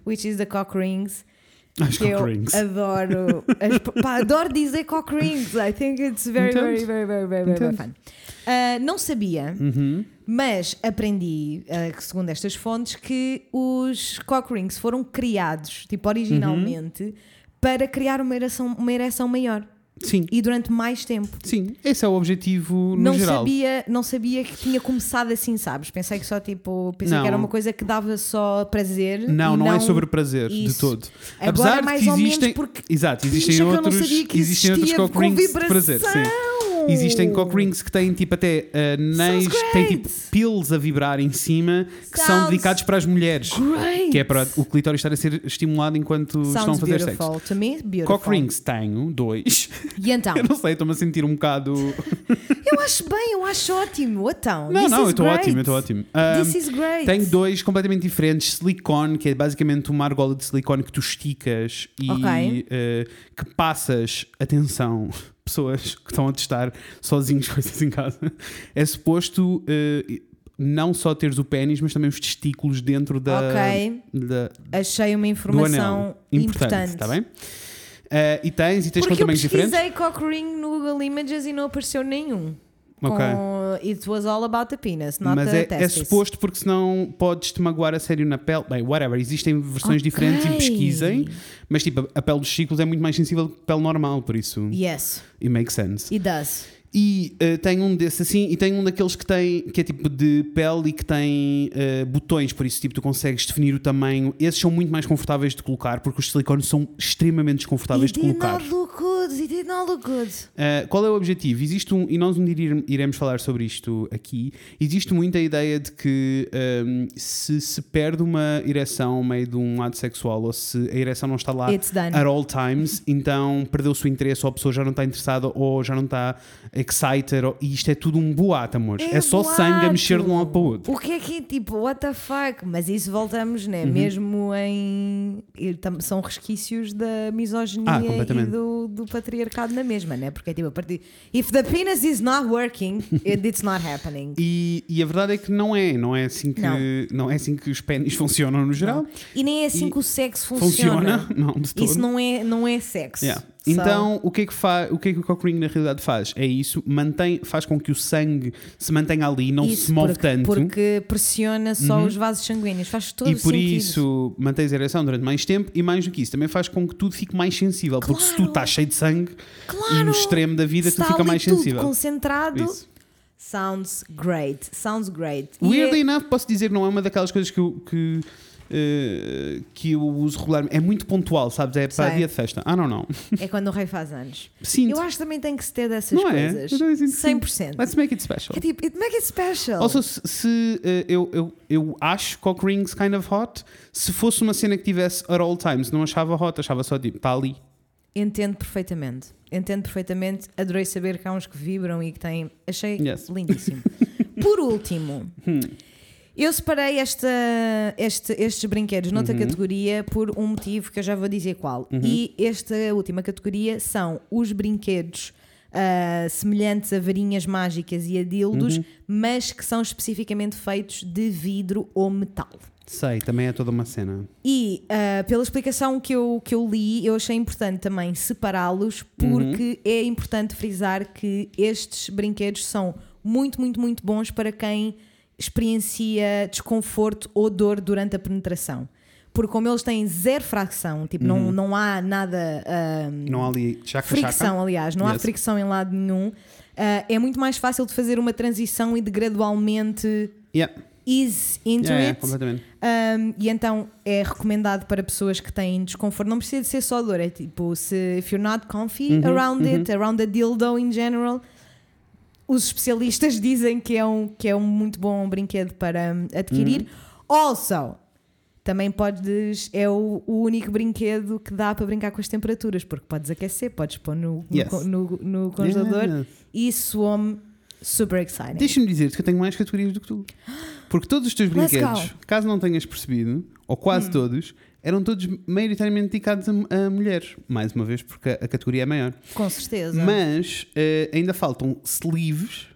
[SPEAKER 1] which is the cock rings.
[SPEAKER 2] todas. é As
[SPEAKER 1] que eu
[SPEAKER 2] Uhum. cock rings.
[SPEAKER 1] adoro. As- pá, adoro dizer cock rings. I think it's very,
[SPEAKER 2] Entendo.
[SPEAKER 1] very, very, very, very, very, very
[SPEAKER 2] Entendo.
[SPEAKER 1] fun. Ah, não
[SPEAKER 2] Uhum.
[SPEAKER 1] sabia, mas aprendi, ah, que segundo estas fontes, que os cock rings foram criados, tipo, originalmente,
[SPEAKER 2] Uhum.
[SPEAKER 1] para criar uma ereção, uma ereção maior
[SPEAKER 2] Sim.
[SPEAKER 1] e durante mais tempo.
[SPEAKER 2] Sim, esse é o objetivo no
[SPEAKER 1] Não
[SPEAKER 2] geral.
[SPEAKER 1] sabia, não sabia que tinha começado assim, sabes? Pensei que só tipo, pensei que
[SPEAKER 2] Não.
[SPEAKER 1] era uma coisa que dava só prazer.
[SPEAKER 2] Não,
[SPEAKER 1] e
[SPEAKER 2] não, é sobre prazer de
[SPEAKER 1] isso.
[SPEAKER 2] todo.
[SPEAKER 1] Agora,
[SPEAKER 2] Apesar
[SPEAKER 1] mais
[SPEAKER 2] de que
[SPEAKER 1] ou menos,
[SPEAKER 2] existem,
[SPEAKER 1] porque
[SPEAKER 2] exato,
[SPEAKER 1] Picha
[SPEAKER 2] existem
[SPEAKER 1] que eu não
[SPEAKER 2] outros,
[SPEAKER 1] sabia que
[SPEAKER 2] existem outros
[SPEAKER 1] existia
[SPEAKER 2] cock
[SPEAKER 1] com
[SPEAKER 2] rings de prazer,
[SPEAKER 1] vibração.
[SPEAKER 2] sim. Existem cock rings que têm tipo até anéis
[SPEAKER 1] Sounds
[SPEAKER 2] que têm tipo
[SPEAKER 1] great.
[SPEAKER 2] pills a vibrar em cima que são
[SPEAKER 1] Sounds
[SPEAKER 2] dedicados para as mulheres,
[SPEAKER 1] great.
[SPEAKER 2] que é para o clitóris estar a ser estimulado enquanto estão a
[SPEAKER 1] Sounds
[SPEAKER 2] fazer
[SPEAKER 1] beautiful
[SPEAKER 2] sexo.
[SPEAKER 1] to me, beautiful.
[SPEAKER 2] Cock rings tenho dois.
[SPEAKER 1] E então?
[SPEAKER 2] Eu não sei, estou-me a sentir um bocado.
[SPEAKER 1] Eu acho bem, eu acho ótimo. Então,
[SPEAKER 2] Não,
[SPEAKER 1] this
[SPEAKER 2] não,
[SPEAKER 1] is
[SPEAKER 2] eu estou
[SPEAKER 1] great.
[SPEAKER 2] ótimo, eu estou ótimo.
[SPEAKER 1] This
[SPEAKER 2] Um,
[SPEAKER 1] is great.
[SPEAKER 2] Tenho dois completamente diferentes: silicone, que é basicamente uma argola de silicone que tu esticas e
[SPEAKER 1] Ok.
[SPEAKER 2] eh, que passas. Atenção, pessoas que estão a testar sozinhos coisas em casa. É suposto eh, não só teres o pênis, mas também os testículos dentro da.
[SPEAKER 1] Ok.
[SPEAKER 2] da-
[SPEAKER 1] Achei uma
[SPEAKER 2] do
[SPEAKER 1] informação
[SPEAKER 2] anel. Importante, está bem? Eh, e tens, e tens com
[SPEAKER 1] Porque eu
[SPEAKER 2] tamanhos
[SPEAKER 1] pesquisei
[SPEAKER 2] diferentes.
[SPEAKER 1] cock ring no Google Images e não apareceu nenhum.
[SPEAKER 2] Ok.
[SPEAKER 1] Com It was all about the penis, not
[SPEAKER 2] Mas
[SPEAKER 1] the
[SPEAKER 2] é, é
[SPEAKER 1] testes.
[SPEAKER 2] suposto porque senão podes te magoar a sério na pele. Bem, whatever, existem versões diferentes e
[SPEAKER 1] Ok.
[SPEAKER 2] pesquisem, mas tipo, a- a pele dos ciclos é muito mais sensível que a pele normal, por isso
[SPEAKER 1] Yes,
[SPEAKER 2] it makes sense.
[SPEAKER 1] it does.
[SPEAKER 2] E eh, tem um desse assim, e tem um daqueles que tem que é tipo de pele e que tem eh, botões, por isso tipo, tu consegues definir o tamanho. Esses são muito mais confortáveis de colocar, porque os silicones são extremamente desconfortáveis de
[SPEAKER 1] did
[SPEAKER 2] colocar.
[SPEAKER 1] not look good, it did not look good.
[SPEAKER 2] Uh, qual é o objetivo? Existe um, e nós um dia ire- iremos falar sobre isto aqui. Existe muita ideia de que um, se se perde uma ereção ao meio de um ato sexual ou se a ereção não está lá
[SPEAKER 1] It's done.
[SPEAKER 2] at all times, então perdeu-se o interesse ou a pessoa já não está interessada ou já não está excited. Ou, e isto é tudo um boato, amor. É, só
[SPEAKER 1] boato.
[SPEAKER 2] sangue a mexer de um lado para o outro.
[SPEAKER 1] O que é que é tipo, what the fuck? Mas isso voltamos,
[SPEAKER 2] Uhum.
[SPEAKER 1] né? Mesmo em. e tam- São resquícios da
[SPEAKER 2] Ah,
[SPEAKER 1] misoginia e
[SPEAKER 2] completamente.
[SPEAKER 1] do, do patriarcado na mesma, né? Porque é tipo, a partir. If the penis is not working, it- it's not happening.
[SPEAKER 2] E, e a verdade é que não é, não é assim que,
[SPEAKER 1] Não.
[SPEAKER 2] não. é assim que os pênis funcionam no geral.
[SPEAKER 1] E nem é assim
[SPEAKER 2] E
[SPEAKER 1] que o sexo funciona.
[SPEAKER 2] Funciona? Não, de todo.
[SPEAKER 1] Isso não é, não é sexo.
[SPEAKER 2] Yeah.
[SPEAKER 1] So-
[SPEAKER 2] Então, o que, é que fa- o que é que o cockring na realidade faz? É isso, mantém, faz com que o sangue se mantenha ali, não
[SPEAKER 1] Isso,
[SPEAKER 2] se move
[SPEAKER 1] porque,
[SPEAKER 2] tanto. Uhum.
[SPEAKER 1] Porque pressiona só os vasos sanguíneos. Faz todo
[SPEAKER 2] e
[SPEAKER 1] o
[SPEAKER 2] por
[SPEAKER 1] sentido.
[SPEAKER 2] isso mantens a ereção durante mais tempo e mais do que isso, também faz com que tudo fique mais sensível, porque se tu
[SPEAKER 1] Claro.
[SPEAKER 2] estás cheio de sangue e
[SPEAKER 1] Claro.
[SPEAKER 2] no extremo da vida
[SPEAKER 1] Está
[SPEAKER 2] tu fica
[SPEAKER 1] ali
[SPEAKER 2] mais
[SPEAKER 1] tudo
[SPEAKER 2] sensível.
[SPEAKER 1] concentrado.
[SPEAKER 2] Isso.
[SPEAKER 1] Sounds great. Sounds great. E
[SPEAKER 2] Weirdly
[SPEAKER 1] é-
[SPEAKER 2] enough, posso dizer, não é uma daquelas coisas que eu, que, eh, que eu uso regularmente. É muito pontual, sabes? É para
[SPEAKER 1] Sei.
[SPEAKER 2] dia de festa. Ah, não, não.
[SPEAKER 1] é, quando o rei faz anos.
[SPEAKER 2] Sinto.
[SPEAKER 1] Eu acho que também tem que se ter dessas
[SPEAKER 2] Não é?
[SPEAKER 1] coisas.
[SPEAKER 2] Eu também sinto que sim.
[SPEAKER 1] 100%.
[SPEAKER 2] Let's make it special.
[SPEAKER 1] É tipo, it make it special.
[SPEAKER 2] Also, se, se, eh, eu, eu, eu acho cock rings kind of hot, se fosse uma cena que tivesse at all times, não achava hot, achava só tipo, está ali.
[SPEAKER 1] Entendo perfeitamente. Entendo perfeitamente. Adorei saber que há uns que vibram e que têm. Achei
[SPEAKER 2] Yes.
[SPEAKER 1] lindíssimo. Por último, eu separei esta, este- estes brinquedos noutra categoria por um motivo que eu já vou dizer qual. E esta última categoria são os brinquedos. ah, semelhantes a varinhas mágicas e a dildos, mas que são especificamente feitos de vidro ou metal.
[SPEAKER 2] Sei, também é toda uma cena.
[SPEAKER 1] E ah, pela explicação que eu, que eu li, eu achei importante também separá-los,
[SPEAKER 2] Uhum.
[SPEAKER 1] porque é importante frisar que estes brinquedos são muito, muito, muito bons para quem experiencia desconforto ou dor durante a penetração. Porque como eles têm zero fração, tipo, não, não há nada. ah,
[SPEAKER 2] Uhum. Não há ali chaca
[SPEAKER 1] fricção, aliás, não há
[SPEAKER 2] Yes.
[SPEAKER 1] fricção em lado nenhum. Ah, é muito mais fácil de fazer uma transição e de gradualmente
[SPEAKER 2] Yeah.
[SPEAKER 1] ease into
[SPEAKER 2] Yeah, yeah,
[SPEAKER 1] it.
[SPEAKER 2] completamente.
[SPEAKER 1] Um, e então é recomendado para pessoas que têm desconforto. Não precisa de ser só dor, é tipo, se if you're not comfy
[SPEAKER 2] Uhum,
[SPEAKER 1] around it, around the dildo in general, os especialistas dizem que é um, que é um muito bom brinquedo para hum, adquirir.
[SPEAKER 2] Uhum.
[SPEAKER 1] Also, também podes, é o, o único brinquedo que dá para brincar com as temperaturas, porque podes aquecer, podes pôr no, no
[SPEAKER 2] Yes.
[SPEAKER 1] co- no, no congelador
[SPEAKER 2] Yes.
[SPEAKER 1] e isso me super exciting.
[SPEAKER 2] Deixa-me dizer que eu tenho mais categorias do que tu. Porque todos os teus
[SPEAKER 1] Let's Hum.
[SPEAKER 2] brinquedos, caso não tenhas percebido, ou quase todos, eram todos maioritariamente dedicados a, a mulheres. Mais uma vez, porque a- a categoria é maior.
[SPEAKER 1] Com certeza.
[SPEAKER 2] Mas eh, ainda faltam sleeves,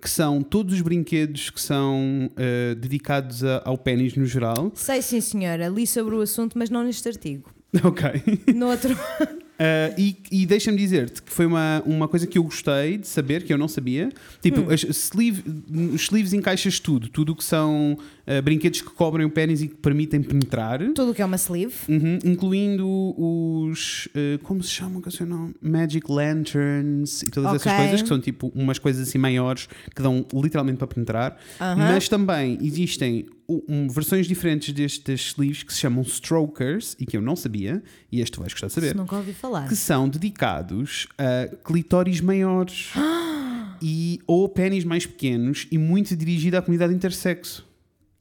[SPEAKER 2] que são todos os brinquedos que são eh, dedicados a- ao pênis no geral.
[SPEAKER 1] Sei sim, senhora, li sobre o assunto, mas não neste artigo.
[SPEAKER 2] Ok.
[SPEAKER 1] No outro.
[SPEAKER 2] Eh, e e deixa-me dizer-te que foi uma, uma coisa que eu gostei de saber, que eu não sabia. Tipo, as sleeve- os sleeves encaixas tudo, tudo o que são eh, brinquedos que cobrem o pênis e que permitem penetrar.
[SPEAKER 1] Tudo o que é uma sleeve.
[SPEAKER 2] Uhum, incluindo os. eh, como se chamam que é o seu nome? Magic Lanterns e todas essas
[SPEAKER 1] Ok.
[SPEAKER 2] coisas, que são tipo umas coisas assim maiores que dão literalmente para penetrar.
[SPEAKER 1] Aham.
[SPEAKER 2] Mas também existem u- um, versões diferentes destes sleeves que se chamam strokers e que eu não sabia, e este vais gostar de saber
[SPEAKER 1] Isso nunca ouvi falar.
[SPEAKER 2] que são dedicados a clitóris maiores e ou pênis mais pequenos e muito dirigido à comunidade intersexo.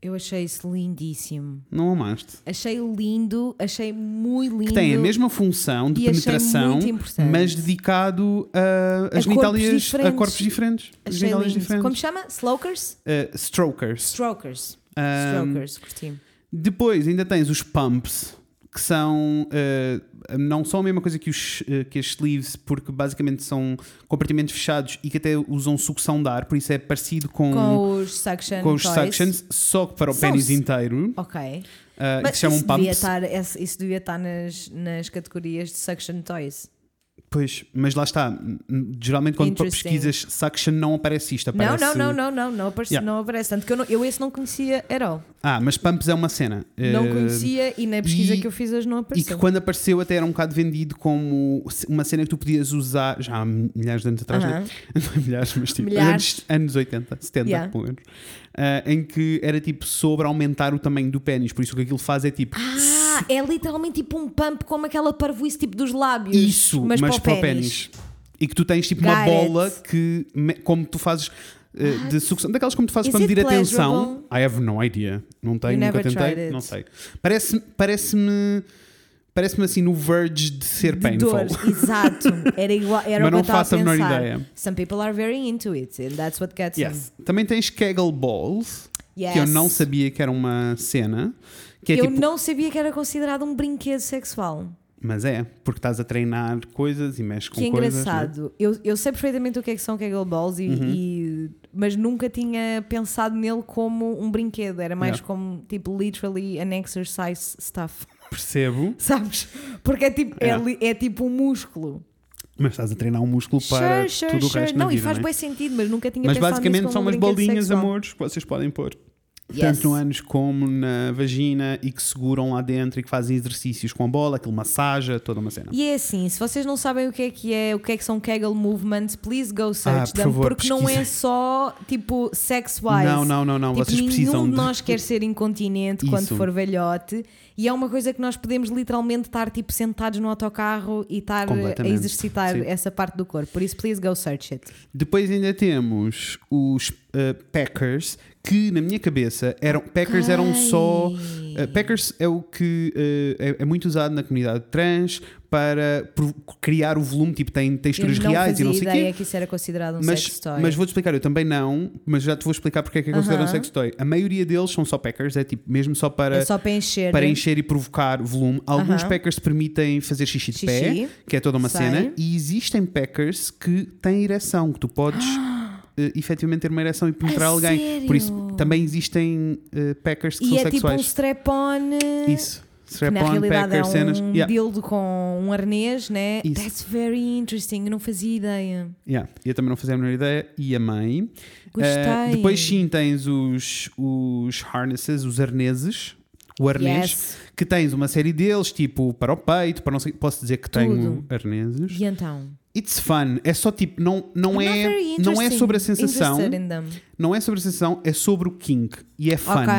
[SPEAKER 1] Eu achei isso lindíssimo.
[SPEAKER 2] Não amaste?
[SPEAKER 1] Achei lindo, achei muito lindo.
[SPEAKER 2] Que tem é a mesma função de
[SPEAKER 1] E achei
[SPEAKER 2] penetração,
[SPEAKER 1] muito importante.
[SPEAKER 2] mas dedicado a,
[SPEAKER 1] A
[SPEAKER 2] as genitálias
[SPEAKER 1] corpos diferentes.
[SPEAKER 2] a corpos diferentes. As
[SPEAKER 1] Achei
[SPEAKER 2] genitálias
[SPEAKER 1] lindo.
[SPEAKER 2] diferentes.
[SPEAKER 1] Como se chama? Slokers?
[SPEAKER 2] Uh, strokers.
[SPEAKER 1] Strokers.
[SPEAKER 2] Um,
[SPEAKER 1] Strokers, curti.
[SPEAKER 2] Depois ainda tens os pumps, que são eh, não são a mesma coisa que os eh, que as sleeves, porque basicamente são compartimentos fechados e que até usam sucção de ar, por isso é parecido com, com,
[SPEAKER 1] Com os suction
[SPEAKER 2] os
[SPEAKER 1] toys.
[SPEAKER 2] suctions, só que para o
[SPEAKER 1] São
[SPEAKER 2] pênis
[SPEAKER 1] se-
[SPEAKER 2] inteiro,
[SPEAKER 1] Ok.
[SPEAKER 2] eh, que
[SPEAKER 1] Mas
[SPEAKER 2] se chamam
[SPEAKER 1] isso devia,
[SPEAKER 2] pumps.
[SPEAKER 1] estar, esse- isso devia estar nas, nas categorias de suction toys.
[SPEAKER 2] Pois, mas lá está. N- n- Geralmente quando
[SPEAKER 1] Interesting.
[SPEAKER 2] pesquisas section não aparece isto.
[SPEAKER 1] Não,
[SPEAKER 2] Aparece...
[SPEAKER 1] não, não, não, não, não aparece,
[SPEAKER 2] Yeah.
[SPEAKER 1] não aparece. Tanto que eu, não- eu esse não conhecia at all.
[SPEAKER 2] Ah, mas pumps é uma cena.
[SPEAKER 1] Não
[SPEAKER 2] Eh,
[SPEAKER 1] conhecia e na pesquisa
[SPEAKER 2] e-
[SPEAKER 1] que eu fiz hoje não
[SPEAKER 2] E
[SPEAKER 1] apareceu.
[SPEAKER 2] que quando apareceu até era um bocado vendido como uma cena que tu podias usar já há milhares de anos atrás,
[SPEAKER 1] Aham.
[SPEAKER 2] né? não é milhares, mas tipo
[SPEAKER 1] Milhares.
[SPEAKER 2] Anos, anos 80, 70
[SPEAKER 1] Yeah.
[SPEAKER 2] pelo menos, Ah, em que era tipo sobre aumentar o tamanho do pênis, por isso o que aquilo faz é tipo
[SPEAKER 1] Ah, é literalmente tipo um pump como aquela parvoíce tipo dos lábios.
[SPEAKER 2] isso, mas, para o
[SPEAKER 1] pénis.
[SPEAKER 2] pênis. E que tu tens tipo uma
[SPEAKER 1] Got it.
[SPEAKER 2] bola que, me- como tu fazes. ah, De sucção, daquelas como tu fazes
[SPEAKER 1] Is
[SPEAKER 2] para
[SPEAKER 1] it
[SPEAKER 2] medir a tensão.
[SPEAKER 1] pleasurable?
[SPEAKER 2] I have no idea. Não tenho,
[SPEAKER 1] You
[SPEAKER 2] nunca
[SPEAKER 1] never tried
[SPEAKER 2] tentei.
[SPEAKER 1] it.
[SPEAKER 2] Não sei. Parece- Parece-me. Parece-me assim no verge de ser
[SPEAKER 1] De
[SPEAKER 2] painful.
[SPEAKER 1] dores, exato. Era igual, era
[SPEAKER 2] Mas
[SPEAKER 1] o que
[SPEAKER 2] não
[SPEAKER 1] eu estava
[SPEAKER 2] faço a menor
[SPEAKER 1] pensar.
[SPEAKER 2] ideia.
[SPEAKER 1] Some people are very into it and that's what gets
[SPEAKER 2] Yes.
[SPEAKER 1] them.
[SPEAKER 2] Também tens Kegel Balls, que eu
[SPEAKER 1] Yes.
[SPEAKER 2] não sabia que era uma cena. Que é
[SPEAKER 1] eu
[SPEAKER 2] tipo,
[SPEAKER 1] não sabia que era considerado um brinquedo sexual.
[SPEAKER 2] Mas é, porque estás a treinar coisas e mexes com
[SPEAKER 1] que
[SPEAKER 2] coisas. Uhum. não é?
[SPEAKER 1] engraçado. Eu, eu sei perfeitamente o que é que são Kegel Balls, e, e- mas nunca tinha pensado nele como um brinquedo. Era mais
[SPEAKER 2] Yeah.
[SPEAKER 1] como, tipo, literally an exercise stuff.
[SPEAKER 2] Percebo,
[SPEAKER 1] Sabes? Porque é tipo, é
[SPEAKER 2] Yeah.
[SPEAKER 1] li- é tipo um músculo.
[SPEAKER 2] mas estás a treinar um músculo para tudo o resto da
[SPEAKER 1] Não,
[SPEAKER 2] vida,
[SPEAKER 1] e faz
[SPEAKER 2] não é?
[SPEAKER 1] bem sentido, mas nunca tinha
[SPEAKER 2] Mas
[SPEAKER 1] pensado
[SPEAKER 2] basicamente
[SPEAKER 1] nisso
[SPEAKER 2] são
[SPEAKER 1] como um
[SPEAKER 2] umas
[SPEAKER 1] brinquedo
[SPEAKER 2] bolinhas,
[SPEAKER 1] sexual.
[SPEAKER 2] amores, que vocês podem pôr
[SPEAKER 1] Yes.
[SPEAKER 2] tanto no ânus como na vagina e que seguram lá dentro e que fazem exercícios com a bola, aquilo massaja, toda uma cena.
[SPEAKER 1] E é assim, se vocês não sabem o que é que é, o que é que são Kegel Movements, please go search
[SPEAKER 2] Ah, por
[SPEAKER 1] them,
[SPEAKER 2] favor,
[SPEAKER 1] porque não é
[SPEAKER 2] pesquisem.
[SPEAKER 1] só tipo sex wise.
[SPEAKER 2] Não, não, não, não,
[SPEAKER 1] Tipo,
[SPEAKER 2] vocês
[SPEAKER 1] nenhum
[SPEAKER 2] precisam
[SPEAKER 1] de
[SPEAKER 2] de-
[SPEAKER 1] nós quer ser incontinente
[SPEAKER 2] Isso.
[SPEAKER 1] quando for velhote, e é uma coisa que nós podemos literalmente estar tipo sentados no autocarro e estar a
[SPEAKER 2] Completamente,
[SPEAKER 1] exercitar
[SPEAKER 2] sim.
[SPEAKER 1] essa parte do corpo. Por isso, please go search it.
[SPEAKER 2] Depois ainda temos os eh, Packers, que na minha cabeça eram. Packers eram só. eh, packers é o que eh, é, é muito usado na comunidade trans para pro- criar o volume, tipo, tem
[SPEAKER 1] Eu
[SPEAKER 2] texturas
[SPEAKER 1] não
[SPEAKER 2] reais e
[SPEAKER 1] fazia
[SPEAKER 2] não sei o
[SPEAKER 1] ideia
[SPEAKER 2] quê.
[SPEAKER 1] que isso era considerado um sex
[SPEAKER 2] Mas,
[SPEAKER 1] toy.
[SPEAKER 2] mas vou-te explicar, eu também não, mas já te vou explicar porque é que é considerado um
[SPEAKER 1] Aham.
[SPEAKER 2] sex toy. A maioria deles são só packers, é tipo, mesmo só para,
[SPEAKER 1] é só para encher.
[SPEAKER 2] para encher e provocar volume. Alguns
[SPEAKER 1] Aham.
[SPEAKER 2] packers permitem fazer xixi de pé,
[SPEAKER 1] Xixi.
[SPEAKER 2] que é toda uma
[SPEAKER 1] Sei.
[SPEAKER 2] cena. E existem packers que têm ereção, que tu podes eh, efetivamente ter uma ereção e penetrar
[SPEAKER 1] A
[SPEAKER 2] alguém. Por isso,
[SPEAKER 1] É sério?
[SPEAKER 2] também existem eh, packers que
[SPEAKER 1] E
[SPEAKER 2] são
[SPEAKER 1] é tipo um
[SPEAKER 2] sexuais.
[SPEAKER 1] strap-on.
[SPEAKER 2] Isso.
[SPEAKER 1] Que na
[SPEAKER 2] Strap-on,
[SPEAKER 1] realidade
[SPEAKER 2] packers,
[SPEAKER 1] é um
[SPEAKER 2] cenas. Yeah,
[SPEAKER 1] dildo com um arnês, né?
[SPEAKER 2] Isso.
[SPEAKER 1] That's very interesting, eu não fazia ideia.
[SPEAKER 2] yeah. Eu também não fazia a menor ideia. E a mãe.
[SPEAKER 1] Gostei.
[SPEAKER 2] Eh, depois sim tens os, os harnesses, os arneses. O arnês,
[SPEAKER 1] Yes.
[SPEAKER 2] que tens uma série deles, tipo para o peito, para não sei, posso dizer que tenho
[SPEAKER 1] Tudo.
[SPEAKER 2] arneses.
[SPEAKER 1] E então?
[SPEAKER 2] It's fun. É só tipo, não, não,
[SPEAKER 1] Not very
[SPEAKER 2] é,
[SPEAKER 1] interesting.
[SPEAKER 2] não é sobre a sensação.
[SPEAKER 1] Interested in them.
[SPEAKER 2] Não é sobre a sensação, é sobre o kink. E é fun.
[SPEAKER 1] Ok,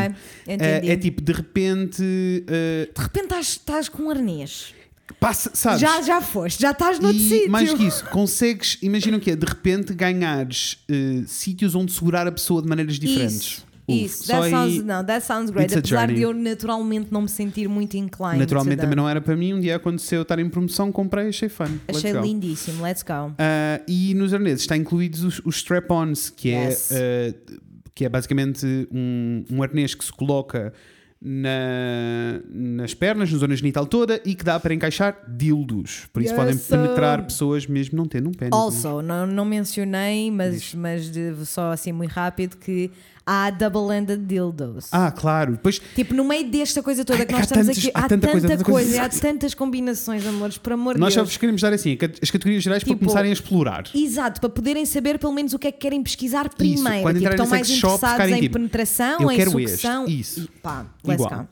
[SPEAKER 2] Eh,
[SPEAKER 1] entendi.
[SPEAKER 2] é, tipo, de repente. eh,
[SPEAKER 1] De repente estás, estás com um arnês.
[SPEAKER 2] passa, sabes?
[SPEAKER 1] Já, já foste, já estás noutro
[SPEAKER 2] e
[SPEAKER 1] sítio.
[SPEAKER 2] mais que isso, consegues, imagina o que é, de repente ganhares eh, sítios onde segurar a pessoa de maneiras diferentes.
[SPEAKER 1] Isso.
[SPEAKER 2] Uf,
[SPEAKER 1] Isso,
[SPEAKER 2] só
[SPEAKER 1] that
[SPEAKER 2] aí-
[SPEAKER 1] sounds, não, that sounds great.
[SPEAKER 2] It's a
[SPEAKER 1] Apesar de
[SPEAKER 2] journey.
[SPEAKER 1] eu naturalmente não me sentir muito inclined.
[SPEAKER 2] Naturalmente
[SPEAKER 1] to
[SPEAKER 2] também
[SPEAKER 1] them.
[SPEAKER 2] não era para mim. Um dia aconteceu eu estar em promoção, comprei, achei fun. Let's
[SPEAKER 1] Achei
[SPEAKER 2] go.
[SPEAKER 1] lindíssimo, let's go.
[SPEAKER 2] Ah, e nos arneses está incluídos os, os strap-ons, que,
[SPEAKER 1] Yes.
[SPEAKER 2] é, ah, que é basicamente um, um arnês que se coloca na- nas pernas, na zona genital toda e que dá para encaixar dildos. Por isso
[SPEAKER 1] Yes,
[SPEAKER 2] podem
[SPEAKER 1] sir.
[SPEAKER 2] penetrar pessoas mesmo não tendo um pênis.
[SPEAKER 1] Also, não, não mencionei, mas, mas de- só assim muito rápido, que há double-ended dildos.
[SPEAKER 2] Ah, claro. Depois,
[SPEAKER 1] Tipo, no meio desta coisa toda que
[SPEAKER 2] Há
[SPEAKER 1] nós estamos
[SPEAKER 2] tantos-
[SPEAKER 1] aqui,
[SPEAKER 2] há
[SPEAKER 1] há,
[SPEAKER 2] tanta
[SPEAKER 1] tanta
[SPEAKER 2] coisa,
[SPEAKER 1] coisa,
[SPEAKER 2] tanta coisa.
[SPEAKER 1] há tantas combinações, amores, por amor de
[SPEAKER 2] nós só
[SPEAKER 1] Deus.
[SPEAKER 2] vos queremos dar assim as categorias gerais para
[SPEAKER 1] Tipo,
[SPEAKER 2] começarem a explorar.
[SPEAKER 1] Exato, para poderem saber pelo menos o que é que querem pesquisar primeiro. tipo,
[SPEAKER 2] quando entrarem
[SPEAKER 1] estão
[SPEAKER 2] no
[SPEAKER 1] mais
[SPEAKER 2] sex shop,
[SPEAKER 1] interessados
[SPEAKER 2] ficarem
[SPEAKER 1] em
[SPEAKER 2] tipo, eu
[SPEAKER 1] penetração, em
[SPEAKER 2] quero este,
[SPEAKER 1] sucção.
[SPEAKER 2] isso.
[SPEAKER 1] E pá, let's
[SPEAKER 2] Igual.
[SPEAKER 1] go.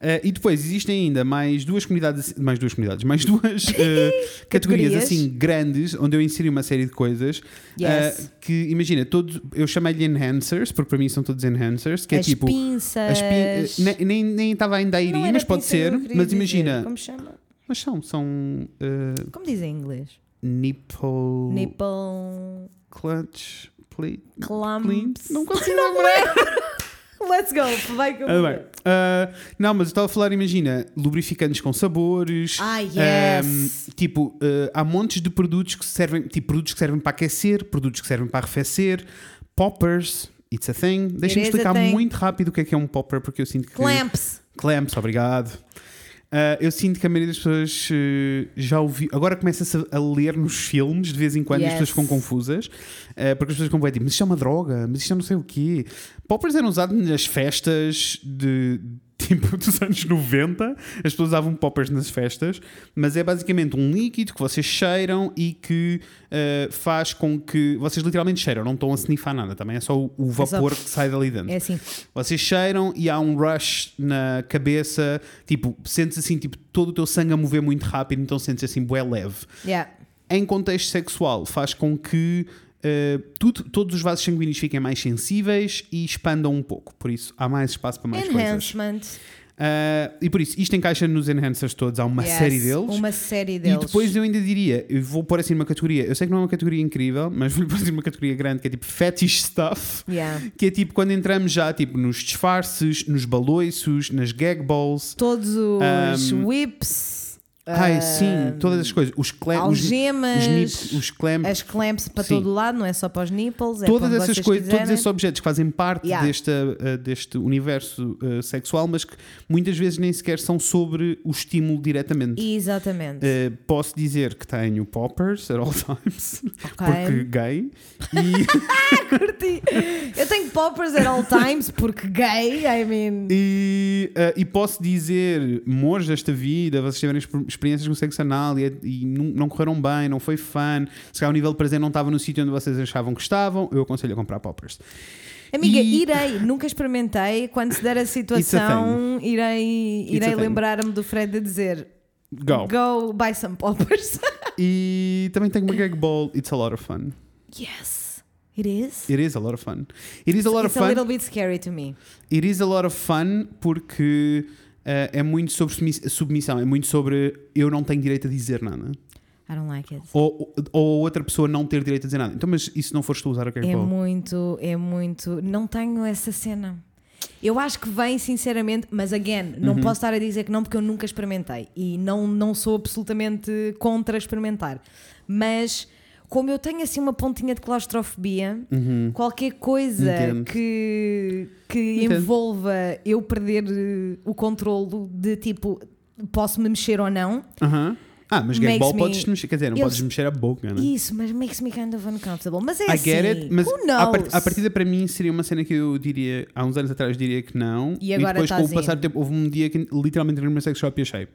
[SPEAKER 2] Eh, e depois existem ainda mais duas comunidades, mais duas comunidades, mais duas eh, categorias,
[SPEAKER 1] Categorias.
[SPEAKER 2] assim grandes, onde eu inseri uma série de coisas eh,
[SPEAKER 1] Yes.
[SPEAKER 2] que imagina, todos, eu chamei-lhe enhancers, porque para mim são todos enhancers, que
[SPEAKER 1] as
[SPEAKER 2] é tipo.
[SPEAKER 1] pinças.
[SPEAKER 2] as pin- eh, ne- nem, nem estava ainda a ir,
[SPEAKER 1] Não
[SPEAKER 2] aí,
[SPEAKER 1] era
[SPEAKER 2] mas pode
[SPEAKER 1] pinça que eu
[SPEAKER 2] ser.
[SPEAKER 1] queria
[SPEAKER 2] Mas
[SPEAKER 1] dizer.
[SPEAKER 2] imagina,
[SPEAKER 1] Como é se chama?
[SPEAKER 2] mas são, são eh,
[SPEAKER 1] Como dizem em inglês?
[SPEAKER 2] nipple,
[SPEAKER 1] Nipple.
[SPEAKER 2] clutch, plate,
[SPEAKER 1] Clumps.
[SPEAKER 2] Não consigo
[SPEAKER 1] Let's go, vai que eu
[SPEAKER 2] Ah,
[SPEAKER 1] vou.
[SPEAKER 2] bem. Ah, não, mas eu estava a falar, imagina, lubrificantes com sabores.
[SPEAKER 1] Ah, yes.
[SPEAKER 2] ahm, tipo, ah, há montes de produtos que servem, tipo, produtos que servem para aquecer, produtos que servem para arrefecer, poppers. It's a thing. Deixa-me
[SPEAKER 1] It is a
[SPEAKER 2] explicar
[SPEAKER 1] thing.
[SPEAKER 2] muito rápido o que é que é um popper, porque eu sinto que.
[SPEAKER 1] Clamps.
[SPEAKER 2] Clamps, obrigado. Ah, eu sinto que a maioria das pessoas eh, já ouviu. Agora começa-se a- a ler nos filmes, de vez em quando, e as
[SPEAKER 1] Yes.
[SPEAKER 2] pessoas ficam confusas. eh, porque as pessoas ficam bem tipo, mas isto é uma droga, mas isto é não sei o quê. Poppers eram usados nas festas de. tipo dos anos 90. As pessoas usavam poppers nas festas, mas é basicamente um líquido que vocês cheiram e que eh, faz com que. Vocês literalmente cheiram, não estão a snifar nada também, é só o, o
[SPEAKER 1] É só-
[SPEAKER 2] vapor que sai dali dentro.
[SPEAKER 1] É assim.
[SPEAKER 2] Vocês cheiram e há um rush na cabeça, tipo, sentes assim, tipo, todo o teu sangue a mover muito rápido, então sentes assim, bué leve
[SPEAKER 1] Yeah.
[SPEAKER 2] em contexto sexual faz com que eh, tudo- todos os vasos sanguíneos fiquem mais sensíveis e expandam um pouco. Por isso, há mais espaço para mais coisas.
[SPEAKER 1] Enhancement.
[SPEAKER 2] Ah, e por isso, isto encaixa nos enhancers todos. Há uma
[SPEAKER 1] Yes,
[SPEAKER 2] série deles.
[SPEAKER 1] Uma série
[SPEAKER 2] E
[SPEAKER 1] deles.
[SPEAKER 2] depois eu ainda diria, eu vou pôr assim numa categoria, eu sei que não é uma categoria incrível, mas vou-lhe pôr assim numa categoria grande que é tipo fetish stuff,
[SPEAKER 1] Yeah.
[SPEAKER 2] que é tipo quando entramos já tipo nos disfarces, nos baloiços, nas gag balls,
[SPEAKER 1] Todos os whips.
[SPEAKER 2] ai
[SPEAKER 1] ah,
[SPEAKER 2] sim, todas as coisas, os clam, os, os,
[SPEAKER 1] Algemas.
[SPEAKER 2] nips- os clamps,
[SPEAKER 1] As clamps para
[SPEAKER 2] Sim.
[SPEAKER 1] todo lado, não é só para os nipples. é
[SPEAKER 2] todas
[SPEAKER 1] para onde
[SPEAKER 2] essas
[SPEAKER 1] vocês
[SPEAKER 2] coisas, todos
[SPEAKER 1] quiserem.
[SPEAKER 2] esses objetos que fazem parte
[SPEAKER 1] Yeah.
[SPEAKER 2] desta, uh, deste universo uh, sexual, mas que muitas vezes nem sequer são sobre o estímulo diretamente.
[SPEAKER 1] Exatamente.
[SPEAKER 2] Uh, posso dizer que tenho poppers at all times, porque gay,
[SPEAKER 1] Curti. Eu tenho poppers at all times porque gay, I mean.
[SPEAKER 2] e, uh, e posso dizer, mores desta vida, vocês tiveram exper- experiências com sexo anal e, é, e não, não correram bem, não foi fã, se calhar o nível de prazer não estava no sítio onde vocês achavam que estavam, eu aconselho a comprar poppers.
[SPEAKER 1] Amiga,
[SPEAKER 2] E-
[SPEAKER 1] irei, nunca experimentei. Quando se der a situação, irei,
[SPEAKER 2] a
[SPEAKER 1] irei
[SPEAKER 2] thing.
[SPEAKER 1] lembrar-me do Fred a dizer
[SPEAKER 2] Go!
[SPEAKER 1] go buy some poppers.
[SPEAKER 2] E também tenho uma gag ball, it's a lot of fun.
[SPEAKER 1] yes, it is.
[SPEAKER 2] It is a lot of fun. It is a lot
[SPEAKER 1] It's
[SPEAKER 2] of
[SPEAKER 1] a
[SPEAKER 2] fun.
[SPEAKER 1] little bit scary to me.
[SPEAKER 2] It is a lot of fun porque eh, é muito sobre sumi- submissão, é muito sobre eu não tenho direito a dizer nada.
[SPEAKER 1] I don't like it.
[SPEAKER 2] Ou, ou outra pessoa não ter direito a dizer nada. Então, mas e se não fores tu usar o que é que
[SPEAKER 1] É
[SPEAKER 2] vou?
[SPEAKER 1] muito, é muito. Não tenho essa cena. Eu acho que vem, sinceramente, mas again, não
[SPEAKER 2] Uhum.
[SPEAKER 1] posso estar a dizer que não, porque eu nunca experimentei e não, não sou absolutamente contra experimentar. Mas como eu tenho assim uma pontinha de claustrofobia, qualquer coisa
[SPEAKER 2] Uhum. Entendo.
[SPEAKER 1] que, que
[SPEAKER 2] Entendo.
[SPEAKER 1] envolva eu perder eh, o controlo de tipo, posso me mexer ou não,
[SPEAKER 2] Aham. Ah, mas gag
[SPEAKER 1] Makes
[SPEAKER 2] ball
[SPEAKER 1] me-
[SPEAKER 2] podes mexer, quer dizer, não
[SPEAKER 1] Eu-
[SPEAKER 2] podes mexer a boca, né?
[SPEAKER 1] isso, mas makes me kind of uncomfortable. Mas é
[SPEAKER 2] I
[SPEAKER 1] assim,
[SPEAKER 2] get it, mas
[SPEAKER 1] who
[SPEAKER 2] à, part-
[SPEAKER 1] knows?
[SPEAKER 2] à partida para mim seria uma cena que eu diria, há uns anos atrás diria que não.
[SPEAKER 1] E agora
[SPEAKER 2] depois, com
[SPEAKER 1] estás
[SPEAKER 2] o passar do
[SPEAKER 1] in.
[SPEAKER 2] tempo, houve um dia que literalmente entrei numa sex shop e achei,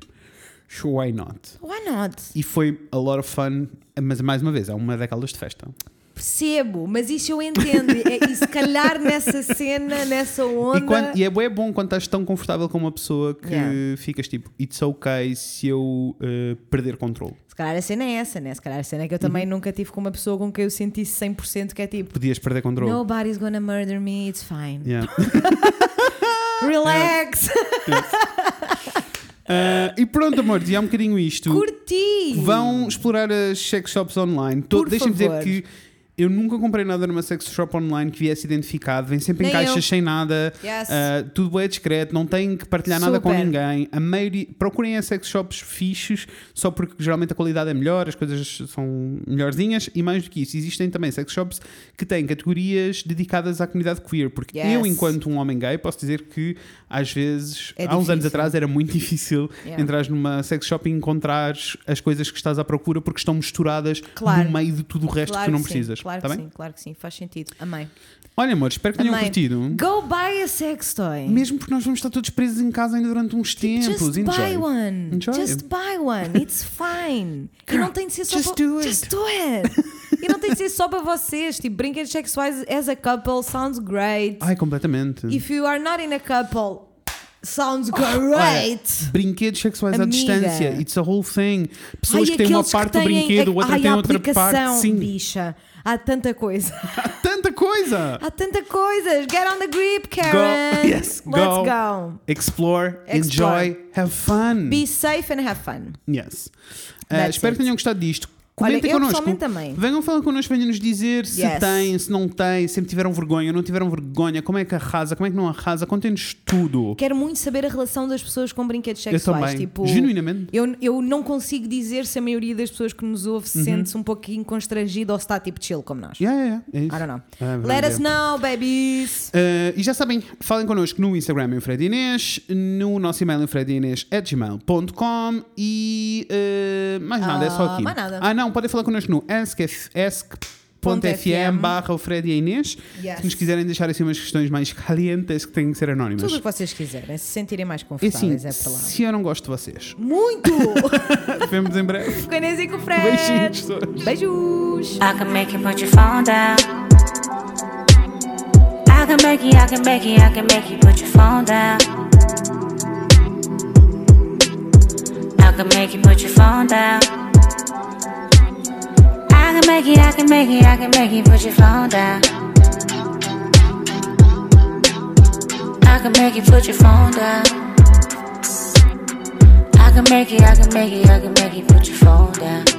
[SPEAKER 2] why not?
[SPEAKER 1] Why not?
[SPEAKER 2] E foi a lot of fun, mas mais uma vez, é uma daquelas de festa.
[SPEAKER 1] Percebo, mas isso eu entendo. É, E, e se calhar nessa cena, nessa onda.
[SPEAKER 2] E, quando- e é bué bom quando estás tão confortável com uma pessoa que
[SPEAKER 1] Yeah.
[SPEAKER 2] ficas tipo, it's okay se eu eh, perder controle.
[SPEAKER 1] Se calhar a cena é essa, né? Se calhar a cena é que eu
[SPEAKER 2] Uhum.
[SPEAKER 1] também nunca tive com uma pessoa com quem eu sentisse 100% que é tipo.
[SPEAKER 2] Podias perder controle.
[SPEAKER 1] Nobody's gonna murder me, it's fine.
[SPEAKER 2] Yeah.
[SPEAKER 1] Relax!
[SPEAKER 2] Eh, e pronto, amores, e é um bocadinho isto.
[SPEAKER 1] Curti!
[SPEAKER 2] Vão explorar as sex shops online.
[SPEAKER 1] Por
[SPEAKER 2] Deixa-me dizer
[SPEAKER 1] favor.
[SPEAKER 2] que eu nunca comprei nada numa sex shop online que viesse identificado. Vem sempre em
[SPEAKER 1] Nem
[SPEAKER 2] caixas
[SPEAKER 1] eu.
[SPEAKER 2] sem nada.
[SPEAKER 1] Yes.
[SPEAKER 2] Ah, tudo é discreto, não têm que partilhar nada com
[SPEAKER 1] Super.
[SPEAKER 2] ninguém. A maioria, procurem a sex shops fixes, só porque geralmente a qualidade é melhor, as coisas são melhorzinhas. E mais do que isso, existem também sex shops que têm categorias dedicadas à comunidade queer. Porque
[SPEAKER 1] Yes.
[SPEAKER 2] eu, enquanto um homem gay, posso dizer que às vezes,
[SPEAKER 1] É
[SPEAKER 2] há uns anos
[SPEAKER 1] difícil.
[SPEAKER 2] atrás, era muito difícil
[SPEAKER 1] Yeah.
[SPEAKER 2] entrares numa sex shop e encontrares as coisas que estás à procura porque estão misturadas
[SPEAKER 1] Claro.
[SPEAKER 2] no meio de tudo o resto que tu não
[SPEAKER 1] sim,
[SPEAKER 2] precisas.
[SPEAKER 1] Claro
[SPEAKER 2] tá
[SPEAKER 1] que
[SPEAKER 2] bem?
[SPEAKER 1] sim, claro que sim, faz sentido. Amém.
[SPEAKER 2] Olha, amor, espero que tenham
[SPEAKER 1] Amém.
[SPEAKER 2] curtido.
[SPEAKER 1] Go buy a sex toy.
[SPEAKER 2] Mesmo porque nós vamos estar todos presos em casa ainda durante uns tempos.
[SPEAKER 1] Tipo, Just
[SPEAKER 2] Enjoy.
[SPEAKER 1] buy one.
[SPEAKER 2] Enjoy.
[SPEAKER 1] Just buy one. It's fine. e não tem de ser só
[SPEAKER 2] just
[SPEAKER 1] para...
[SPEAKER 2] do it.
[SPEAKER 1] Just do it. e não tem de ser só para vocês. Tipo, brinquedos sexuais as a couple sounds great.
[SPEAKER 2] Ai, completamente.
[SPEAKER 1] If you are not in a couple, sounds
[SPEAKER 2] Oh, Olha,
[SPEAKER 1] great.
[SPEAKER 2] brinquedos sexuais à
[SPEAKER 1] Amiga.
[SPEAKER 2] distância. It's a whole thing. Pessoas
[SPEAKER 1] Ai,
[SPEAKER 2] que têm uma
[SPEAKER 1] aqueles
[SPEAKER 2] parte do
[SPEAKER 1] têm-
[SPEAKER 2] brinquedo, outra
[SPEAKER 1] Ai,
[SPEAKER 2] tem
[SPEAKER 1] a
[SPEAKER 2] outra parte.
[SPEAKER 1] aplicação,
[SPEAKER 2] Sim.
[SPEAKER 1] bicha. Há tanta coisa.
[SPEAKER 2] Há tanta coisa.
[SPEAKER 1] Há tanta coisa. Get on the grip, Karen.
[SPEAKER 2] Go. Yes, go.
[SPEAKER 1] Let's go.
[SPEAKER 2] Explore,
[SPEAKER 1] Explore.
[SPEAKER 2] enjoy, have fun.
[SPEAKER 1] Be safe and have fun.
[SPEAKER 2] Yes. Uh,
[SPEAKER 1] That's
[SPEAKER 2] espero que
[SPEAKER 1] it.
[SPEAKER 2] tenham gostado disto.
[SPEAKER 1] Olha,
[SPEAKER 2] Comentem
[SPEAKER 1] eu
[SPEAKER 2] connosco.
[SPEAKER 1] pessoalmente também.
[SPEAKER 2] Venham falar connosco, venham nos dizer se
[SPEAKER 1] Yes.
[SPEAKER 2] têm, se não têm, sempre tiveram vergonha, não tiveram vergonha, como é que arrasa, como é que não arrasa, contem-nos tudo.
[SPEAKER 1] Quero muito saber a relação das pessoas com brinquedos
[SPEAKER 2] Eu
[SPEAKER 1] sexuais.
[SPEAKER 2] também,
[SPEAKER 1] Tipo,
[SPEAKER 2] genuinamente.
[SPEAKER 1] Eu, eu não consigo dizer se a maioria das pessoas que nos ouve se
[SPEAKER 2] Uhum.
[SPEAKER 1] sente-se um pouquinho constrangida ou se está tipo chill como nós.
[SPEAKER 2] Yeah, yeah, yeah. É isso.
[SPEAKER 1] I don't know.
[SPEAKER 2] Ah,
[SPEAKER 1] Let
[SPEAKER 2] verdade,
[SPEAKER 1] us
[SPEAKER 2] é.
[SPEAKER 1] know, babies.
[SPEAKER 2] Uh, e já sabem, falem connosco no Instagram em Fred Inês, no nosso e-mail em fredinês.gmail.com e uh, mais nada, é só
[SPEAKER 1] Ah,
[SPEAKER 2] aqui.
[SPEAKER 1] mais nada.
[SPEAKER 2] Ah, não, podem falar connosco no ask, ask fm barra o Fred e a Inês.
[SPEAKER 1] Yes.
[SPEAKER 2] Se nos quiserem deixar assim umas questões mais calientes que têm que ser anónimas.
[SPEAKER 1] Tudo o que vocês quiserem, se sentirem mais
[SPEAKER 2] E assim,
[SPEAKER 1] confortáveis, é para lá.
[SPEAKER 2] se eu não gosto de vocês,
[SPEAKER 1] Muito!
[SPEAKER 2] vemos em breve.
[SPEAKER 1] com a Inês e com o Fred.
[SPEAKER 2] Beijinhos todos.
[SPEAKER 1] Beijos.
[SPEAKER 5] I can make you put your phone down. I can make you, I can make you, I can make you put your phone down. I can make you put your phone down. I can make you, I can make you, I can make you put your phone down. I can make you put your phone down. I can make you, I can make you, I can make you put your phone down.